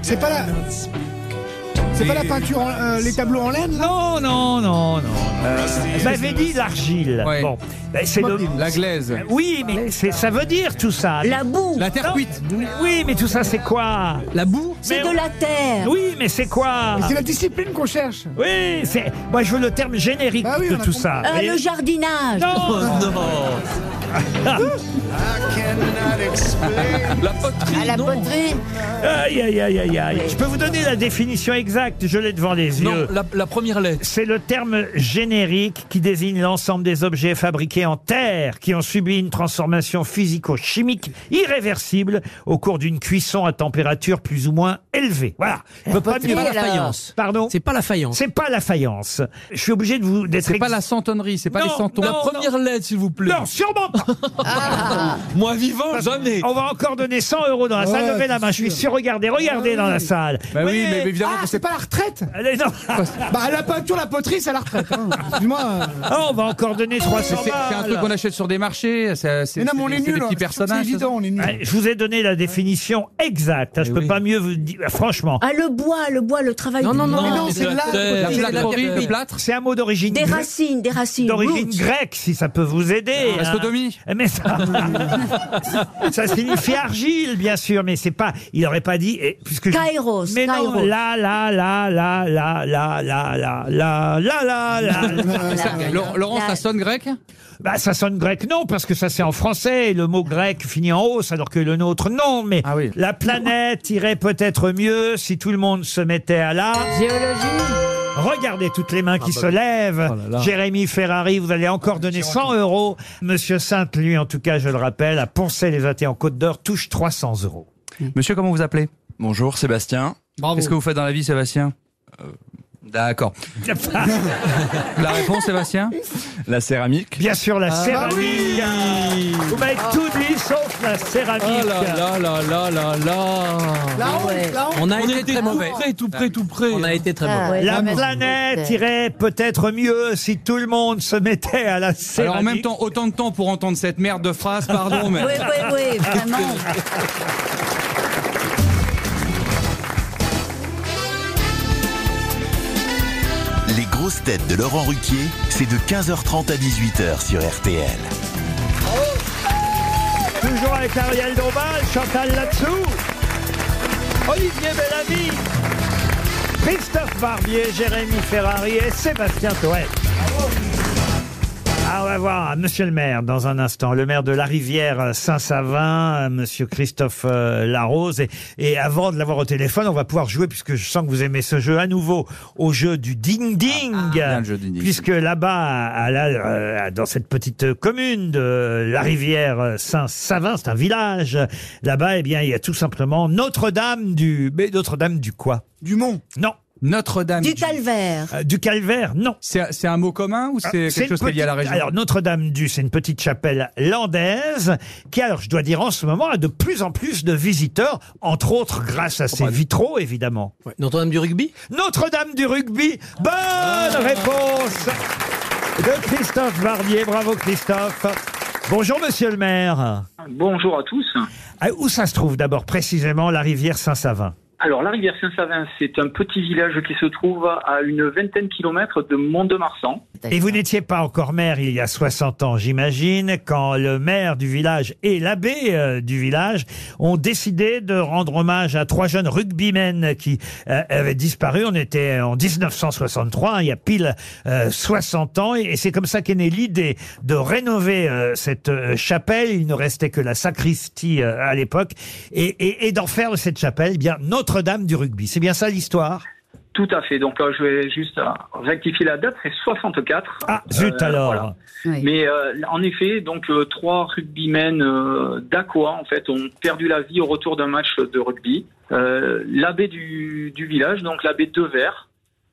Speaker 6: C'est pas la. C'est pas la peinture, en- euh, les tableaux en laine là
Speaker 2: Non, non, non, non.
Speaker 4: Euh,
Speaker 2: Vous m'avez dit l'argile. Bon, ben, c'est le...
Speaker 4: La glaise.
Speaker 2: Oui, mais c'est- ça veut dire tout ça.
Speaker 5: La boue.
Speaker 4: La terre
Speaker 2: Non.
Speaker 4: cuite.
Speaker 2: Oui, mais tout ça, c'est quoi
Speaker 7: La boue
Speaker 5: C'est de la terre.
Speaker 2: Oui, mais c'est quoi
Speaker 6: Mais C'est la discipline qu'on cherche. Bah
Speaker 2: Oui, c'est. Moi, je veux le terme générique
Speaker 6: oui,
Speaker 2: de
Speaker 6: on a
Speaker 2: tout
Speaker 6: compris.
Speaker 2: ça.
Speaker 5: Euh,
Speaker 2: Vous
Speaker 5: le
Speaker 2: voyez
Speaker 5: jardinage.
Speaker 2: *laughs* Non,
Speaker 8: La poterie.
Speaker 6: Ah,
Speaker 12: À la poterie
Speaker 2: Aïe, aïe, aïe, aïe, aïe. Je peux vous donner la définition exacte, je l'ai devant les
Speaker 8: Non,
Speaker 2: yeux.
Speaker 8: la, la première lettre.
Speaker 2: C'est le terme générique qui désigne l'ensemble des objets fabriqués en terre qui ont subi une transformation physico-chimique irréversible au cours d'une cuisson à température plus ou moins élevée. Voilà. Je peux pas
Speaker 7: C'est
Speaker 2: mieux-
Speaker 7: pas la faïence.
Speaker 2: Pardon
Speaker 7: C'est pas la faïence.
Speaker 2: C'est pas la faïence. Je suis obligé de vous d'être
Speaker 4: C'est pas
Speaker 2: ex-
Speaker 4: la santonnerie, c'est pas
Speaker 2: Non,
Speaker 4: les santons.
Speaker 2: non,
Speaker 8: La première lettre, s'il vous plaît.
Speaker 2: Non, sûrement pas.
Speaker 8: Moi vivant, jamais.
Speaker 2: On va encore donner 100 euros dans la salle.
Speaker 6: Ouais,
Speaker 2: Levez la
Speaker 6: c'est
Speaker 2: main, je suis sûr. Regardez, regardez dans la salle.
Speaker 4: Bah oui, mais évidemment
Speaker 6: Ah,
Speaker 4: que
Speaker 6: c'est
Speaker 4: c'est
Speaker 6: pas la retraite
Speaker 2: Allez, non.
Speaker 6: Bah, la peinture, la poterie, c'est la retraite. hein. Excuse-moi.
Speaker 2: Ah, on va encore donner 300
Speaker 4: c'est- c'est un truc
Speaker 2: balles.
Speaker 4: qu'on achète sur des marchés. C'est c'est-
Speaker 6: Mais non, mais on
Speaker 4: c'est-
Speaker 6: est
Speaker 4: c'est des
Speaker 6: nuls.
Speaker 4: petits
Speaker 6: hein. C'est
Speaker 4: personnages.
Speaker 6: évident, on est
Speaker 2: Ouais,
Speaker 6: nuls.
Speaker 2: Je vous ai donné la définition exacte. hein, Je peux pas mieux vous dire. Franchement,
Speaker 5: *laughs* Ah, le bois, le bois, le travail.
Speaker 7: Non,
Speaker 5: du
Speaker 7: non,
Speaker 5: bois.
Speaker 7: non,
Speaker 6: Mais non,
Speaker 7: mais
Speaker 6: c'est de la-
Speaker 4: La
Speaker 7: c'est de la
Speaker 4: plâtrerie,
Speaker 7: terre-
Speaker 4: le plâtre.
Speaker 2: c'est un mot d'origine
Speaker 5: Des
Speaker 2: grecque-
Speaker 5: racines, des racines.
Speaker 2: d'origine
Speaker 5: Roots.
Speaker 2: grecque, si ça peut vous aider.
Speaker 4: La sodomie.
Speaker 5: Ah.
Speaker 2: Eh, Mais ça,
Speaker 5: *laughs*
Speaker 2: ça signifie argile, bien sûr, mais c'est pas. Il aurait pas dit. eh, Puisque je-
Speaker 5: Kairos,
Speaker 2: Mais non,
Speaker 5: Kairos.
Speaker 2: là, là, là, là, là, là, là, là, là, là, là, là.
Speaker 4: *laughs* Ça-
Speaker 5: La-
Speaker 4: Laurent, Laurent,
Speaker 5: la-
Speaker 4: ça sonne grec
Speaker 2: Bah, ça sonne grec, non, parce que ça c'est en français, et le mot grec finit en hausse, alors que le nôtre, non, mais
Speaker 4: Ah oui.
Speaker 2: la planète irait peut-être mieux si tout le monde se mettait à là.
Speaker 12: Géologie
Speaker 2: Regardez toutes les mains qui se lèvent.
Speaker 4: Oh là là.
Speaker 2: Jérémy Ferrari, vous allez encore donner 100 euros. Monsieur Sainte, lui, en tout cas, je le rappelle, à Poncé-les-Athées en Côte d'Or, touche 300 euros.
Speaker 5: Hmm.
Speaker 4: Monsieur, comment vous appelez
Speaker 21: Bonjour Sébastien.
Speaker 7: Bravo.
Speaker 4: Qu'est-ce que vous faites dans la vie, Sébastien
Speaker 22: Euh,
Speaker 4: D'accord.
Speaker 2: Ah.
Speaker 4: *laughs* La réponse, Sébastien
Speaker 21: La céramique.
Speaker 2: Bien sûr,
Speaker 5: Ah,
Speaker 2: la
Speaker 5: bah
Speaker 4: Ah
Speaker 2: céramique. Vous m'avez tout dit sauf la céramique.
Speaker 8: Ah là là là là là là.
Speaker 6: La honte, la honte. Ah,
Speaker 7: On a
Speaker 8: On
Speaker 7: été
Speaker 8: était
Speaker 7: très
Speaker 8: tout
Speaker 7: mauvais.
Speaker 8: près, tout près, tout près.
Speaker 7: On a été très mauvais.
Speaker 12: ouais,
Speaker 2: La
Speaker 12: non, mais-
Speaker 2: planète irait peut-être mieux si tout le monde se mettait à la
Speaker 4: Alors
Speaker 2: céramique.
Speaker 4: en même temps, autant de temps pour entendre cette merde de phrase, pardon, mais.
Speaker 5: Oui, oui, oui, vraiment.
Speaker 1: Les grosses têtes de Laurent Ruquier, c'est de 15h30 à 18h sur RTL.
Speaker 2: Toujours avec Ariel Dombal, Chantal Latsou, Olivier Bellamy, Christophe Barbier, Jérémy Ferrari et Sébastien Toët. Ah, on va voir Monsieur le maire dans un instant, le maire de la rivière Saint-Savin, euh, Monsieur Christophe euh, Larose. Et, et avant de l'avoir au téléphone, on va pouvoir jouer, puisque je sens que vous aimez ce jeu à nouveau, au jeu du ding-ding.
Speaker 4: Ah, bien le jeu du ding-ding.
Speaker 2: Puisque là-bas, à la- euh, dans cette petite commune de la rivière euh, Saint-Savin, c'est un village, là-bas, eh bien, il y a tout simplement Notre-Dame du... Mais Notre-Dame du quoi
Speaker 6: Du Mont.
Speaker 2: Non.
Speaker 4: Notre-Dame.
Speaker 5: Du *laughs* calvaire.
Speaker 2: Euh, du calvaire Non. Ah,
Speaker 4: C'est c'est un mot commun ou c'est
Speaker 2: C'est
Speaker 4: quelque chose
Speaker 2: une
Speaker 4: qui est lié à la
Speaker 2: petite-
Speaker 4: région
Speaker 2: Alors Notre-Dame-du, c'est une petite chapelle landaise qui, alors je dois dire en ce moment, a de plus en plus de visiteurs, entre autres grâce à ses vitraux évidemment.
Speaker 7: Ouais. Notre-Dame du rugby
Speaker 2: Notre-Dame du rugby, bonne réponse de Christophe Barbier. Bravo Christophe. Bonjour Monsieur le maire.
Speaker 22: Bonjour à tous.
Speaker 2: Ah, Où ça se trouve d'abord précisément la rivière Saint-Savin
Speaker 22: Alors, la rivière Saint-Savin, c'est un petit village qui se trouve à une vingtaine de kilomètres de Mont-de-Marsan.
Speaker 2: Et vous n'étiez pas encore maire il y a 60 ans, j'imagine, quand le maire du village et l'abbé euh, du village ont décidé de rendre hommage à trois jeunes rugbymen qui euh, avaient disparu. On était en 1963, hein, il y a pile euh, 60 ans, et, et c'est comme ça qu'est née l'idée de rénover euh, cette euh, chapelle. Il ne restait que la sacristie euh, à l'époque, et, et- et d'en faire de cette chapelle eh bien Notre-Dame du rugby. C'est bien ça l'histoire
Speaker 22: Tout à fait. Donc là, je vais juste euh, rectifier la date, c'est 64.
Speaker 2: Ah, zut
Speaker 22: Euh,
Speaker 2: alors
Speaker 22: voilà. Mais euh, en effet, donc euh, trois rugbymen euh, d'Aqua en fait ont perdu la vie au retour d'un match de rugby. Euh, l'abbé du, du village, donc l'abbé Devers,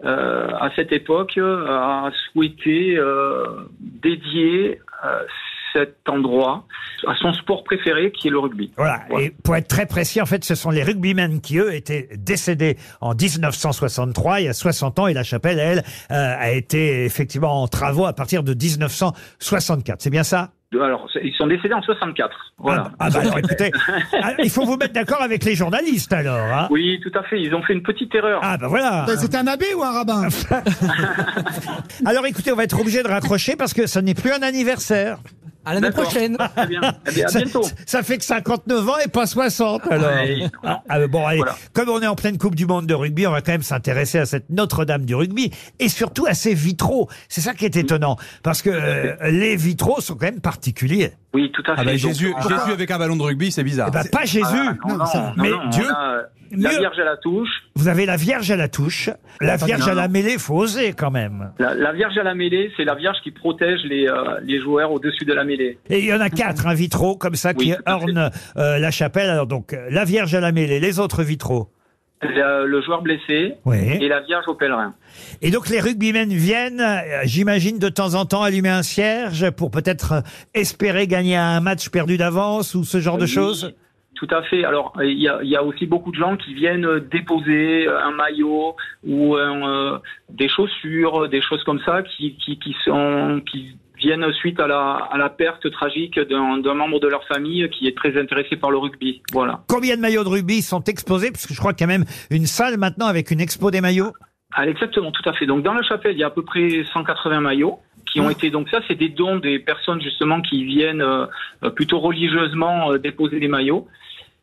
Speaker 22: euh, à cette époque, euh, a souhaité euh, dédier euh, cet endroit à son sport préféré, qui est le rugby.
Speaker 2: Voilà. Et pour être très précis, en fait, ce sont les rugbymen qui, eux, étaient décédés en 1963, il y a 60 ans, et la chapelle, elle, euh, a été effectivement en travaux à partir de 1964. C'est bien ça
Speaker 22: Alors, c'est- ils sont décédés en 64. Voilà.
Speaker 2: Ah bah alors, écoutez, ah, il faut vous mettre d'accord avec les journalistes alors. hein.
Speaker 22: *laughs* Oui, tout à fait. Ils ont fait une petite erreur.
Speaker 2: Ah bah voilà.
Speaker 6: C'était Ben, un abbé ou un rabbin
Speaker 2: *laughs* Alors écoutez, on va être obligé de raccrocher parce que ce n'est plus un anniversaire.
Speaker 7: À l'année D'accord.
Speaker 2: *laughs*
Speaker 7: prochaine. Très bien. Eh bien, à
Speaker 2: ça, *laughs*
Speaker 7: bientôt.
Speaker 2: ça fait que 59 ans et pas 60 alors.
Speaker 7: Ouais.
Speaker 2: Ah, ah, bon allez, comme on est en pleine Coupe du monde de rugby, on va quand même s'intéresser à cette Notre-Dame du rugby et surtout à ses vitraux. C'est ça qui est étonnant parce que euh, les vitraux sont quand même particuliers.
Speaker 22: Oui, tout à
Speaker 21: Ah
Speaker 22: fait.
Speaker 21: bah,
Speaker 22: Donc,
Speaker 21: Jésus,
Speaker 22: on
Speaker 21: Jésus
Speaker 22: va-
Speaker 21: avec un ballon de rugby, c'est bizarre.
Speaker 2: Eh ben, pas Jésus.
Speaker 22: Ah, non, non,
Speaker 2: ça-
Speaker 22: non,
Speaker 2: mais
Speaker 22: non, on
Speaker 2: Dieu.
Speaker 22: a, euh, la
Speaker 2: Mieux.
Speaker 22: Vierge à la touche,
Speaker 2: Vous avez la Vierge à la touche, la
Speaker 22: Attendez,
Speaker 2: Vierge à
Speaker 22: non,
Speaker 2: la
Speaker 22: non.
Speaker 2: mêlée, faut oser quand même.
Speaker 22: La, la Vierge à la mêlée, c'est la Vierge qui protège les, euh, les joueurs au-dessus de la mêlée.
Speaker 2: Et il y en a quatre, un vitraux comme ça qui ornent euh, la chapelle. Alors donc euh, la Vierge à la mêlée, les autres vitraux.
Speaker 22: Le, euh, le joueur blessé
Speaker 2: Oui.
Speaker 22: et la Vierge au pèlerin.
Speaker 2: Et donc les rugbymen viennent, euh, j'imagine de temps en temps allumer un cierge pour peut-être euh, espérer gagner un match perdu d'avance ou ce genre de
Speaker 22: Oui,
Speaker 2: choses.
Speaker 22: Tout à fait. Alors, euh, il y a, il y a aussi beaucoup de gens qui viennent euh, déposer euh, un maillot ou un, euh, des chaussures, euh, des choses comme ça qui, qui, qui sont, qui viennent suite à la, à la perte tragique d'un d'un membre de leur famille qui est très intéressé par le rugby. Voilà.
Speaker 2: Combien de maillots de rugby sont exposés Parce que je crois qu'il y a même une salle maintenant avec une expo des maillots.
Speaker 22: Ah, exactement, tout à fait. Donc dans la chapelle, il y a à peu près 180 maillots qui ont été donc ça, c'est des dons des personnes justement qui viennent euh, euh, plutôt religieusement euh, déposer des maillots.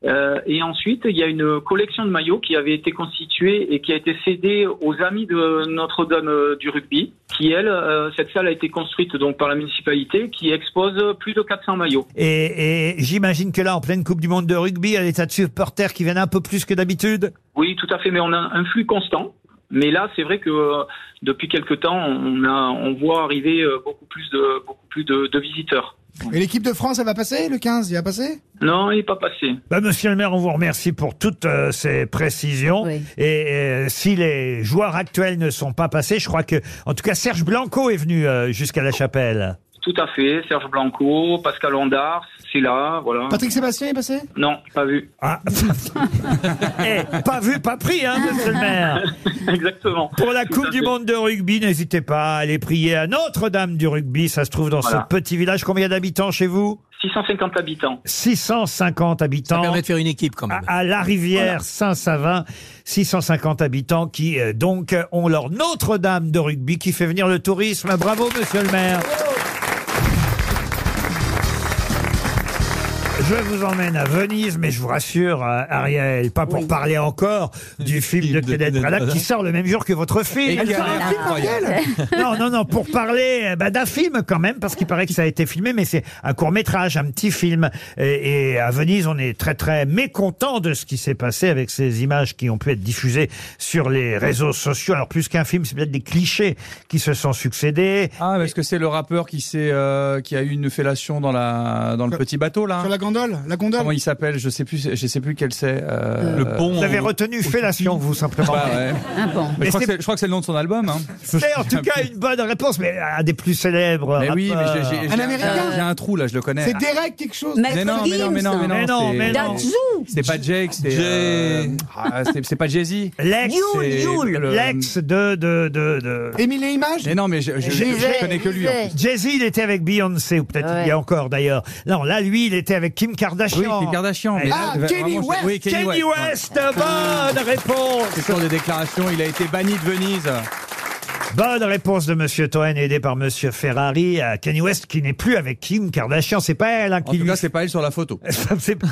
Speaker 22: Euh, et ensuite, il y a une collection de maillots qui avait été constituée et qui a été cédée aux amis de Notre-Dame euh, du rugby, qui elle, euh, cette salle a été construite donc par la municipalité, qui expose plus de 400 maillots.
Speaker 2: Et, et j'imagine que là, en pleine Coupe du Monde de rugby, il y a des tas de supporters qui viennent un peu plus que d'habitude.
Speaker 22: Oui, tout à fait, mais on a un flux constant. Mais là, c'est vrai que euh, depuis quelque temps, on, a, on voit arriver euh, beaucoup plus de, beaucoup plus de, de visiteurs.
Speaker 6: Et l'équipe de France, elle va passer Le 15, il va passer
Speaker 22: Non, il n'est pas passé.
Speaker 2: Bah, monsieur le maire, on vous remercie pour toutes euh, ces précisions. Et euh, si les joueurs actuels ne sont pas passés, je crois que, en tout cas, Serge Blanco est venu euh, jusqu'à la chapelle.
Speaker 22: Tout à fait. Serge Blanco, Pascal Ondar, c'est là, voilà.
Speaker 6: Patrick Sébastien est passé
Speaker 22: Non, pas vu.
Speaker 2: Ah. Eh, pas vu, pas pris, hein, monsieur le maire.
Speaker 22: *laughs* Exactement.
Speaker 2: Pour la
Speaker 22: Tout
Speaker 2: Coupe
Speaker 22: à
Speaker 2: du
Speaker 22: fait.
Speaker 2: Monde de rugby, n'hésitez pas à aller prier à Notre-Dame du rugby. Ça se trouve dans
Speaker 22: Voilà.
Speaker 2: ce petit village. Combien d'habitants chez vous
Speaker 22: 650 habitants.
Speaker 2: 650 habitants.
Speaker 7: permet de faire une équipe quand même.
Speaker 2: À, à la rivière
Speaker 7: Voilà.
Speaker 2: Saint-Savin, 650 habitants qui euh, donc euh, ont leur Notre-Dame de rugby qui fait venir le tourisme. Bravo monsieur le maire. Je vous emmène à Venise, mais je vous rassure, euh, Ariel, pas pour parler encore *laughs* du film de Kenneth Branagh qui sort le même jour que votre film.
Speaker 6: Elle sort un film, Ariel
Speaker 2: Non, non, non, pour parler euh, bah, d'un film quand même, parce qu'il paraît que ça a été filmé, mais c'est un court métrage, un petit film. Et, et à Venise, on est très très mécontent de ce qui s'est passé avec ces images qui ont pu être diffusées sur les réseaux sociaux. Alors plus qu'un film, c'est peut-être des clichés qui se sont succédés.
Speaker 4: Ah, parce que c'est le rappeur qui, s'est, euh, qui a eu une fellation dans, la, dans le petit bateau, là
Speaker 2: Sur la grande
Speaker 4: gondole, la gondole. Comment il s'appelle Je sais plus, je sais plus quel c'est. euh,
Speaker 2: Le pont Vous avez
Speaker 4: au-
Speaker 2: retenu
Speaker 4: au-
Speaker 2: Fellation, vous, simplement.
Speaker 4: Bah ouais.
Speaker 2: Ah bon. Mais
Speaker 4: Mais je, crois que
Speaker 2: c'est-
Speaker 4: c'est- je crois que c'est le nom de son album. hein.
Speaker 2: *laughs* C'est en tout cas une bonne réponse, mais un des plus célèbres.
Speaker 4: Mais oui, mais j'ai-
Speaker 2: rappeurs.
Speaker 4: j'ai- j'ai- Il y a un trou là, je le connais.
Speaker 6: C'est Derek quelque chose.
Speaker 4: Mais non, mais non, mais non, mais non,
Speaker 2: Mais non,
Speaker 4: c'est-
Speaker 2: mais non. Datsu.
Speaker 4: C'est pas Jake, c'est. euh, ah, c'est- c'est pas Jay-Z. Ah,
Speaker 2: Lex,
Speaker 4: c'est le-
Speaker 2: Lex de de de de.
Speaker 6: Émile Image.
Speaker 4: Mais non, mais je, je- je
Speaker 2: Jay-Z.
Speaker 4: connais que lui. en plus.
Speaker 2: Jay-Z, il était avec Beyoncé, ou peut-être il y a encore d'ailleurs. Non, là, lui, il était avec Kim Kardashian.
Speaker 4: Oui, Kim Kardashian. mais
Speaker 2: Ah,
Speaker 4: là, vraiment, je- Oui, Kenny,
Speaker 2: West,
Speaker 4: voilà.
Speaker 2: bonne réponse.
Speaker 4: C'est sur des déclarations, il a été banni de Venise.
Speaker 2: Bonne réponse de Monsieur Toen, aidé par Monsieur Ferrari. à Kanye West, qui n'est plus avec Kim Kardashian, c'est pas elle hein, qui
Speaker 4: En tout
Speaker 2: lui-
Speaker 4: cas, c'est pas elle sur
Speaker 2: *laughs*
Speaker 4: la photo.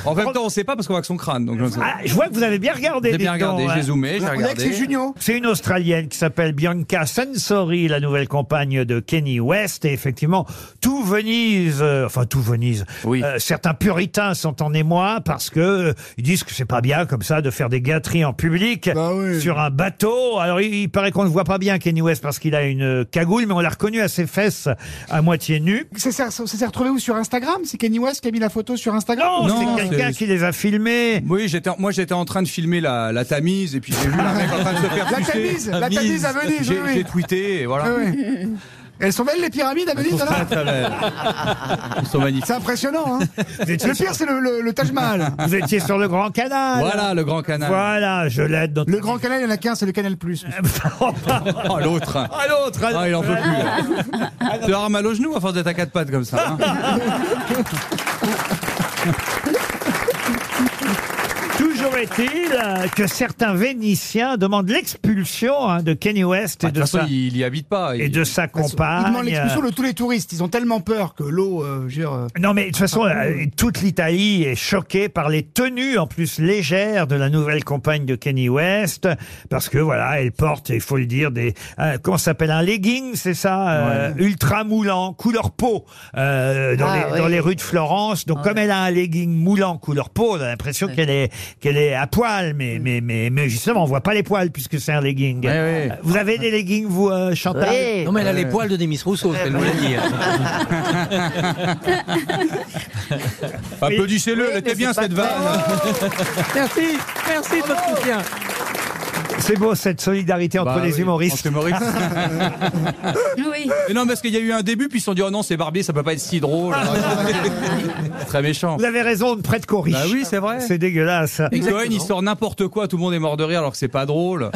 Speaker 4: En même temps, on sait pas parce qu'on voit que son crâne. Donc je ne sais
Speaker 2: Ah, je vois que vous avez bien regardé.
Speaker 4: J'ai bien
Speaker 2: dites donc,
Speaker 4: regardé, j'ai
Speaker 2: hein.
Speaker 4: zoomé, j'ai regardé.
Speaker 2: C'est une Australienne qui s'appelle Bianca Sensori, la nouvelle compagne de Kenny West. Et effectivement, tout Venise, euh, enfin tout Venise, euh, certains puritains sont en émoi parce que euh, ils disent que c'est pas bien comme ça de faire des gâteries en public sur un bateau. Alors il, il paraît qu'on ne voit pas bien Kenny West parce qu'il a une cagoule, mais on l'a reconnu à ses fesses à moitié nues.
Speaker 6: Ah. Ça s'est ça s'est retrouvé où sur Instagram C'est Kenny West qui a mis la photo sur Instagram
Speaker 2: Non, c'est quelqu'un qui les a filmés.
Speaker 4: Oui, j'étais, en- moi j'étais en train de filmer la, la Tamise et puis j'ai vu la mec en train de se faire
Speaker 6: La
Speaker 4: sucer.
Speaker 6: Tamise, la Tamise à Venise,
Speaker 4: J'ai,
Speaker 6: oui, oui.
Speaker 4: j'ai tweeté et voilà.
Speaker 6: Ouais, Ah ouais. Elles sont belles les pyramides à Venise,
Speaker 4: sont
Speaker 6: là
Speaker 4: très, très belles. Ils sont magnifiques.
Speaker 6: C'est impressionnant, hein
Speaker 4: *laughs*
Speaker 2: étiez
Speaker 6: Le
Speaker 2: sur-
Speaker 6: pire, c'est le, le, le Taj Mahal.
Speaker 2: *laughs* Vous étiez sur le Grand Canal.
Speaker 4: Voilà, le Grand Canal.
Speaker 2: Voilà, je l'aide. dans-
Speaker 6: Le Grand Canal, il y en a qu'un, c'est le
Speaker 2: *laughs*
Speaker 6: Canal Plus.
Speaker 4: Oh l'autre.
Speaker 2: Ah l'autre. Ah,
Speaker 4: Ah il en peut plus. tu auras mal au genou à force d'être à quatre pattes comme ça. hein.
Speaker 2: Toujours est-il euh, que certains Vénitiens demandent l'expulsion hein, de Kenny West et
Speaker 4: Ah, de
Speaker 2: de
Speaker 4: toute façon,
Speaker 2: sa
Speaker 4: il Ah, y habite pas.
Speaker 2: et de sa
Speaker 6: Ils demandent
Speaker 2: compagne.
Speaker 6: l'expulsion de tous les touristes. Ils ont tellement peur que l'eau, euh, je veux dire, euh,
Speaker 2: Non mais de toute façon, euh, toute l'Italie est choquée par les tenues en plus légères de la nouvelle compagne de Kenny West, parce que voilà, elle porte, il faut le dire, des euh, comment ça s'appelle un legging, c'est ça, euh, ultra moulant, couleur peau, euh, dans,
Speaker 6: Ah,
Speaker 2: les,
Speaker 6: oui.
Speaker 2: dans les rues de Florence. Donc comme elle a un legging moulant couleur peau, on a l'impression qu'elle est qu'elle est à poil,
Speaker 7: Mm.
Speaker 2: mais mais mais mais justement, on voit pas les poils puisque c'est un legging. Vous avez des leggings vous, euh, Chantal
Speaker 7: Non, mais elle a les poils de Demis Rousseau, elle nous l'a dit.
Speaker 19: hein.
Speaker 6: *laughs*
Speaker 4: Applaudissez-le,
Speaker 7: Oui,
Speaker 4: elle
Speaker 7: mais
Speaker 4: était bien
Speaker 7: c'est pas
Speaker 4: cette
Speaker 6: Ah,
Speaker 4: vanne.
Speaker 7: Merci, merci de votre soutien.
Speaker 2: C'est beau cette solidarité entre
Speaker 4: Bah
Speaker 2: les
Speaker 4: oui,
Speaker 2: humoristes.
Speaker 4: entre humoristes. Mais non, parce qu'il y a eu un début, puis ils se sont dit, oh non, c'est Barbier, ça peut pas être si drôle. C'est Très méchant.
Speaker 2: *laughs* Vous avez raison, on ne prête qu'aux riches.
Speaker 4: Bah oui, c'est vrai.
Speaker 2: C'est dégueulasse.
Speaker 4: Et Cohen, il sort n'importe quoi, tout le monde est mort de rire alors que c'est pas drôle.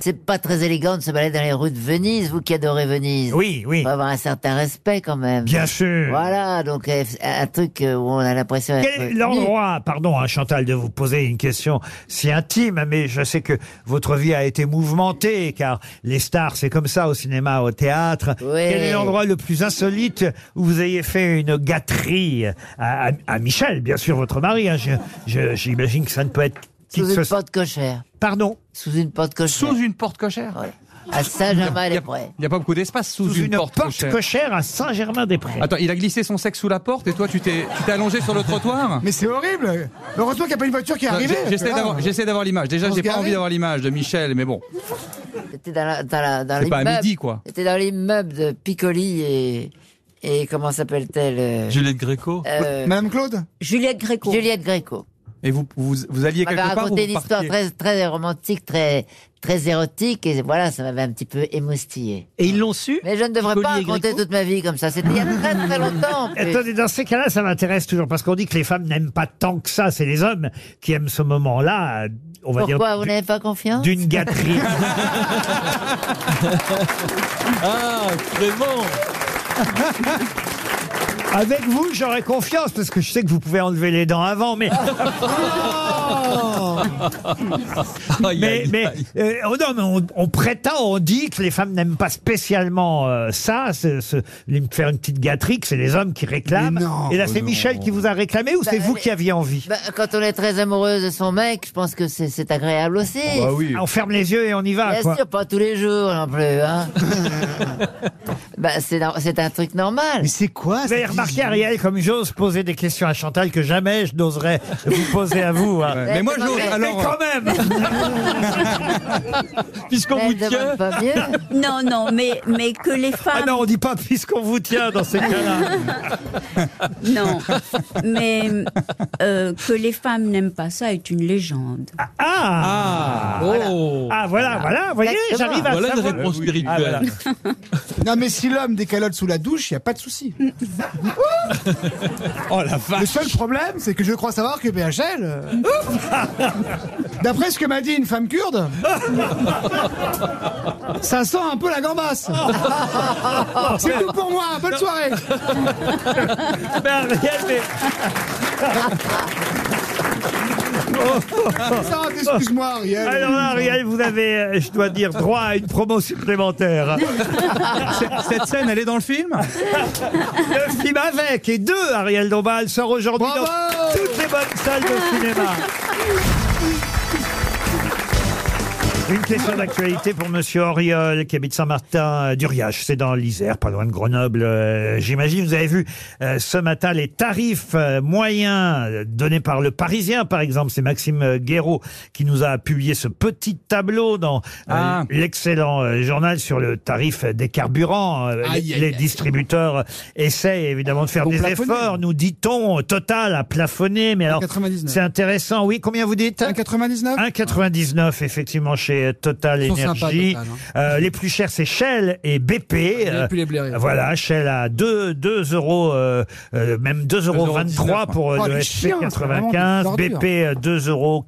Speaker 12: C'est pas très élégant de se balader dans les rues de Venise, vous qui adorez Venise.
Speaker 2: Oui, oui.
Speaker 12: Faut avoir un certain respect quand même.
Speaker 2: Bien sûr.
Speaker 12: Voilà, donc euh, un truc euh, où on a l'impression. d'être
Speaker 2: Quel est
Speaker 12: nu.
Speaker 2: l'endroit, pardon hein, Chantal, de vous poser une question si intime, mais je sais que votre vie a été mouvementée, car les stars, c'est comme ça au cinéma, au théâtre. Quel est l'endroit le plus insolite où vous ayez fait une gâterie à, à- à Michel, bien sûr, votre mari hein, je- je- J'imagine que ça ne peut être...
Speaker 12: Sous une
Speaker 2: porte
Speaker 12: cochère.
Speaker 2: Pardon
Speaker 12: Sous une porte cochère.
Speaker 4: Sous une porte cochère
Speaker 12: À Saint-Germain-les-Prés.
Speaker 4: Il n'y a pas beaucoup d'espace sous, une, porte, cochère.
Speaker 2: à Saint-Germain-des-Prés.
Speaker 4: Attends, il a glissé son sexe sous la porte et toi, tu t'es tu t'es allongé sur le trottoir
Speaker 6: Mais c'est horrible. Heureusement qu'il n'y a pas une voiture qui est Ah.
Speaker 4: Non,
Speaker 6: arrivée.
Speaker 4: j'ai- J'essaie d'avoir- j'essaie d'avoir l'image. Déjà,
Speaker 6: Faut
Speaker 4: j'ai
Speaker 6: se
Speaker 4: pas
Speaker 6: garer.
Speaker 4: envie d'avoir l'image de Michel, mais bon.
Speaker 12: C'était dans la- dans la- dans
Speaker 4: C'est pas à
Speaker 12: l'immeuble-
Speaker 4: midi, quoi.
Speaker 12: C'était dans l'immeuble de Piccoli et. Et comment s'appelle-t-elle euh,
Speaker 8: Juliette Gréco.
Speaker 12: Madame
Speaker 6: Claude
Speaker 12: Juliette Gréco. Juliette Gréco.
Speaker 4: Et vous, vous, vous alliez
Speaker 12: m'avait
Speaker 4: quelque part ou
Speaker 12: raconté
Speaker 4: vous
Speaker 12: une histoire très,
Speaker 4: partiez
Speaker 12: très romantique, très, très érotique, et voilà, ça m'avait un petit peu émoustillé.
Speaker 7: Et ils l'ont su
Speaker 12: Mais je ne devrais
Speaker 7: Piccoli
Speaker 12: pas
Speaker 7: et Gréco
Speaker 12: raconter toute ma vie comme ça. C'était il y a très très longtemps. en plus.
Speaker 2: Attendez, dans ces cas-là, ça m'intéresse toujours parce qu'on dit que les femmes n'aiment pas tant que ça. C'est les hommes qui aiment ce moment-là. euh, On va
Speaker 12: Pourquoi
Speaker 2: dire
Speaker 12: vous
Speaker 2: du-
Speaker 12: n'avez pas confiance *laughs*
Speaker 2: d'une gâterie.
Speaker 7: Ah, vraiment
Speaker 2: Avec vous, j'aurais confiance parce que je sais que vous pouvez enlever les dents avant, mais. mais, mais, euh, oh non, mais on, on prétend, on dit que les femmes n'aiment pas spécialement euh, ça, ce, ce- les- faire une petite gâterie, que c'est les hommes qui réclament. Et là, c'est Michel qui vous a réclamé ou c'est vous qui aviez envie
Speaker 12: Bah, quand on est très amoureuse de son mec, je pense que c'est c'est agréable aussi.
Speaker 2: On ferme les yeux et on y va.
Speaker 12: Bien
Speaker 2: quoi.
Speaker 12: sûr, pas tous les jours non plus. Hein. *laughs* bah, c'est no- c'est un truc normal. Mais
Speaker 6: c'est quoi
Speaker 2: Vous avez remarqué, Ariel, comme j'ose poser des questions à Chantal que jamais je n'oserais vous poser à vous. hein.
Speaker 4: Ouais. Mais moi, j'ose. euh,
Speaker 2: mais quand même
Speaker 8: Puisqu'on
Speaker 5: vous tient. Non, non, mais, mais que les
Speaker 2: Ah
Speaker 5: femmes.
Speaker 2: non, on dit pas puisqu'on vous tient dans ces cas-là.
Speaker 5: *laughs* non. mais euh, que les femmes n'aiment pas ça est une légende.
Speaker 2: Ah Ah, voilà, voilà, vous voyez,
Speaker 5: Exactement.
Speaker 2: j'arrive à
Speaker 5: Voilà une
Speaker 2: savoir.
Speaker 5: réponse
Speaker 2: Oui.
Speaker 8: spirituelle.
Speaker 2: Ah, voilà.
Speaker 6: Non, mais si l'homme décalote sous la douche, il n'y a pas de souci.
Speaker 2: *laughs* oh la vache
Speaker 6: Le seul problème, c'est que je crois savoir que BHL. euh,
Speaker 2: *laughs*
Speaker 6: D'après ce que m'a dit une femme kurde, ça sent un peu la
Speaker 2: *laughs*
Speaker 6: gambasse. c'est tout pour moi. Bonne soirée.
Speaker 2: Mais Ariel, mais-
Speaker 4: *laughs*
Speaker 6: Ça, excuse-moi, Ariel.
Speaker 2: Ah, Oh. Alors là, Ariel, vous avez, euh, je dois dire, droit à une promo supplémentaire.
Speaker 4: Cette scène, elle est dans le film
Speaker 2: Le film avec et deux, Ariel Dombal, sort aujourd'hui dans toutes les bonnes salles de cinéma. Une question d'actualité pour Monsieur Auriol, qui habite Saint-Martin-Duriage. C'est dans l'Isère, pas loin de Grenoble, euh, j'imagine. Vous avez vu euh, ce matin les tarifs euh, moyens euh, donnés par le Parisien, par exemple. C'est Maxime euh, Guéraud qui nous a publié ce petit tableau dans euh,
Speaker 6: Ah.
Speaker 2: l'excellent euh, journal sur le tarif des carburants. Euh,
Speaker 6: Aïe,
Speaker 2: les
Speaker 6: aïe,
Speaker 2: les
Speaker 6: aïe.
Speaker 2: distributeurs euh, essaient évidemment de faire
Speaker 6: Pour
Speaker 2: des
Speaker 6: plafonner.
Speaker 2: efforts, nous dit-on, total à plafonner. Mais alors,
Speaker 6: 99.
Speaker 2: c'est intéressant. Oui, combien vous dites
Speaker 6: 1,99
Speaker 2: 1,99 effectivement chez euh, Total
Speaker 6: Ils sont sympas,
Speaker 2: Énergie.
Speaker 6: Total, hein. Ah,
Speaker 2: Euh, les plus chers, c'est Shell et BP. Euh,
Speaker 6: plus les blairer.
Speaker 2: voilà, Shell à 2, 2 euros, euh, euh, même 2,23 euros 23 pour euh,
Speaker 6: Oh,
Speaker 2: le
Speaker 6: les chiens, c'est vraiment
Speaker 2: SP95.
Speaker 6: des
Speaker 2: BP, euh, 2,14 euros.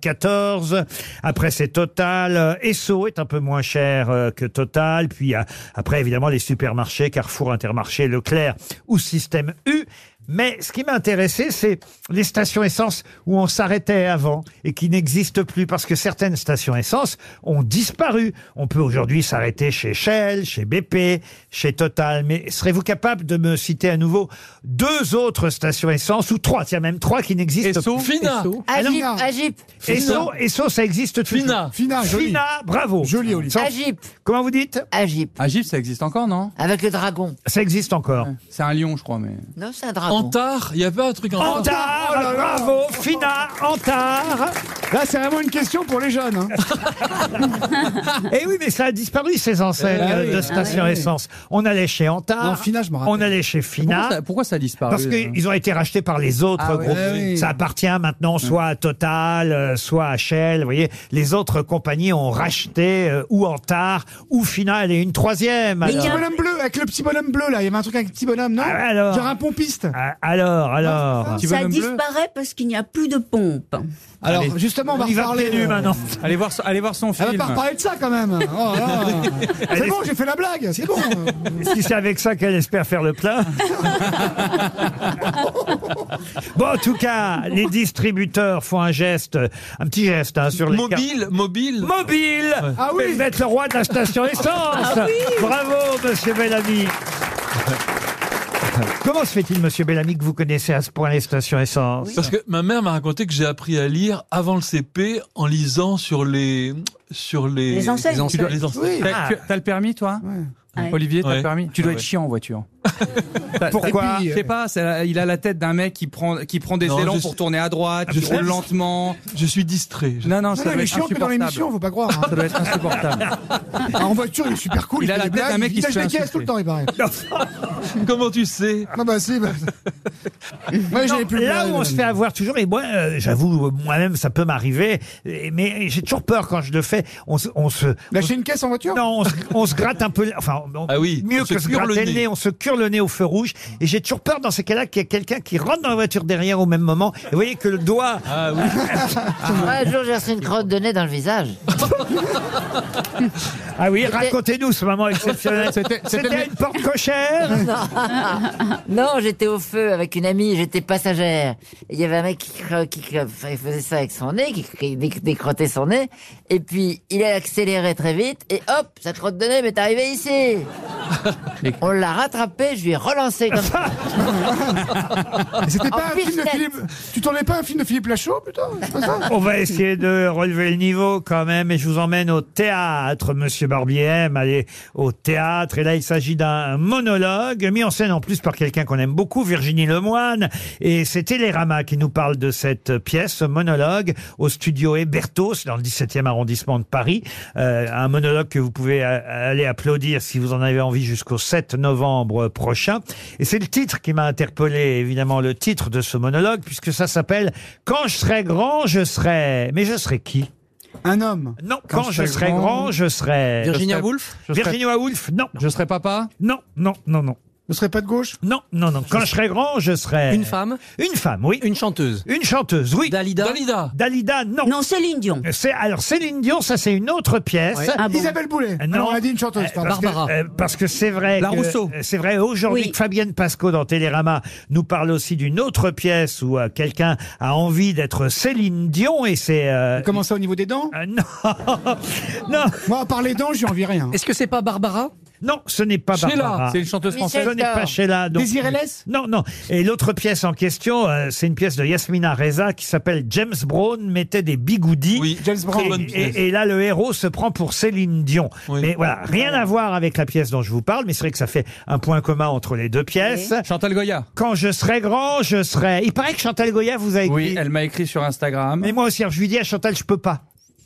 Speaker 2: Après, c'est Total. Euh, Esso est un peu moins cher euh, que Total. Puis euh, après, évidemment, les supermarchés, Carrefour, Intermarché, Leclerc ou Système U. Mais ce qui m'a intéressé, c'est les stations essence où on s'arrêtait avant et qui n'existent plus parce que certaines stations essence ont disparu. On peut aujourd'hui s'arrêter chez Shell, chez BP, chez Total. Mais serez-vous capable de me citer à nouveau deux autres stations essence ou trois, tiens même trois qui n'existent
Speaker 8: Esso,
Speaker 2: plus
Speaker 8: Fina. Esso.
Speaker 2: Ah non.
Speaker 12: Agip, Agip.
Speaker 2: Esso, Esso, ça existe toujours.
Speaker 12: Fina. Fina, joli.
Speaker 2: Fina, bravo. Joli,
Speaker 12: Agip.
Speaker 2: Comment vous dites
Speaker 12: Agip.
Speaker 4: Agip, ça existe encore, non
Speaker 12: Avec le dragon.
Speaker 2: Ça existe encore.
Speaker 4: C'est un lion, je crois, mais.
Speaker 12: Non, c'est un dragon.
Speaker 8: Antar, il y avait un truc en
Speaker 2: Antar,
Speaker 6: oh,
Speaker 4: Oh
Speaker 2: bravo,
Speaker 4: *laughs*
Speaker 6: Ah,
Speaker 2: Fina, Antar.
Speaker 6: Là, c'est vraiment une question pour les jeunes. hein.
Speaker 2: *laughs* Eh oui, mais ça a disparu, ces enseignes
Speaker 6: Ah
Speaker 2: euh,
Speaker 6: oui.
Speaker 2: de stations
Speaker 6: Ah oui.
Speaker 2: essence. On allait chez Antar.
Speaker 6: Non, Fina, je me rappelle.
Speaker 2: on allait chez Fina.
Speaker 4: Pourquoi ça, pourquoi ça a disparu
Speaker 2: Parce
Speaker 4: euh
Speaker 2: qu'ils ont été rachetés par les autres
Speaker 4: Ah oui.
Speaker 2: groupes.
Speaker 4: Ah oui. Hum.
Speaker 2: Ça appartient maintenant soit à Total, euh, soit à Shell. Vous voyez, les autres compagnies ont racheté euh, ou Antar, ou Fina. Elle est une troisième.
Speaker 6: Mais le petit
Speaker 2: alors.
Speaker 6: bonhomme bleu, avec le petit bonhomme bleu, là, il y avait un truc avec le petit bonhomme, non
Speaker 2: Ah, alors.
Speaker 6: Genre un pompiste.
Speaker 2: Ah, Alors, alors.
Speaker 5: Ça disparaît parce qu'il n'y a plus de pompe.
Speaker 6: Alors,
Speaker 4: Allez.
Speaker 6: justement, on va
Speaker 2: Il va
Speaker 6: reparler.
Speaker 2: pieds nus,
Speaker 6: euh,
Speaker 2: maintenant.
Speaker 4: allez, voir, allez voir son
Speaker 6: Elle va
Speaker 4: film.
Speaker 6: pas reparler de ça
Speaker 5: *laughs*
Speaker 6: quand même. Oh, là,
Speaker 4: Ah.
Speaker 6: là.
Speaker 2: *laughs* Elle
Speaker 6: c'est bon, j'ai fait la blague. C'est bon.
Speaker 2: *laughs* Si c'est avec ça qu'elle espère faire le
Speaker 4: *laughs*
Speaker 2: plein. bon, en tout cas, les distributeurs font un geste, un petit geste hein, sur les car-
Speaker 8: Mobile, mobile.
Speaker 2: Mobile
Speaker 6: Ah oui. Ah
Speaker 2: Mais Vous êtes le roi de la
Speaker 4: *laughs*
Speaker 2: station essence
Speaker 4: Ah
Speaker 2: Bravo, monsieur Bellamy Comment se fait-il, monsieur Bellamy, que vous connaissez à ce point les stations essence *laughs*
Speaker 8: Parce que ma mère m'a raconté que j'ai appris à lire avant le CP en lisant sur les sur les
Speaker 5: Les enseignes.
Speaker 8: Tu dois- les enseignes.
Speaker 4: T'as
Speaker 2: Ah.
Speaker 4: tu- t'as le permis, toi Ah
Speaker 5: Ouais.
Speaker 4: Olivier, t'as
Speaker 8: Ouais. Ah
Speaker 4: le permis Tu dois
Speaker 8: Ouais,
Speaker 4: être
Speaker 8: ouais.
Speaker 4: chiant en voiture.
Speaker 6: Bah,
Speaker 2: Pourquoi
Speaker 4: Je sais pas, c'est la- il a la tête d'un mec qui prend, qui prend des
Speaker 8: Non,
Speaker 4: élans
Speaker 8: je
Speaker 4: pour
Speaker 8: sais-
Speaker 4: tourner à droite,
Speaker 8: je
Speaker 4: qui
Speaker 8: sais.
Speaker 4: roule lentement.
Speaker 8: Je suis distrait. Je-
Speaker 4: Non, non,
Speaker 6: Non,
Speaker 4: ça
Speaker 6: non,
Speaker 4: doit
Speaker 6: il est
Speaker 4: être
Speaker 6: chiant que dans l'émission,
Speaker 4: insupportable.
Speaker 6: faut pas croire. hein.
Speaker 4: Ça doit être insupportable.
Speaker 6: Ah, en voiture, il est super cool.
Speaker 4: Il a
Speaker 6: fait
Speaker 4: la
Speaker 6: des
Speaker 4: tête d'un
Speaker 6: blagues,
Speaker 4: mec qui
Speaker 6: il Ah,
Speaker 4: se
Speaker 6: lâche
Speaker 4: fait
Speaker 6: des caisses tout le temps, il paraît.
Speaker 8: *laughs* Comment tu sais
Speaker 6: Non, bah si. Bah... Moi, j'ai
Speaker 2: Non,
Speaker 6: les plus
Speaker 2: là
Speaker 6: blagues.
Speaker 2: où on se fait avoir toujours, et moi, euh, j'avoue, euh, moi-même, ça peut m'arriver, euh, mais j'ai toujours peur quand je le fais. On se, on se,
Speaker 6: Lâcher une caisse en voiture
Speaker 2: Non, on se, on se gratte un peu. le- Enfin, on-
Speaker 8: Ah oui,
Speaker 2: mieux
Speaker 8: on se
Speaker 2: que se
Speaker 8: cure
Speaker 2: gratter
Speaker 8: le
Speaker 2: le nez.
Speaker 8: nez,
Speaker 2: on se cure le nez au feu rouge. Et j'ai toujours peur dans ces cas-là qu'il y ait quelqu'un qui rentre dans la voiture derrière au même moment. Et vous voyez que le doigt.
Speaker 8: Ah
Speaker 2: *laughs*
Speaker 8: oui.
Speaker 12: Un jour, j'ai reçu une crotte de nez dans le visage.
Speaker 2: Ah oui, racontez-nous ce moment exceptionnel.
Speaker 21: C'était- c'était
Speaker 2: C'était à
Speaker 21: le-
Speaker 2: une porte cochère.
Speaker 12: *laughs* Non, j'étais au feu avec une amie, j'étais passagère. Et Il y avait un mec qui, cro- qui cro- enfin, il faisait ça avec son nez, qui cri- déc- décrottait son nez. Et puis, il a accéléré très vite. Et hop, sa crotte de nez m'est arrivée ici. On l'a rattrapé, je lui ai relancé comme ça.
Speaker 6: C'était
Speaker 12: En
Speaker 6: pas un film de
Speaker 12: pistette.
Speaker 6: Philippe. Tu tournais pas un film de Philippe Lachaud, putain C'est pas ça
Speaker 2: On va essayer de relever le niveau quand même et je vous emmène au théâtre. Monsieur Barbier aime aller au théâtre et là il s'agit d'un monologue mis en scène en plus par quelqu'un qu'on aime beaucoup, Virginie Lemoine. Et c'est Télérama qui nous parle de cette pièce, ce monologue, au studio Hébertos dans le 17e arrondissement de Paris. Euh, un monologue que vous pouvez euh, aller applaudir si vous en avez envie jusqu'au 7 novembre prochain. Et c'est le titre qui m'a interpellé, évidemment, le titre de ce monologue, puisque ça s'appelle Quand je serai grand, je serai. Mais je serai qui
Speaker 6: Un homme.
Speaker 2: Non, quand, je serai grand, je serai.
Speaker 7: Virginia
Speaker 2: je serai-
Speaker 7: Woolf Je serai-
Speaker 2: Virginia Woolf, non. Je serai papa Non, non, non, non.
Speaker 6: Vous serez pas de gauche
Speaker 2: Non, non, non. Quand je serai grand, je serai.
Speaker 7: Une femme
Speaker 2: Une femme, oui.
Speaker 7: Une chanteuse
Speaker 2: Une chanteuse, oui.
Speaker 7: Dalida
Speaker 2: Dalida. non. Non, Céline Dion. C'est, alors, Céline Dion, ça, c'est une autre pièce. Euh,
Speaker 6: Ouais. Isabelle Boulay.
Speaker 2: Ah Non.
Speaker 6: Alors, on a dit une chanteuse, pardon.
Speaker 2: parce que-
Speaker 6: Barbara.
Speaker 2: euh, parce que c'est vrai.
Speaker 6: La
Speaker 2: que-
Speaker 6: Rousseau.
Speaker 2: euh, C'est vrai. Aujourd'hui,
Speaker 6: Oui.
Speaker 2: que Fabienne Pasco dans Télérama nous parle aussi d'une autre pièce où euh, quelqu'un a envie d'être Céline Dion et c'est. euh,
Speaker 6: Comment ça au niveau des dents
Speaker 2: Non *laughs* Non
Speaker 6: Moi, à part les dents, j'ai envie
Speaker 2: euh,
Speaker 6: rien.
Speaker 7: Est-ce que c'est pas Barbara
Speaker 2: Non, ce n'est pas
Speaker 6: Sheila,
Speaker 2: Barbara.
Speaker 6: c'est une chanteuse Michel française.
Speaker 2: Ce n'est pas
Speaker 6: Thor.
Speaker 2: Sheila. donc-
Speaker 6: Désirée Less
Speaker 2: Non, non. Et l'autre pièce en question, euh, c'est une pièce de Yasmina Reza qui s'appelle James Brown mettait des bigoudis. Oui,
Speaker 6: James Brown, bonne
Speaker 2: Et,
Speaker 6: pièce.
Speaker 2: et là, le héros se prend pour Céline Dion. Mais voilà, rien à voir avec la pièce dont je vous parle, mais c'est vrai que ça fait un point commun entre les deux pièces.
Speaker 4: Chantal Goya.
Speaker 2: Quand je serai grand, je serai. Il paraît que Chantal Goya vous a écrit.
Speaker 4: Oui, elle m'a écrit sur Instagram.
Speaker 2: Mais moi aussi, alors, je lui dis à Chantal, je peux pas.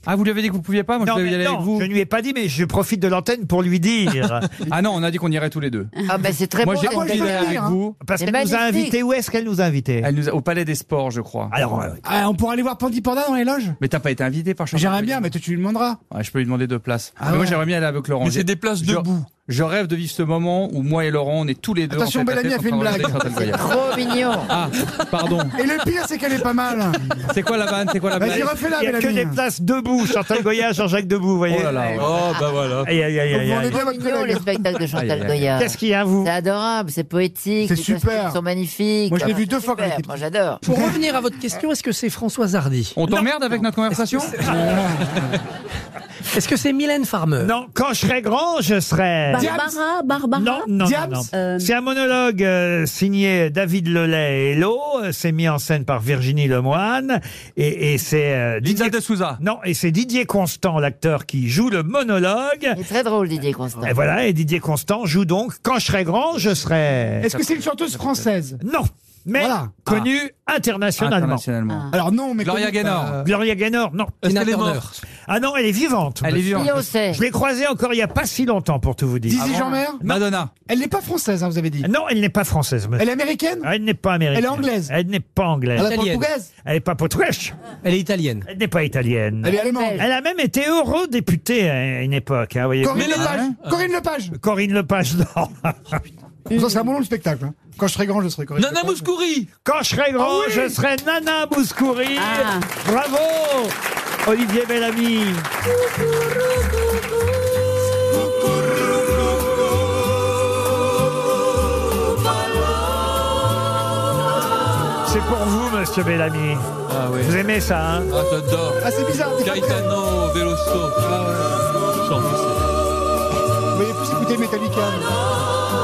Speaker 4: Ah, vous lui avez dit que vous pouviez pas Moi,
Speaker 2: non,
Speaker 4: je devais y
Speaker 2: mais
Speaker 4: aller
Speaker 2: non,
Speaker 4: avec vous.
Speaker 2: je ne lui ai pas dit, mais je profite de l'antenne pour lui dire.
Speaker 4: Ah non, on a dit qu'on irait tous les deux.
Speaker 12: Ah ben c'est très
Speaker 4: Moi,
Speaker 12: beau.
Speaker 4: j'ai
Speaker 12: cette
Speaker 4: envie d'aller
Speaker 12: belle
Speaker 4: avec
Speaker 12: fille, hein.
Speaker 4: vous.
Speaker 2: Parce
Speaker 12: C'est
Speaker 2: qu'elle nous a
Speaker 12: magnifique.
Speaker 2: invités. Où est-ce qu'elle nous a invités
Speaker 4: Elle nous a- au Palais des Sports, je crois.
Speaker 2: Alors, euh,
Speaker 6: Ah, on pourra aller voir Pandipanda dans les loges
Speaker 4: mais t'as pas été invité par Chantal
Speaker 6: J'aimerais bien, mais tu tu lui demanderas.
Speaker 4: Ouais, je peux lui demander deux places.
Speaker 2: Ah
Speaker 4: Mais Moi,
Speaker 6: ouais.
Speaker 4: j'aimerais bien aller avec Laurent.
Speaker 8: Mais c'est
Speaker 4: J'ai-
Speaker 8: des places
Speaker 4: je-
Speaker 8: debout.
Speaker 4: Je rêve de vivre ce moment où moi et Laurent, on est tous les deux.
Speaker 6: Attention,
Speaker 4: en tête à
Speaker 6: Bellamy
Speaker 4: tête
Speaker 6: a fait
Speaker 4: en
Speaker 6: une
Speaker 4: train de
Speaker 6: blague.
Speaker 4: regarder Chantal Goya.
Speaker 12: Trop mignon.
Speaker 4: Ah, pardon.
Speaker 6: Et le pire, c'est qu'elle est
Speaker 7: *laughs*
Speaker 6: pas mal.
Speaker 4: C'est quoi la vanne C'est quoi la
Speaker 6: Vas-y,
Speaker 4: blague
Speaker 6: refais-la,
Speaker 2: Il n'y a que
Speaker 6: Mélanie.
Speaker 2: des places debout. Chantal Goya, Jean-Jacques Debout, vous voyez.
Speaker 4: Oh là là. ouais.
Speaker 8: Oh, bah voilà.
Speaker 2: Aïe, aïe, aïe, aïe, aïe.
Speaker 6: bien votre
Speaker 12: mignon
Speaker 6: collègue.
Speaker 12: le spectacle de
Speaker 4: Aïe, aïe,
Speaker 12: Chantal
Speaker 4: aïe.
Speaker 12: Goya.
Speaker 2: Qu'est-ce qu'il y a, vous
Speaker 12: C'est adorable, c'est poétique.
Speaker 6: C'est
Speaker 12: les costumes
Speaker 6: super.
Speaker 12: sont magnifiques.
Speaker 6: Moi, je l'ai vu
Speaker 12: C'est
Speaker 6: deux fois quand
Speaker 12: super,
Speaker 6: j'étais
Speaker 12: Moi, j'adore.
Speaker 7: Pour revenir à votre question, est-ce que c'est Françoise Hardy
Speaker 4: On t'emmerde avec
Speaker 2: *laughs*
Speaker 4: notre conversation
Speaker 7: Est-ce que c'est Mylène Farmer
Speaker 2: Non, quand je serai grand, je serai.
Speaker 5: Barbara, Barbara.
Speaker 2: Non, non, non,
Speaker 6: Bah, Diams
Speaker 2: non.
Speaker 5: Euh,
Speaker 2: C'est un monologue euh, signé David Lelay et Lo. Euh, C'est mis en scène par Virginie Lemoine. Et, et c'est euh, Didier...
Speaker 4: Lisa de Souza.
Speaker 2: Non, et c'est Didier Constant, l'acteur qui joue le monologue.
Speaker 12: Il est très drôle, Didier Constant.
Speaker 2: Et voilà, et Didier Constant joue donc Quand je serai grand, je serai.
Speaker 6: Est-ce que c'est une chanteuse française
Speaker 2: Non, mais
Speaker 6: Voilà.
Speaker 7: Ah.
Speaker 2: connue internationalement.
Speaker 4: Internationalement.
Speaker 6: Ah. Alors non, mais
Speaker 4: Gloria
Speaker 6: connu,
Speaker 4: Gaynor.
Speaker 6: euh,
Speaker 2: Gloria Gaynor, non.
Speaker 7: Tina
Speaker 8: qu'elle est
Speaker 7: Turner.
Speaker 8: morte
Speaker 2: Ah non, elle est vivante.
Speaker 4: Elle est vivante. Ah
Speaker 12: Beyoncé.
Speaker 2: Je l'ai croisée encore il n'y a pas si longtemps, pour tout vous dire.
Speaker 6: Dizzy Jean-Mer
Speaker 4: Madonna.
Speaker 6: Elle n'est pas française, hein, vous avez dit.
Speaker 2: Non, elle n'est pas française, monsieur.
Speaker 6: Elle est américaine
Speaker 2: Elle n'est pas américaine.
Speaker 6: Elle est anglaise
Speaker 2: Elle n'est pas anglaise.
Speaker 6: Elle est
Speaker 7: Italienne.
Speaker 6: portugaise
Speaker 2: Elle n'est pas potouche.
Speaker 7: Elle est italienne.
Speaker 2: Elle n'est pas italienne.
Speaker 6: Elle est allemande
Speaker 12: belle.
Speaker 2: Elle a même été eurodéputée à une époque. Hein, voyez
Speaker 6: Corinne Lepage Corinne Lepage
Speaker 2: Corinne Lepage, non.
Speaker 6: Ça, c'est un bon long le spectacle. hein. Quand je serai grand, je serai Corinne
Speaker 8: Nana
Speaker 6: Lepage.
Speaker 8: Mouskouri
Speaker 2: Quand je serai grand,
Speaker 6: Ah oui
Speaker 2: je serai Nana Mouskouri.
Speaker 5: Ah.
Speaker 2: Bravo, Olivier Bellamy. C'est pour vous, monsieur Bellamy.
Speaker 8: Ah oui.
Speaker 2: Vous aimez ça, hein
Speaker 8: Ah, j'adore.
Speaker 6: Ah, c'est bizarre. t'es pas prêt.
Speaker 8: Gaetano Veloso. Ah,
Speaker 6: Vous voyez plus écouter Metallica.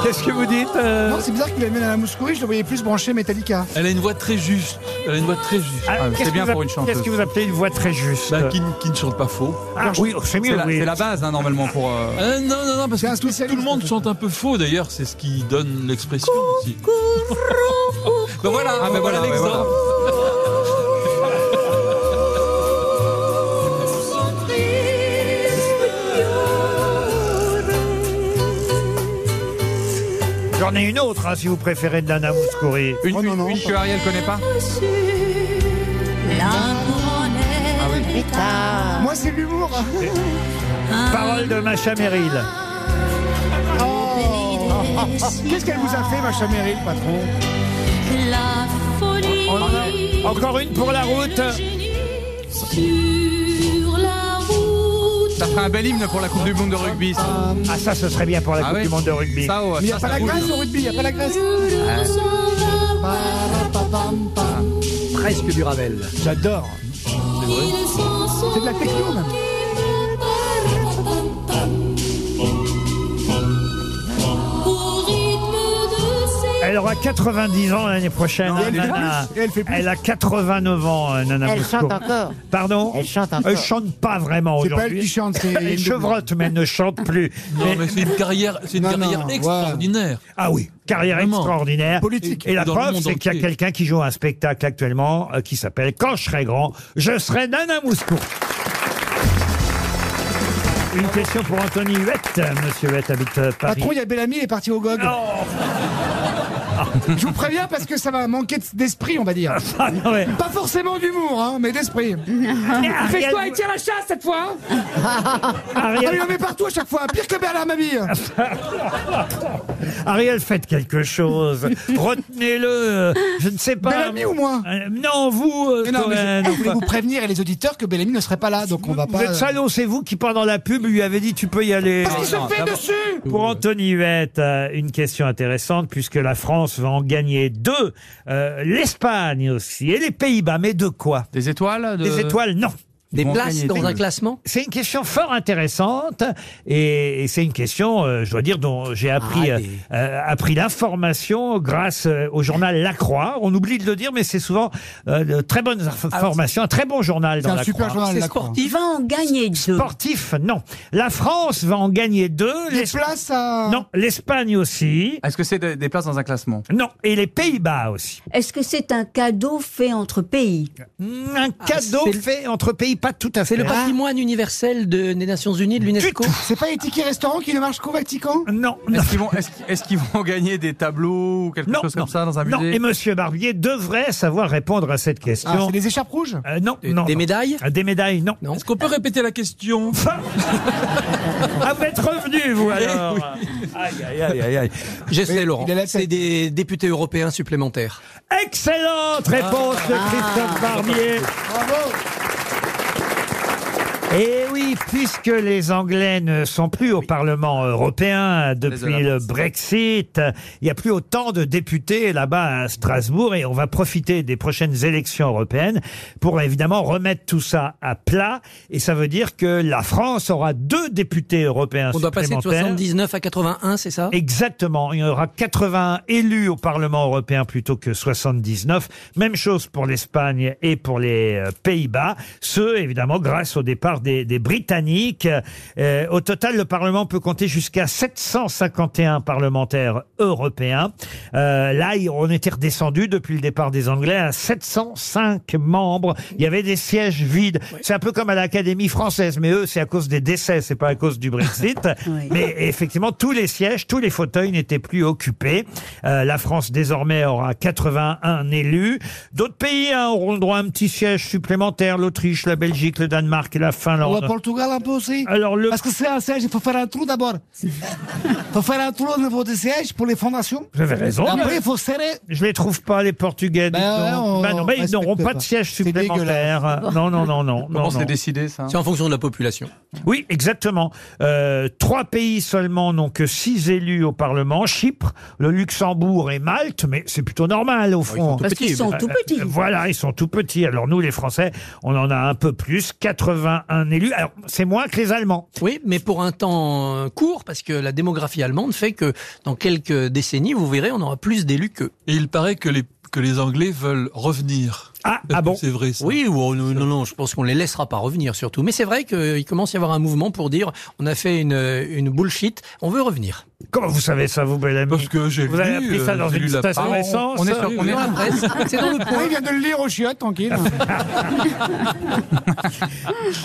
Speaker 2: Qu'est-ce que vous dites euh
Speaker 6: Non, c'est bizarre qu'il amène à la Mouskouri, je le voyais plus branché Metallica.
Speaker 8: Elle a une voix très juste. Elle a une voix très juste.
Speaker 2: Ah,
Speaker 4: Ah,
Speaker 2: qu'est-ce
Speaker 4: c'est bien
Speaker 2: que vous
Speaker 4: pour une
Speaker 2: appe-
Speaker 4: chanteuse.
Speaker 2: Qu'est-ce que vous appelez une voix très juste
Speaker 8: Bah, qui, ne- qui ne chante pas faux.
Speaker 2: Ah oui, c'est
Speaker 4: C'est
Speaker 2: mieux,
Speaker 4: la,
Speaker 2: oui.
Speaker 4: c'est la base, hein, normalement, pour. euh,
Speaker 8: Ah, non, non, non, parce
Speaker 6: C'est un
Speaker 8: que tout,
Speaker 6: spécialiste,
Speaker 8: tout le monde
Speaker 6: en fait.
Speaker 8: chante un peu faux d'ailleurs, c'est ce qui donne l'expression aussi. *laughs* ben voilà,
Speaker 4: Ah, ben
Speaker 8: ben
Speaker 4: voilà,
Speaker 8: voilà
Speaker 4: ben
Speaker 8: l'exemple.
Speaker 4: voilà.
Speaker 2: J'en ai une autre, hein, si vous préférez, de Nana Mouskouri.
Speaker 4: Une,
Speaker 6: Oh, non,
Speaker 4: une-
Speaker 6: non,
Speaker 4: une
Speaker 6: pas-
Speaker 4: que Ariel
Speaker 5: Euh,
Speaker 4: connaît pas
Speaker 6: Ah. Moi, c'est l'humour.
Speaker 2: Parole de Macha Merrill.
Speaker 6: Oh. *laughs* Qu'est-ce qu'elle vous a fait, ma Meryl, patron
Speaker 10: La folie
Speaker 2: Encore une pour la route.
Speaker 10: sur la route.
Speaker 4: Ça ferait un bel hymne pour la Coupe du Monde de rugby. ça.
Speaker 2: Ah, ça, ce serait bien pour la
Speaker 4: Ah
Speaker 2: Coupe
Speaker 4: ouais.
Speaker 2: du Monde de rugby.
Speaker 4: Ça, ouais,
Speaker 6: Mais il n'y
Speaker 4: ça,
Speaker 6: a pas
Speaker 4: ça
Speaker 6: la
Speaker 4: roule.
Speaker 6: Grèce au rugby, il n'y a pas la Grèce.
Speaker 7: Presque du Ravel.
Speaker 6: J'adore. C'est de la techno,
Speaker 2: Ah.
Speaker 6: même.
Speaker 2: aura 90 ans l'année prochaine.
Speaker 6: Non, elle fait
Speaker 2: Nana.
Speaker 6: plus. Et elle fait plus.
Speaker 2: Elle a 89 ans, euh, Nana
Speaker 6: Elle
Speaker 2: Moscow.
Speaker 6: chante encore.
Speaker 2: Pardon
Speaker 6: Elle chante encore.
Speaker 2: Elle chante pas vraiment
Speaker 6: C'est pas
Speaker 2: aujourd'hui.
Speaker 6: elle qui chante,
Speaker 2: *laughs*
Speaker 6: c'est
Speaker 2: Elle
Speaker 6: une
Speaker 2: chevrotte, mais elle ne chante plus.
Speaker 8: Non, mais c'est une carrière- c'est une Non, carrière non, extraordinaire.
Speaker 2: voilà. Ah oui, carrière
Speaker 8: Vraiment.
Speaker 2: extraordinaire.
Speaker 8: Politique.
Speaker 2: Et la
Speaker 8: Dans le
Speaker 2: preuve,
Speaker 8: monde
Speaker 2: c'est qu'il y a
Speaker 8: entier.
Speaker 2: quelqu'un qui joue un spectacle actuellement euh, qui s'appelle Quand je serai grand, je serai Nana Moscou. Une question pour Anthony Huette. Monsieur Huette habite euh, Paris. Oh.
Speaker 6: Patron, Ah, il y a Bellamy, il est parti au GOG.
Speaker 2: Ah.
Speaker 6: Je vous préviens parce que ça va manquer de- d'esprit, on
Speaker 2: *laughs*
Speaker 6: va dire.
Speaker 2: ouais.
Speaker 6: Pas forcément d'humour, hein, mais d'esprit. Fais-toi et tire la chasse cette fois. hein. Ah,
Speaker 2: Ariel-
Speaker 6: il en met partout à chaque fois, pire que
Speaker 2: *laughs*
Speaker 6: Bernard Mabille.
Speaker 2: Ariel, faites quelque chose. Retenez-le. euh, Je ne sais pas. Euh,
Speaker 6: Bellamy ou moi
Speaker 2: Non, vous.
Speaker 6: non, mais
Speaker 2: Cohen,
Speaker 6: je, je voulais
Speaker 2: enfin-
Speaker 6: vous prévenir et les auditeurs que Bellamy ne serait pas là, donc on va pas. euh.
Speaker 2: Vous êtes salaud, c'est vous qui pendant la pub lui avez dit tu peux y aller.
Speaker 6: Parce qu'il se fait dessus
Speaker 2: Pour Anthony Huette, euh, une question intéressante puisque la France va en gagner deux, Euh, l'Espagne aussi et les Pays-Bas, mais de quoi
Speaker 4: Des étoiles de-
Speaker 2: Des étoiles, non.
Speaker 4: Des Ils vont places gagner dans des- un
Speaker 2: classement C'est une question fort intéressante et, et c'est une question, euh, je dois dire, dont j'ai appris, euh, euh, appris l'information grâce euh, au journal La Croix. On oublie de le dire, mais c'est souvent euh, de très bonnes inf-
Speaker 4: Ah
Speaker 2: informations, un très bon journal
Speaker 6: C'est
Speaker 2: dans
Speaker 6: un
Speaker 2: La
Speaker 6: super
Speaker 2: Croix.
Speaker 6: journal, C'est La Croix. sportif.
Speaker 5: Il va en gagner deux.
Speaker 2: Sportif, non. La France va en gagner deux.
Speaker 6: Des
Speaker 2: L'Es-
Speaker 6: places à.
Speaker 2: Non, l'Espagne aussi.
Speaker 4: Est-ce que c'est de- des places dans un classement
Speaker 2: Non, et les Pays-Bas aussi.
Speaker 5: Est-ce que c'est un cadeau fait entre pays
Speaker 2: Mm, Un cadeau fait entre pays, pas tout à fait.
Speaker 7: C'est Ah, le patrimoine universel de- des Nations Unies, de l'UNESCO.
Speaker 6: C'est pas les tickets restaurants qui ne marchent qu'au Vatican
Speaker 2: Euh, Non.
Speaker 4: Est-ce qu'ils vont, est-ce- est-ce qu'ils vont gagner des tableaux ou quelque chose comme ça dans un
Speaker 2: Non,
Speaker 4: musée
Speaker 2: et Monsieur Barbier devrait savoir répondre à cette question.
Speaker 6: Ah, c'est des écharpes rouges
Speaker 2: Euh, non, non. Des
Speaker 7: médailles
Speaker 2: Des médailles, non.
Speaker 8: Est-ce qu'on peut répéter la question
Speaker 2: *laughs* Ah, vous êtes revenu, vous, alors Aïe, aïe, aïe, aïe, aïe.
Speaker 7: J'essaie, Laurent. C'est des députés européens supplémentaires.
Speaker 2: Excellente réponse de Christophe Barbier. Et Eh oui, puisque les Anglais ne sont plus au Parlement européen depuis le Brexit, il n'y a plus autant de députés là-bas à Strasbourg et on va profiter des prochaines élections européennes pour évidemment remettre tout ça à plat. Et ça veut dire que la France aura deux députés européens
Speaker 7: On doit passer de
Speaker 2: supplémentaires.
Speaker 7: 79 à 81, c'est ça
Speaker 2: Exactement. Il y aura 80 élus au Parlement européen plutôt que 79. Même chose pour l'Espagne et pour les euh, Pays-Bas. Ce, évidemment, grâce au départ des, des Britanniques. Euh, au total, le Parlement peut compter jusqu'à 751 parlementaires européens. Euh, là, il- on était redescendu depuis le départ des Anglais à 705 membres. Il y avait des sièges vides. C'est un peu comme à l'Académie française, mais eux, c'est à cause des décès, c'est pas à cause du Brexit. Mais effectivement, tous les sièges, tous les fauteuils n'étaient plus occupés. Euh, la France désormais aura 81 élus. D'autres pays hein, auront le droit à un petit siège supplémentaire l'Autriche, la Belgique, le Danemark et la
Speaker 6: Ou
Speaker 2: Finlande.
Speaker 6: au Portugal un peu aussi
Speaker 2: euh, Alors le...
Speaker 6: Parce que c'est un siège, il faut faire un trou
Speaker 2: *laughs*
Speaker 6: d'abord. Il faut faire un trou au niveau des sièges pour les fondations.
Speaker 2: Vous avez raison.
Speaker 6: Après, il faut serrer.
Speaker 2: Je les trouve pas, les Portugais. dites
Speaker 6: Ben,
Speaker 2: donc.
Speaker 6: on-
Speaker 2: Ben non, mais ils
Speaker 6: respecte
Speaker 2: n'auront pas
Speaker 6: pas.
Speaker 2: de siège
Speaker 6: C'est
Speaker 2: supplémentaire.
Speaker 6: dégueulasse.
Speaker 2: Non, non, non, non.
Speaker 4: Comment
Speaker 2: non,
Speaker 4: c'est
Speaker 2: non.
Speaker 4: décidé ça
Speaker 7: C'est en fonction de la population.
Speaker 2: Oui, exactement. Euh, trois pays seulement n'ont que six élus au Parlement Chypre, le Luxembourg et Malte, mais c'est plutôt normal au fond.
Speaker 5: tout Parce qu'ils petits, Ah, sont mais- tout petits.
Speaker 2: Euh, Voilà, ils sont tout petits. Alors nous, les Français, on en a un peu plus, 81 élus. Alors c'est moins
Speaker 5: *laughs*
Speaker 2: que les Allemands.
Speaker 7: Oui, mais pour un temps euh, court, parce que la démographie allemande fait que dans quelques décennies, vous verrez, on aura plus d'élus qu'eux.
Speaker 8: Et il paraît que les, que les Anglais veulent revenir.
Speaker 2: Ah,
Speaker 8: bon C'est vrai ça.
Speaker 7: Oui, ou oh, non, non, non, je pense qu'on les laissera pas revenir surtout. Mais c'est vrai qu'il commence à y avoir un mouvement pour dire on a fait une, euh, une bullshit, on veut revenir.
Speaker 2: Comment vous savez ça, vous, belle
Speaker 8: Parce que j'ai
Speaker 2: Vous avez
Speaker 8: lu,
Speaker 2: appris ça
Speaker 8: euh,
Speaker 2: dans
Speaker 8: j'ai
Speaker 2: une
Speaker 8: lu la
Speaker 2: station
Speaker 8: presse.
Speaker 2: essence
Speaker 8: On est sur- on est-
Speaker 7: La presse, c'est dans le
Speaker 6: Ah, il vient de le lire au chiottes, tranquille.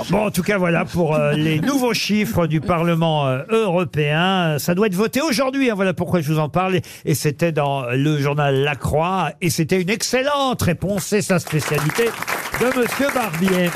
Speaker 2: Bon, en tout cas, voilà pour euh, les nouveaux chiffres du Parlement euh, européen. Euh, Ça doit être voté aujourd'hui. hein, voilà pourquoi je vous en parle. Et- Et c'était dans le journal La Croix. Et c'était une excellente réponse. C'est sa spécialité de Monsieur Barbier.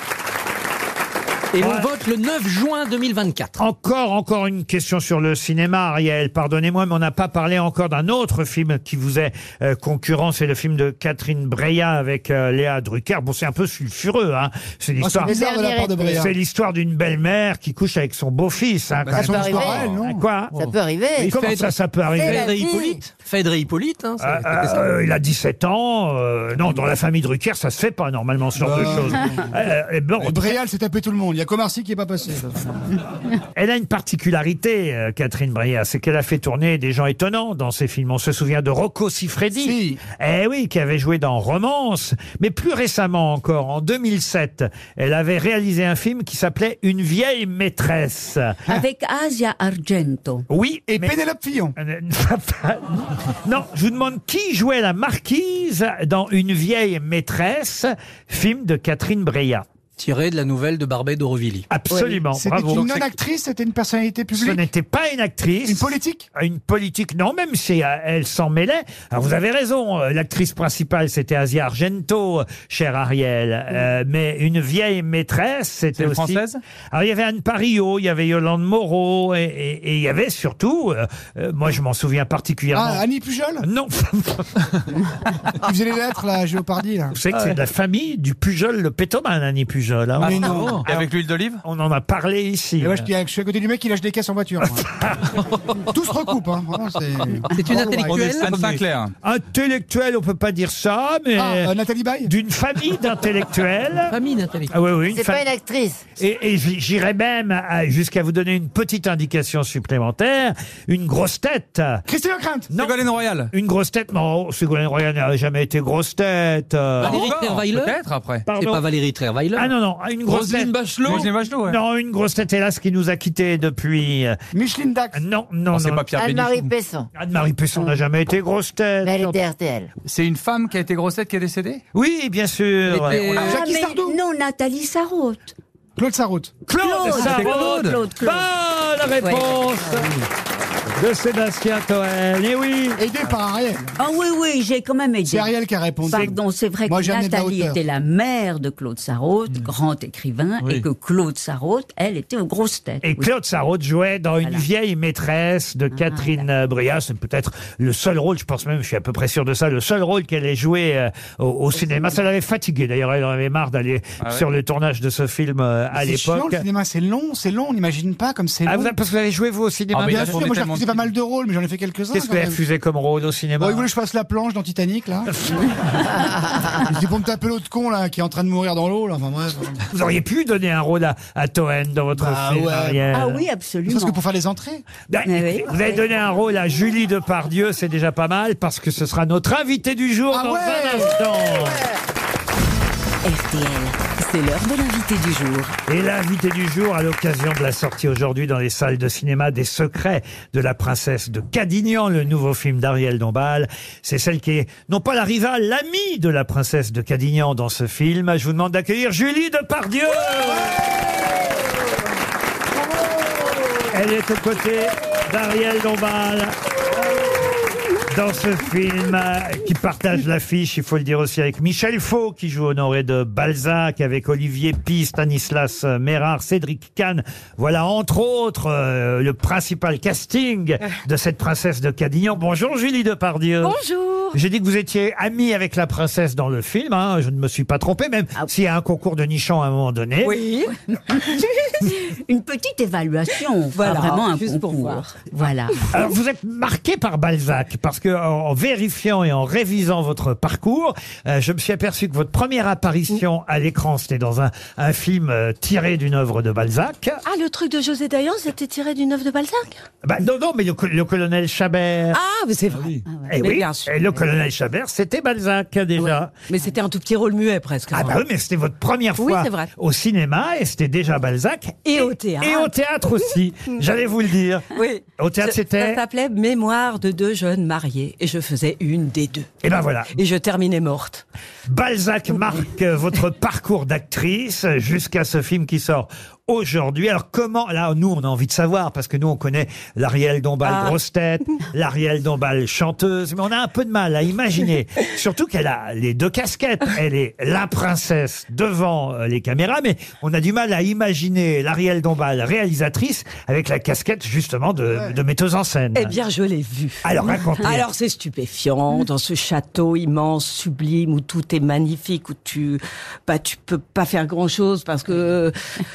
Speaker 7: Et on
Speaker 2: Ouais.
Speaker 7: vote le 9 juin 2024.
Speaker 2: Encore, encore une question sur le cinéma, Ariel. Pardonnez-moi, mais on n'a pas parlé encore d'un autre film qui vous est euh, concurrent. C'est le film de Catherine Breillat avec euh, Léa Drucker. Bon, c'est un peu sulfureux, hein. C'est l'histoire.
Speaker 6: Oh, Ah, c'est bizarre de la part de Breillat.
Speaker 2: C'est l'histoire d'une belle-mère qui couche avec son beau-fils. hein,
Speaker 6: Bah,
Speaker 2: quand
Speaker 6: ça peut
Speaker 2: même.
Speaker 6: arriver.
Speaker 2: Quoi
Speaker 12: Ça peut arriver.
Speaker 2: Et comment ça, ça peut
Speaker 12: C'est
Speaker 2: arriver
Speaker 12: la vie.
Speaker 7: Hippolyte Phèdre et Hippolyte. hein, ça-
Speaker 2: Ah,
Speaker 7: c'était ça.
Speaker 2: euh, il a 17 ans. euh, non, dans la famille Drucker, ça se fait pas normalement ce genre de
Speaker 7: *laughs*
Speaker 6: Bah.
Speaker 2: choses. Euh, euh, bon,
Speaker 6: Et Bréal s'est tapé tout le monde. Il y a Comarcy qui est pas passé.
Speaker 2: *laughs* Elle a une particularité, euh, Catherine Breillat, c'est qu'elle a fait tourner des gens étonnants dans ses films. On se souvient de Rocco Siffredi, eh oui, qui avait joué dans Romance, mais plus récemment encore, en 2007, elle avait réalisé un film qui s'appelait Une vieille maîtresse.
Speaker 5: Avec Asia Argento.
Speaker 2: Oui,
Speaker 5: Et
Speaker 2: Pénélope Fillon. *laughs* non, je vous demande qui jouait la marquise dans Une vieille maîtresse, film de Catherine Breillat.
Speaker 7: Tiré de la nouvelle de Barbet d'Aurevilly.
Speaker 2: Absolument,
Speaker 6: C'était
Speaker 2: bravo.
Speaker 6: une non-actrice, c'était une personnalité
Speaker 2: Ce
Speaker 6: publique.
Speaker 2: n'était pas une actrice. Une politique Une politique, non, même si euh, elle s'en mêlait. Alors vous avez raison, euh, l'actrice principale c'était Asia Argento, euh, cher Ariel. Euh, mais une vieille maîtresse,
Speaker 4: C'est
Speaker 2: c'était
Speaker 4: une
Speaker 2: aussi.
Speaker 4: Française
Speaker 2: Alors il y avait Anne Pario, il y avait Yolande Moreau, et, et- et il y avait surtout, euh, euh, moi je m'en souviens particulièrement.
Speaker 6: Ah, Annie Pujol
Speaker 2: Non.
Speaker 6: *laughs* Qui faisait les lettres, là, à Géopardy, là.
Speaker 2: Vous savez
Speaker 4: Ah,
Speaker 2: que c'est de la famille du Pujol, le pétoman, Annie Pujol. hein.
Speaker 6: Mais non.
Speaker 4: Et Ah, oh. avec l'huile d'olive
Speaker 2: On en a parlé ici.
Speaker 6: Et moi, je, dis, je suis à côté du mec qui lâche des caisses en voiture.
Speaker 2: *laughs*
Speaker 6: moi. Tout se recoupe, hein. Vraiment, C'est
Speaker 7: Ah,
Speaker 4: une
Speaker 6: Oh,
Speaker 4: intellectuelle. On est Anne Sinclair.
Speaker 2: Intellectuelle, on peut pas dire ça, mais
Speaker 6: Ah,
Speaker 2: Nathalie Baye d'une famille d'intellectuels.
Speaker 7: *laughs* famille d'intellectuels.
Speaker 2: Ah oui, oui.
Speaker 12: C'est pas une actrice.
Speaker 2: Et, et j- j'irais même à- jusqu'à vous donner une petite indication supplémentaire. Une grosse tête.
Speaker 6: Christine O'Krent
Speaker 2: Ségolène Royal. Une grosse tête. Non, Ségolène Royal n'a jamais été grosse tête. euh.
Speaker 7: Valérie Trierweiler
Speaker 4: Peut-être après.
Speaker 7: C'est
Speaker 2: Pardon.
Speaker 7: pas Valérie Trierweiler.
Speaker 2: Ah non, non, une grosse tête.
Speaker 4: Roselyne Bachelot, ouais.
Speaker 2: Non, une grosse tête, hélas, qui nous a quittés depuis. euh,
Speaker 6: Micheline Dax
Speaker 2: Non,
Speaker 6: Oh,
Speaker 2: non, non.
Speaker 4: Oh, c'est pas Pierre
Speaker 12: Anne-Marie
Speaker 4: Bénichou.
Speaker 12: Pesson.
Speaker 2: Anne-Marie Pesson n'a jamais été grosse tête.
Speaker 12: Mais elle était *laughs*
Speaker 4: *laughs*
Speaker 12: RTL.
Speaker 4: C'est une femme qui a été grossette qui est décédée
Speaker 2: Oui, bien sûr.
Speaker 4: Elle était-
Speaker 2: On a-
Speaker 5: Ah, mais non, Nathalie Sarraute.
Speaker 6: Claude Sarraute.
Speaker 2: Claude,
Speaker 5: Claude,
Speaker 2: Sarraute.
Speaker 5: Claude, Claude, Claude.
Speaker 2: Bonne réponse de Sébastien Toen. Et oui.
Speaker 6: Aidé par Ariel.
Speaker 5: Ah oui, oui, j'ai quand même aidé. C'est
Speaker 6: Ariel qui a répondu.
Speaker 5: Pardon, c'est vrai
Speaker 6: Moi,
Speaker 5: que
Speaker 6: j'ai amené de la
Speaker 5: Nathalie
Speaker 6: hauteur. Hmm.
Speaker 5: était la mère de Claude Sarraute, grand écrivain, et que Claude Sarraute, elle, était aux grosses
Speaker 6: *laughs*
Speaker 5: têtes.
Speaker 2: Et
Speaker 5: oui.
Speaker 2: Claude Sarraute jouait dans Une
Speaker 5: Voilà. Ah,
Speaker 2: vieille maîtresse de Catherine Bria. C'est peut-être le seul rôle, je pense même, je suis à peu près sûr de ça, le seul rôle qu'elle ait joué euh, au, au cinéma. Ça l'avait fatiguée d'ailleurs, elle en avait marre d'aller
Speaker 6: Ah ouais.
Speaker 2: sur le tournage de ce film euh, à
Speaker 6: C'est chiant,
Speaker 2: l'époque.
Speaker 6: le cinéma, c'est long, c'est long, on n'imagine pas comme c'est long.
Speaker 2: Ah, vous avez- parce que vous avez joué vous au
Speaker 4: Ah,
Speaker 2: cinéma
Speaker 6: Bien sûr, moi j'ai refusé pas mal de rôles, mais j'en ai fait quelques-uns.
Speaker 2: Qu'est-ce que
Speaker 6: quand
Speaker 2: vous avez
Speaker 6: même.
Speaker 2: refusé comme rôle au cinéma
Speaker 6: Bon, il voulait que je fasse la planche dans
Speaker 2: *laughs*
Speaker 6: Titanic, là. C'est pour me taper l'autre con, là, qui est en train de mourir dans l'eau, là. Enfin, bref.
Speaker 2: Vous auriez pu donner un rôle à, à Toen dans votre
Speaker 6: Bah
Speaker 2: film,
Speaker 6: ouais.
Speaker 2: Ariel.
Speaker 5: Ah oui, absolument.
Speaker 6: Parce que pour faire les entrées.
Speaker 2: Ben, Vous avez donné un rôle à Julie Depardieu, c'est déjà pas mal, parce que ce sera notre invité du jour dans un instant.
Speaker 23: RTL, c'est l'heure de l'invité du jour.
Speaker 2: Et l'invité du jour, à l'occasion de la sortie aujourd'hui dans les salles de cinéma des secrets de la princesse de Cadignan, le nouveau film d'Ariel Dombal, c'est celle qui est, non pas la rivale, l'amie de la princesse de Cadignan dans ce film. Je vous demande d'accueillir Julie Depardieu Elle est aux côtés d'Ariel Dombal. Dans ce film euh, qui partage l'affiche, il faut le dire aussi avec Michel Faux qui joue Honoré de Balzac, avec Olivier Pi, Stanislas Mérard, Cédric Kahn. Voilà entre autres euh, le principal casting de cette princesse de Cadignan. Bonjour Julie Depardieu.
Speaker 24: Bonjour.
Speaker 2: J'ai dit que vous étiez amie avec la princesse dans le film, hein, je ne me suis pas trompé, même s'il y a un concours de nichons à un moment donné.
Speaker 5: Oui. Une petite évaluation,
Speaker 2: Voilà,
Speaker 5: voilà, vraiment un
Speaker 2: juste pour
Speaker 5: concours.
Speaker 2: voir.
Speaker 5: Voilà.
Speaker 2: *laughs* Alors vous êtes marqué par Balzac parce que en en vérifiant et en révisant votre parcours, euh, je me suis aperçu que votre première apparition à l'écran c'était dans un, un film euh, tiré d'une œuvre de Balzac.
Speaker 24: Ah, le truc de José Dayan, c'était tiré d'une œuvre de Balzac
Speaker 2: Bah, non non mais le, co- le colonel Chabert.
Speaker 24: Ah, mais c'est vrai.
Speaker 2: Eh
Speaker 24: Mais
Speaker 2: oui,
Speaker 24: bien sûr.
Speaker 2: et le colonel Chabert, c'était Balzac hein, déjà.
Speaker 24: Mais c'était un tout petit rôle muet presque.
Speaker 2: Ah bah oui, mais c'était votre première
Speaker 24: Oui,
Speaker 2: fois
Speaker 24: c'est vrai.
Speaker 2: au cinéma et c'était déjà Balzac.
Speaker 24: Et au théâtre.
Speaker 2: Et au
Speaker 24: *laughs*
Speaker 2: théâtre aussi, j'allais vous le dire.
Speaker 24: Oui.
Speaker 2: Au théâtre,
Speaker 24: Ça-
Speaker 2: c'était-
Speaker 24: Ça s'appelait Mémoire de deux jeunes mariés et je faisais une des deux.
Speaker 2: Et ben voilà.
Speaker 24: Et je terminais morte.
Speaker 2: Balzac marque euh, votre parcours d'actrice euh, jusqu'à ce film qui sort aujourd'hui. Alors comment, là, nous, on a envie de savoir, parce que nous, on connaît l'Ariel Dombal
Speaker 24: Ah. *laughs*
Speaker 2: grosse tête, l'Ariel Dombal chanteuse, mais on a un peu de mal
Speaker 24: *laughs*
Speaker 2: à imaginer. Surtout qu'elle a les deux casquettes. Elle est la princesse devant euh, les caméras, mais on a du mal à imaginer l'Ariel Dombal réalisatrice avec la casquette, justement, de, de metteuse en scène.
Speaker 24: Eh bien, je l'ai vu.
Speaker 2: Alors, racontez. Mm.
Speaker 24: Alors, c'est stupéfiant dans ce château immense, sublime, où tout est magnifique, où tu, bah, tu peux pas faire grand chose parce que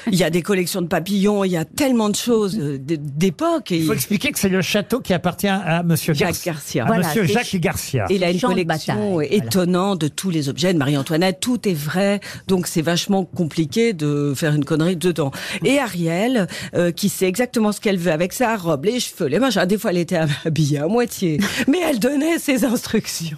Speaker 24: il y a des collections de papillons, il y a tellement de choses euh, d- d'époque.
Speaker 2: Il faut expliquer que c'est le château qui appartient à Monsieur
Speaker 24: Jacques
Speaker 2: Gar-
Speaker 24: Garcia.
Speaker 2: à Ah, Monsieur Jacques Garcia.
Speaker 24: Il a une
Speaker 2: Champ de
Speaker 24: collection
Speaker 2: bataille,
Speaker 24: étonnante Oh, de tous les objets de Marie-Antoinette. Tout est vrai, donc c'est vachement compliqué de faire une connerie dedans.
Speaker 2: Mm.
Speaker 24: Et Ariel, euh, qui sait exactement ce qu'elle veut avec sa robe, les cheveux, les machins. Des fois, elle était *laughs* habillée à
Speaker 2: *laughs*
Speaker 24: moitié, mais elle donnait ses instructions.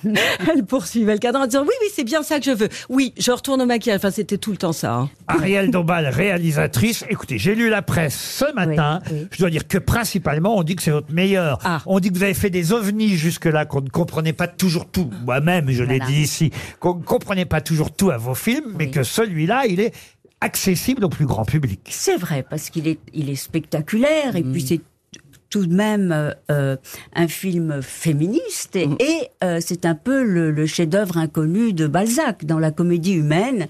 Speaker 24: Elle poursuivait le cadran en disant oui, oui, c'est bien ça que je veux. Oui, je retourne au maquillage. Enfin, c'était tout le temps ça. hein.
Speaker 2: Ariel Dombal, réalisatrice. Écoutez, j'ai lu la presse ce matin. Je dois dire que principalement, on dit que c'est votre meilleur.
Speaker 5: Ah.
Speaker 2: On dit que vous avez fait des ovnis jusque-là, qu'on ne comprenait pas toujours tout. Moi-même, je l'ai
Speaker 25: Voilà.
Speaker 2: dit ici, qu'on ne comprenait pas toujours tout à vos films, mais que celui-là, il est accessible au plus grand public.
Speaker 5: C'est vrai, parce qu'il est, il est spectaculaire, et
Speaker 2: Mm.
Speaker 5: puis c'est tout de même euh, euh, un film féministe,
Speaker 2: Mm.
Speaker 5: et, et, euh, c'est un peu le, le chef-d'œuvre inconnu de Balzac dans la comédie humaine.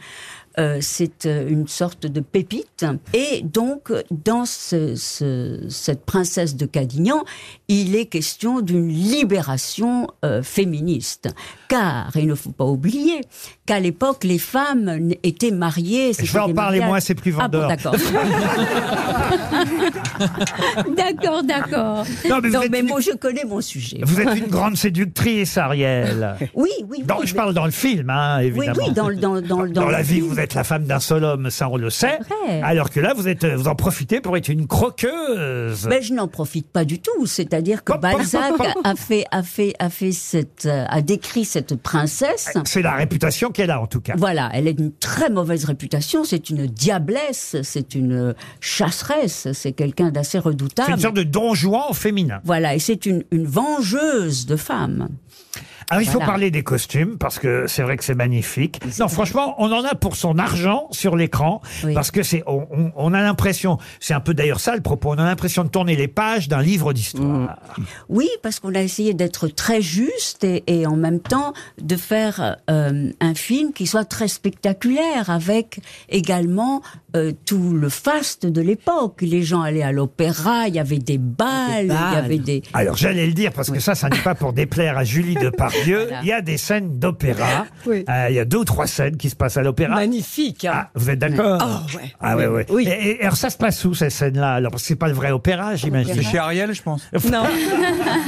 Speaker 5: euh, c'est euh, une sorte de pépite. Et donc, dans ce- ce- cette princesse de Cadignan, il est question d'une libération euh, féministe. Car, il ne faut pas oublier qu'à l'époque, les femmes n- étaient mariées.
Speaker 2: Je vais en parler moins, c'est plus vendeur.
Speaker 5: Ah bon,
Speaker 2: *laughs*
Speaker 5: d'accord. *laughs* d'accord, d'accord.
Speaker 2: Non, mais vous
Speaker 5: Non,
Speaker 2: êtes
Speaker 5: mais
Speaker 2: une-
Speaker 5: moi, je connais mon sujet.
Speaker 2: Vous êtes une grande séductrice, Ariel.
Speaker 5: Oui, oui.
Speaker 2: Dans-
Speaker 5: oui,
Speaker 2: je
Speaker 5: mais-
Speaker 2: parle dans le film, hein,
Speaker 5: Oui,
Speaker 2: évidemment.
Speaker 5: oui, dans, le- dans, dans,
Speaker 2: Dans,
Speaker 5: le
Speaker 2: la vie,
Speaker 5: film.
Speaker 2: vous êtes la femme d'un seul homme, ça on le sait.
Speaker 5: vrai.
Speaker 2: Alors que là, vous êtes, euh, vous en profitez pour être une croqueuse.
Speaker 5: Ben, je n'en profite pas du tout. C'est-à-dire que Balzac a fait, a fait, a fait cette, euh, a décrit cette princesse.
Speaker 2: C'est la réputation qu'elle a en tout cas.
Speaker 5: Voilà, elle est d'une très mauvaise réputation. C'est une diablesse, c'est une chasseresse, c'est quelqu'un d'assez redoutable.
Speaker 2: C'est une sorte de don Juan féminin.
Speaker 5: Voilà, et c'est une, une vengeuse de femmes.
Speaker 2: Alors, il faut
Speaker 5: Voilà.
Speaker 2: parler des costumes parce que c'est vrai que c'est magnifique. Non, franchement, on en a pour son argent sur l'écran parce que c'est, on, on- on a l'impression, c'est un peu d'ailleurs ça le propos, on a l'impression de tourner les pages d'un livre d'histoire.
Speaker 5: Mmh. Oui, parce qu'on a essayé d'être très juste et, et en même temps de faire euh, un film qui soit très spectaculaire avec également euh, tout le faste de l'époque. Les gens allaient à l'opéra, il y avait des balles, il y avait des...
Speaker 2: Alors, j'allais le dire parce que ça, ça n'est pas pour déplaire
Speaker 5: *laughs*
Speaker 2: à Julie Depardieu.
Speaker 5: Voilà.
Speaker 2: Il y a des scènes d'opéra.
Speaker 24: Oui.
Speaker 2: Euh, il y a deux ou trois scènes qui se passent à l'opéra.
Speaker 24: Magnifique. hein.
Speaker 2: Ah, vous êtes d'accord
Speaker 24: Oh, ouais.
Speaker 2: Ah ouais, ouais. Et, et alors ça se passe où ces scènes-là Alors parce que c'est pas le vrai opéra, j'imagine.
Speaker 4: C'est chez Ariel, je pense.
Speaker 2: *laughs*
Speaker 5: Non. *laughs*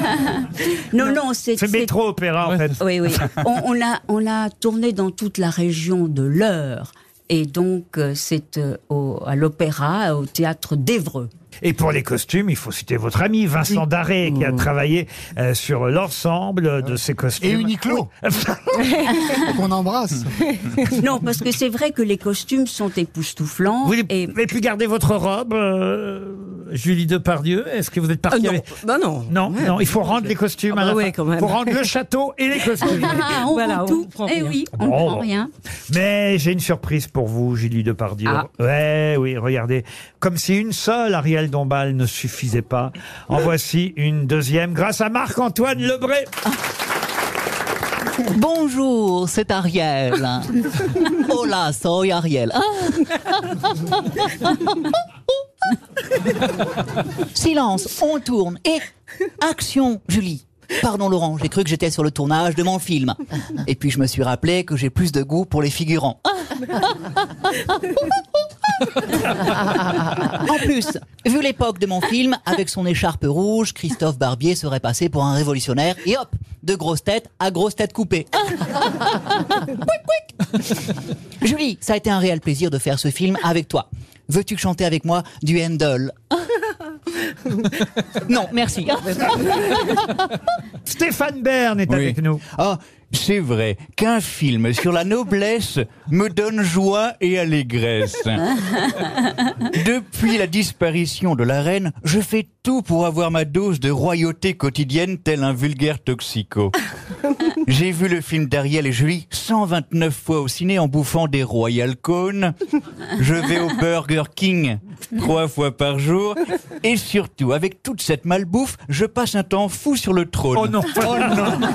Speaker 5: non, non, c'est...
Speaker 2: C'est métro opéra en fait.
Speaker 5: Oui,
Speaker 2: *laughs*
Speaker 5: oui. On, on a, on a tourné dans toute la région de l'Eure. Et donc, euh, c'est euh, au- à l'opéra, au théâtre d'Evreux.
Speaker 2: Et pour les costumes, il faut citer votre ami Vincent Daré
Speaker 4: Mmh.
Speaker 2: qui a travaillé euh, sur l'ensemble
Speaker 4: Ah.
Speaker 2: de ces costumes.
Speaker 6: Et Uniqlo.
Speaker 5: Qu'on embrasse. *laughs* non, parce que c'est vrai que les costumes sont époustouflants.
Speaker 2: *laughs* Vous n'avez vous avez pu garder votre robe, euh, Julie Depardieu Est-ce que vous êtes partie
Speaker 24: Ah non,
Speaker 2: avec-
Speaker 24: bah non.
Speaker 2: Non,
Speaker 24: Ouais.
Speaker 2: non, il faut rendre les costumes
Speaker 24: Ah
Speaker 2: à
Speaker 24: bah
Speaker 2: la
Speaker 24: oui,
Speaker 2: fin.
Speaker 24: quand même.
Speaker 2: Faut rendre le château et les
Speaker 6: *laughs*
Speaker 2: costumes.
Speaker 5: Ah, on
Speaker 24: Voilà,
Speaker 5: prend
Speaker 24: on
Speaker 5: tout.
Speaker 24: prend
Speaker 5: eh
Speaker 24: rien.
Speaker 5: oui, on ne
Speaker 2: Ah Bon.
Speaker 5: prend rien.
Speaker 2: Mais j'ai une surprise pour vous, Julie Depardieu. Ouais, oui, regardez. Comme si une seule Ariel Dombal ne suffisait pas. En voici une deuxième grâce à Marc-Antoine Lebré.
Speaker 26: Bonjour, c'est Ariel. Hola, soy Ariel. Ah,
Speaker 10: Ah.
Speaker 26: Silence, on tourne et action, Julie. Pardon Laurent, j'ai cru que j'étais sur le tournage de mon film. Et puis je me suis rappelé que j'ai plus de goût pour les figurants. En plus, vu l'époque de mon film, avec son écharpe rouge, Christophe Barbier serait passé pour un révolutionnaire et hop, de grosse tête à grosse tête coupée. Julie, ça a été un réel plaisir de faire ce film avec toi. Veux-tu chanter avec moi du Handel Non, merci.
Speaker 2: Stéphane Bern est
Speaker 26: avec
Speaker 2: nous.
Speaker 14: Ah, c'est vrai qu'un film sur la noblesse me donne joie et
Speaker 2: *laughs*
Speaker 14: allégresse.
Speaker 5: Hein
Speaker 14: Depuis la disparition de la reine, je fais tout pour avoir ma dose de royauté quotidienne tel un vulgaire toxico. J'ai vu le film d'Ariel et Julie 129 fois au ciné en bouffant des Royal Cones. Je vais au Burger King trois fois par jour. Et surtout, avec toute cette malbouffe, je passe un temps
Speaker 21: Oh
Speaker 14: Oh fou sur le trône.
Speaker 2: *laughs* Oh non
Speaker 14: Oh non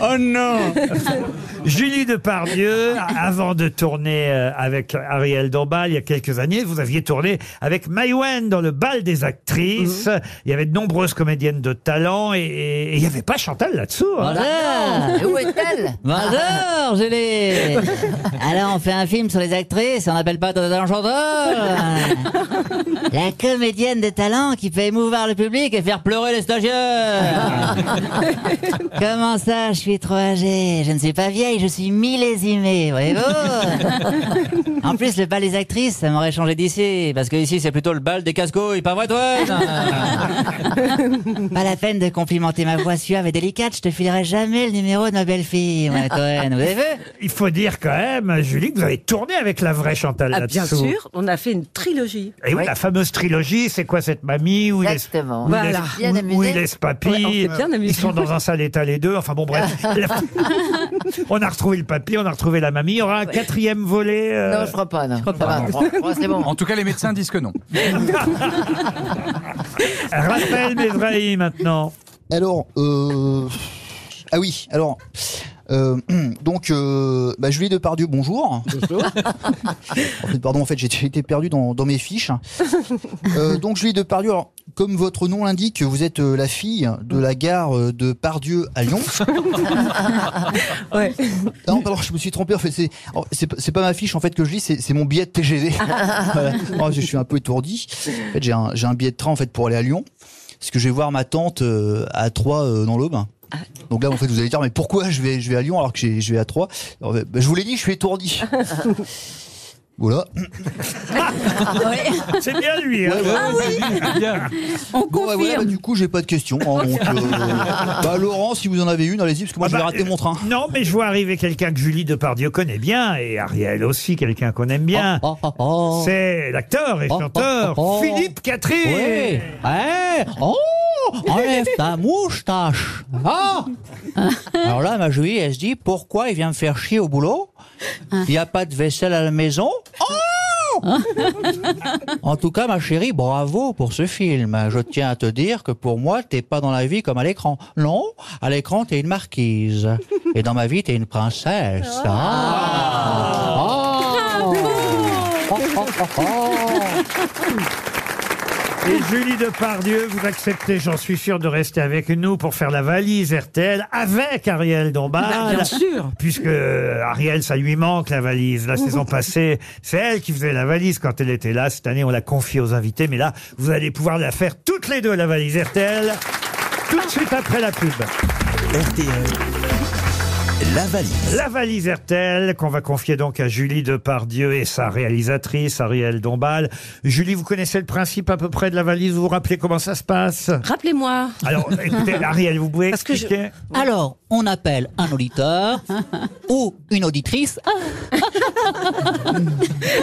Speaker 14: Oh non
Speaker 2: *laughs* Julie Depardieu, avant de tourner euh, avec Ariel Dombal il y a quelques années, vous aviez tourné avec Maïwen dans le bal des actrices. Il y avait de nombreuses comédiennes de talent et, et- et il n'y avait pas Chantal là-dessous. hein.
Speaker 26: Voilà.
Speaker 12: Et où est-elle
Speaker 26: Bonjour, Julie Ah. *laughs* Alors, on fait un film sur les actrices, on n'appelle pas Dodon La comédienne de talent qui peut émouvoir le public et faire pleurer les stagiaires Comment ça, je suis trop âgée Je ne suis pas vieille, je suis millésimée, voyez-vous En plus, le bal des actrices, ça m'aurait changé d'ici, parce que ici, c'est plutôt le bal des casse-couilles, pas vrai, toi Pas la peine de complimenter ma voix suave et délicate, je te filerai jamais le numéro de ma belle-fille, moi, Toen, vous avez vu
Speaker 2: Il faut dire quand même, Julie, que vous avez tourné avec la vraie Chantal
Speaker 24: Ah, bien
Speaker 2: là-dessous.
Speaker 24: sûr, on a fait une trilogie.
Speaker 2: Et oui, la fameuse trilogie, c'est quoi cette mamie où
Speaker 24: Exactement.
Speaker 2: Il laisse, où
Speaker 24: Voilà.
Speaker 2: il laisse,
Speaker 24: Bien
Speaker 2: où- où
Speaker 24: amusé.
Speaker 2: il laisse papy. euh,
Speaker 24: Ouais, on s'est bien amusé.
Speaker 2: Ils sont dans un sale état les deux. Enfin bon, bref. La- *laughs* on a retrouvé le papy, on a retrouvé la mamie. Il y aura un quatrième volet. euh,
Speaker 12: Non, je crois pas, non. Ça va. C'est bon.
Speaker 4: En tout cas, les médecins disent
Speaker 24: *laughs*
Speaker 4: que non.
Speaker 2: *laughs* *laughs* Raphaël Mesrahi maintenant.
Speaker 27: Alors, euh... ah oui, alors. euh, *clears throat* donc, euh, bah, Julie Depardieu, bonjour. *laughs* En fait, pardon, en fait, j'ai j'ai été perdu dans, dans mes fiches. Euh, donc, Julie Depardieu, alors, comme votre nom l'indique, vous êtes euh, la fille de la gare euh, de Pardieu à Lyon. Ah, Non, pardon, je me suis trompé. En fait, c'est alors, c'est pas- c'est pas ma fiche en fait que je lis, c'est c'est mon billet de TGV. Voilà. Oh, je suis un peu étourdi. En fait, j'ai un, j'ai un billet de train en fait pour aller à Lyon, parce que je vais voir ma tante euh, à Troyes euh, dans l'Aube. Donc là, en fait, vous allez dire, mais pourquoi je vais, je vais à Lyon alors que j'ai- je vais à Troyes Alors, bah, Je vous l'ai dit, je suis *laughs* étourdi. Voilà.
Speaker 2: C'est bien lui.
Speaker 27: hein. Ah oui.
Speaker 5: On
Speaker 27: Bon, bah, voilà, bah, du coup, j'ai pas de questions. hein, donc, *laughs* euh, bah, Laurent, si vous en avez une, allez-y, parce que moi, je vais rater mon train.
Speaker 2: Ah bah, euh, Non, mais je vois arriver quelqu'un que Julie Depardieu connaît bien, et Ariel aussi, quelqu'un qu'on aime bien.
Speaker 27: Ah,
Speaker 2: C'est l'acteur et chanteur Philippe Catherine.
Speaker 26: Oui. Ouais. Oh Enlève ta moustache Ah Alors là, ma Julie, elle se dit pourquoi il vient me faire chier au boulot Il n'y a pas de vaisselle à la maison Oh En tout cas, ma chérie, bravo pour ce film. Je tiens à te dire que pour moi, t'es pas dans la vie comme à l'écran. Non, à l'écran, t'es une marquise. Et dans ma vie, t'es une princesse.
Speaker 27: *laughs*
Speaker 6: Oh.
Speaker 26: Ah.
Speaker 2: Et Julie Depardieu, vous acceptez, j'en suis sûr, de rester avec nous pour faire la valise RTL avec Ariel Dombal.
Speaker 24: Bah, bien sûr. Oh.
Speaker 2: Puisque euh, Ariel, ça lui manque la valise. La saison passée, c'est elle qui faisait la valise quand elle était là. Cette année, on la confie aux invités. Mais là, vous allez pouvoir la faire toutes les deux, la valise RTL, tout de suite après la pub. La valise. La valise RTL qu'on va confier donc à Julie Depardieu et sa réalisatrice Ariel Dombal. Julie, vous connaissez le principe à peu près de la valise Vous vous rappelez comment ça se passe
Speaker 24: *laughs* Rappelez-moi.
Speaker 2: Alors, écoutez,
Speaker 24: *laughs*
Speaker 2: Ariel, vous pouvez expliquer
Speaker 26: Alors, on appelle un auditeur ou une auditrice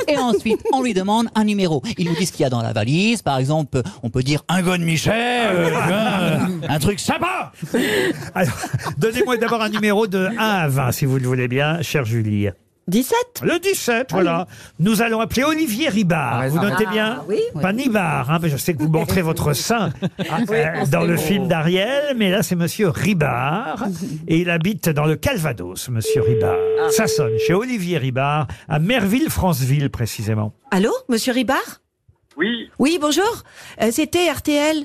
Speaker 26: et ensuite on lui demande un numéro. Ils nous disent ce qu'il y a dans la valise. Par exemple, on peut dire un gonne Michel, euh, *laughs* un- un truc sympa.
Speaker 2: *laughs* Alors, donnez-moi d'abord un numéro de 1 à 20, si vous le voulez bien, chère Julie. 17 Le 17, voilà. Nous allons appeler Olivier Ribard. vous notez
Speaker 24: Ah,
Speaker 2: bien
Speaker 24: oui.
Speaker 2: Pas Nibard, hein, mais je sais que vous
Speaker 24: *laughs*
Speaker 2: montrez votre sein ah, euh, dans le film d'Ariel, mais là c'est
Speaker 24: *laughs*
Speaker 2: monsieur Ribard. Et il habite dans le Calvados, monsieur Ribard.
Speaker 24: Ah.
Speaker 2: Ça sonne chez Olivier Ribard, à Merville-Franceville précisément.
Speaker 24: Allô, monsieur Ribard
Speaker 9: Oui,
Speaker 24: Oui, bonjour. Euh, C'était RTL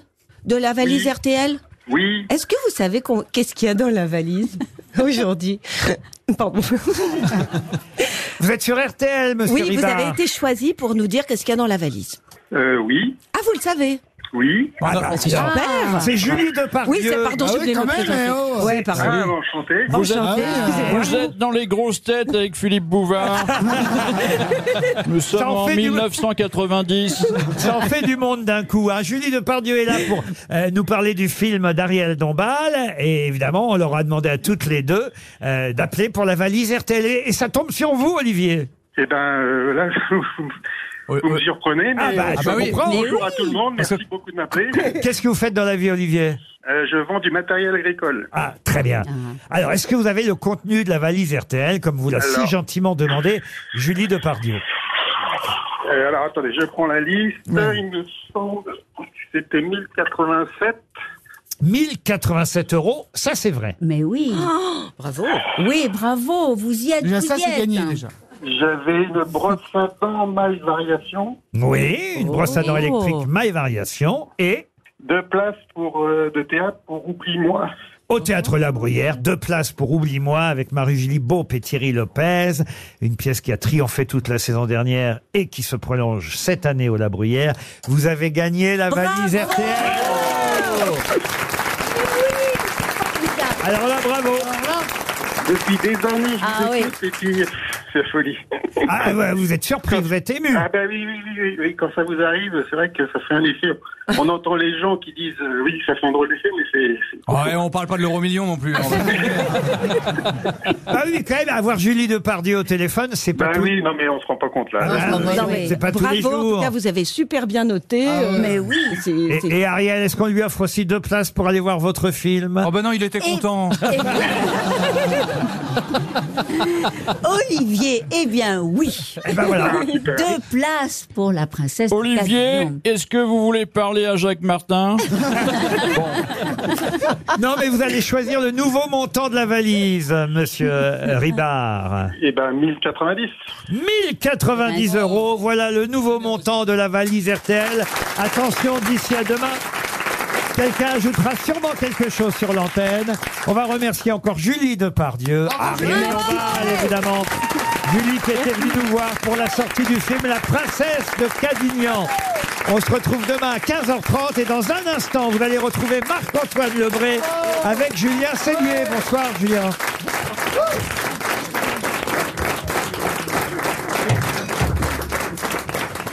Speaker 24: de la valise
Speaker 9: Oui.
Speaker 24: RTL.
Speaker 9: oui.
Speaker 24: Est-ce que vous savez qu'on- qu'est-ce qu'il y a dans la
Speaker 2: *laughs*
Speaker 24: valise aujourd'hui Pardon.
Speaker 2: Vous êtes sur RTL, monsieur
Speaker 24: oui, vous
Speaker 2: Ribard
Speaker 24: avez été choisi pour nous dire qu'est-ce qu'il y a dans la valise.
Speaker 9: Euh, oui,
Speaker 24: Ah, vous le savez
Speaker 9: oui.
Speaker 2: Ah, bah,
Speaker 24: c'est
Speaker 2: alors,
Speaker 24: super.
Speaker 2: C'est Julie Depardieu. Ah
Speaker 24: Oui, c'est pardon, je voulais me présenter.
Speaker 2: hein, oh.
Speaker 24: Ouais, pardon.
Speaker 9: Ah, enchanté.
Speaker 21: Vous êtes,
Speaker 24: Enchanté,
Speaker 2: Ah
Speaker 24: excusez-moi.
Speaker 21: vous êtes dans les grosses têtes avec Philippe
Speaker 2: *laughs*
Speaker 21: Bouvard. Nous sommes
Speaker 2: en
Speaker 21: en
Speaker 2: fait du-
Speaker 21: 1990.
Speaker 2: *laughs* Ça en fait du monde d'un coup. Hein. Julie Depardieu est là pour euh, nous parler du film d'Ariel Dombal. Et évidemment, on leur a demandé à toutes les deux euh, d'appeler pour la valise RTL. Et ça tombe sur vous, Olivier.
Speaker 9: Eh ben,
Speaker 17: *laughs*
Speaker 9: euh, là, vous, vous me surprenez, mais
Speaker 2: Ah
Speaker 17: euh,
Speaker 2: bah, je comprends.
Speaker 9: bonjour
Speaker 2: Mais
Speaker 9: à tout le monde, merci beaucoup de m'appeler.
Speaker 2: Qu'est-ce que vous faites dans la vie, Olivier
Speaker 9: Euh, je vends du matériel agricole.
Speaker 2: Ah, très bien. Alors, est-ce que vous avez le contenu de la valise RTL, comme vous l'a si
Speaker 9: Alors.
Speaker 2: gentiment demandé, Julie Depardieu
Speaker 9: Euh, alors attendez, je prends la liste. Il me semble que c'était 1087.
Speaker 2: 1087 euros, ça c'est vrai.
Speaker 5: Mais oui.
Speaker 24: bravo.
Speaker 5: Oui, bravo, vous y êtes. vous y êtes, hein.
Speaker 9: J'avais une brosse à dents maille variation.
Speaker 2: Oui, une brosse à dents
Speaker 9: Oh.
Speaker 2: électrique maille variation et
Speaker 9: Deux places pour, euh, de théâtre pour Oublie-moi.
Speaker 2: au théâtre La Bruyère, deux places pour Oublie-moi avec Marie-Julie Beaup et Thierry Lopez, une pièce qui a triomphé toute la saison dernière et qui se prolonge cette année au La Bruyère. Vous avez gagné la valise RTL. Alors là, bravo.
Speaker 9: Depuis des années, je vous
Speaker 10: Ah
Speaker 9: écoute, et puis c'est folie.
Speaker 2: Ah ouais, vous êtes surpris, vous êtes ému.
Speaker 9: Ah ben oui, oui, oui, oui, oui, quand ça vous arrive, c'est vrai que ça fait un effet. On entend les gens qui disent euh, oui, ça fait un drôle d'effet, mais c'est... c'est-
Speaker 4: Ouais, on parle pas de l'euro million non plus. hein.
Speaker 2: Ah oui, quand même, avoir Julie Depardieu au téléphone, c'est pas tout.
Speaker 9: Bah oui, non mais on se rend pas compte là.
Speaker 2: Ah,
Speaker 9: Euh,
Speaker 2: non, mais c'est pas tous les
Speaker 24: Bravo, en tout
Speaker 2: jours. Ah,
Speaker 24: cas, vous avez super bien noté. euh, c'est-
Speaker 2: Et,
Speaker 24: c'est-
Speaker 2: et Ariel, est-ce qu'on lui offre aussi deux places pour aller voir votre film Oh
Speaker 4: ben non, il était content.
Speaker 5: Olivier, eh bien oui.
Speaker 2: ben voilà.
Speaker 5: Deux places pour la princesse.
Speaker 21: Olivier, est-ce que vous voulez parler à Jacques Martin
Speaker 2: *laughs* Non, mais vous allez choisir le nouveau montant de la valise, monsieur euh, Ribard.
Speaker 9: Eh ben 1090.
Speaker 2: 1090 euros, voilà le nouveau montant de la valise RTL. Attention, d'ici à demain, quelqu'un ajoutera sûrement quelque chose sur l'antenne. On va remercier encore Julie Depardieu, Ariel
Speaker 10: Julie.
Speaker 2: Dombal, évidemment. Julie qui était venue nous voir pour la sortie du film La Princesse de Cadignan. On se retrouve demain à 15h30 et dans un instant, vous allez retrouver Marc-Antoine Lebré avec Julien Séguier. Bonsoir Julien.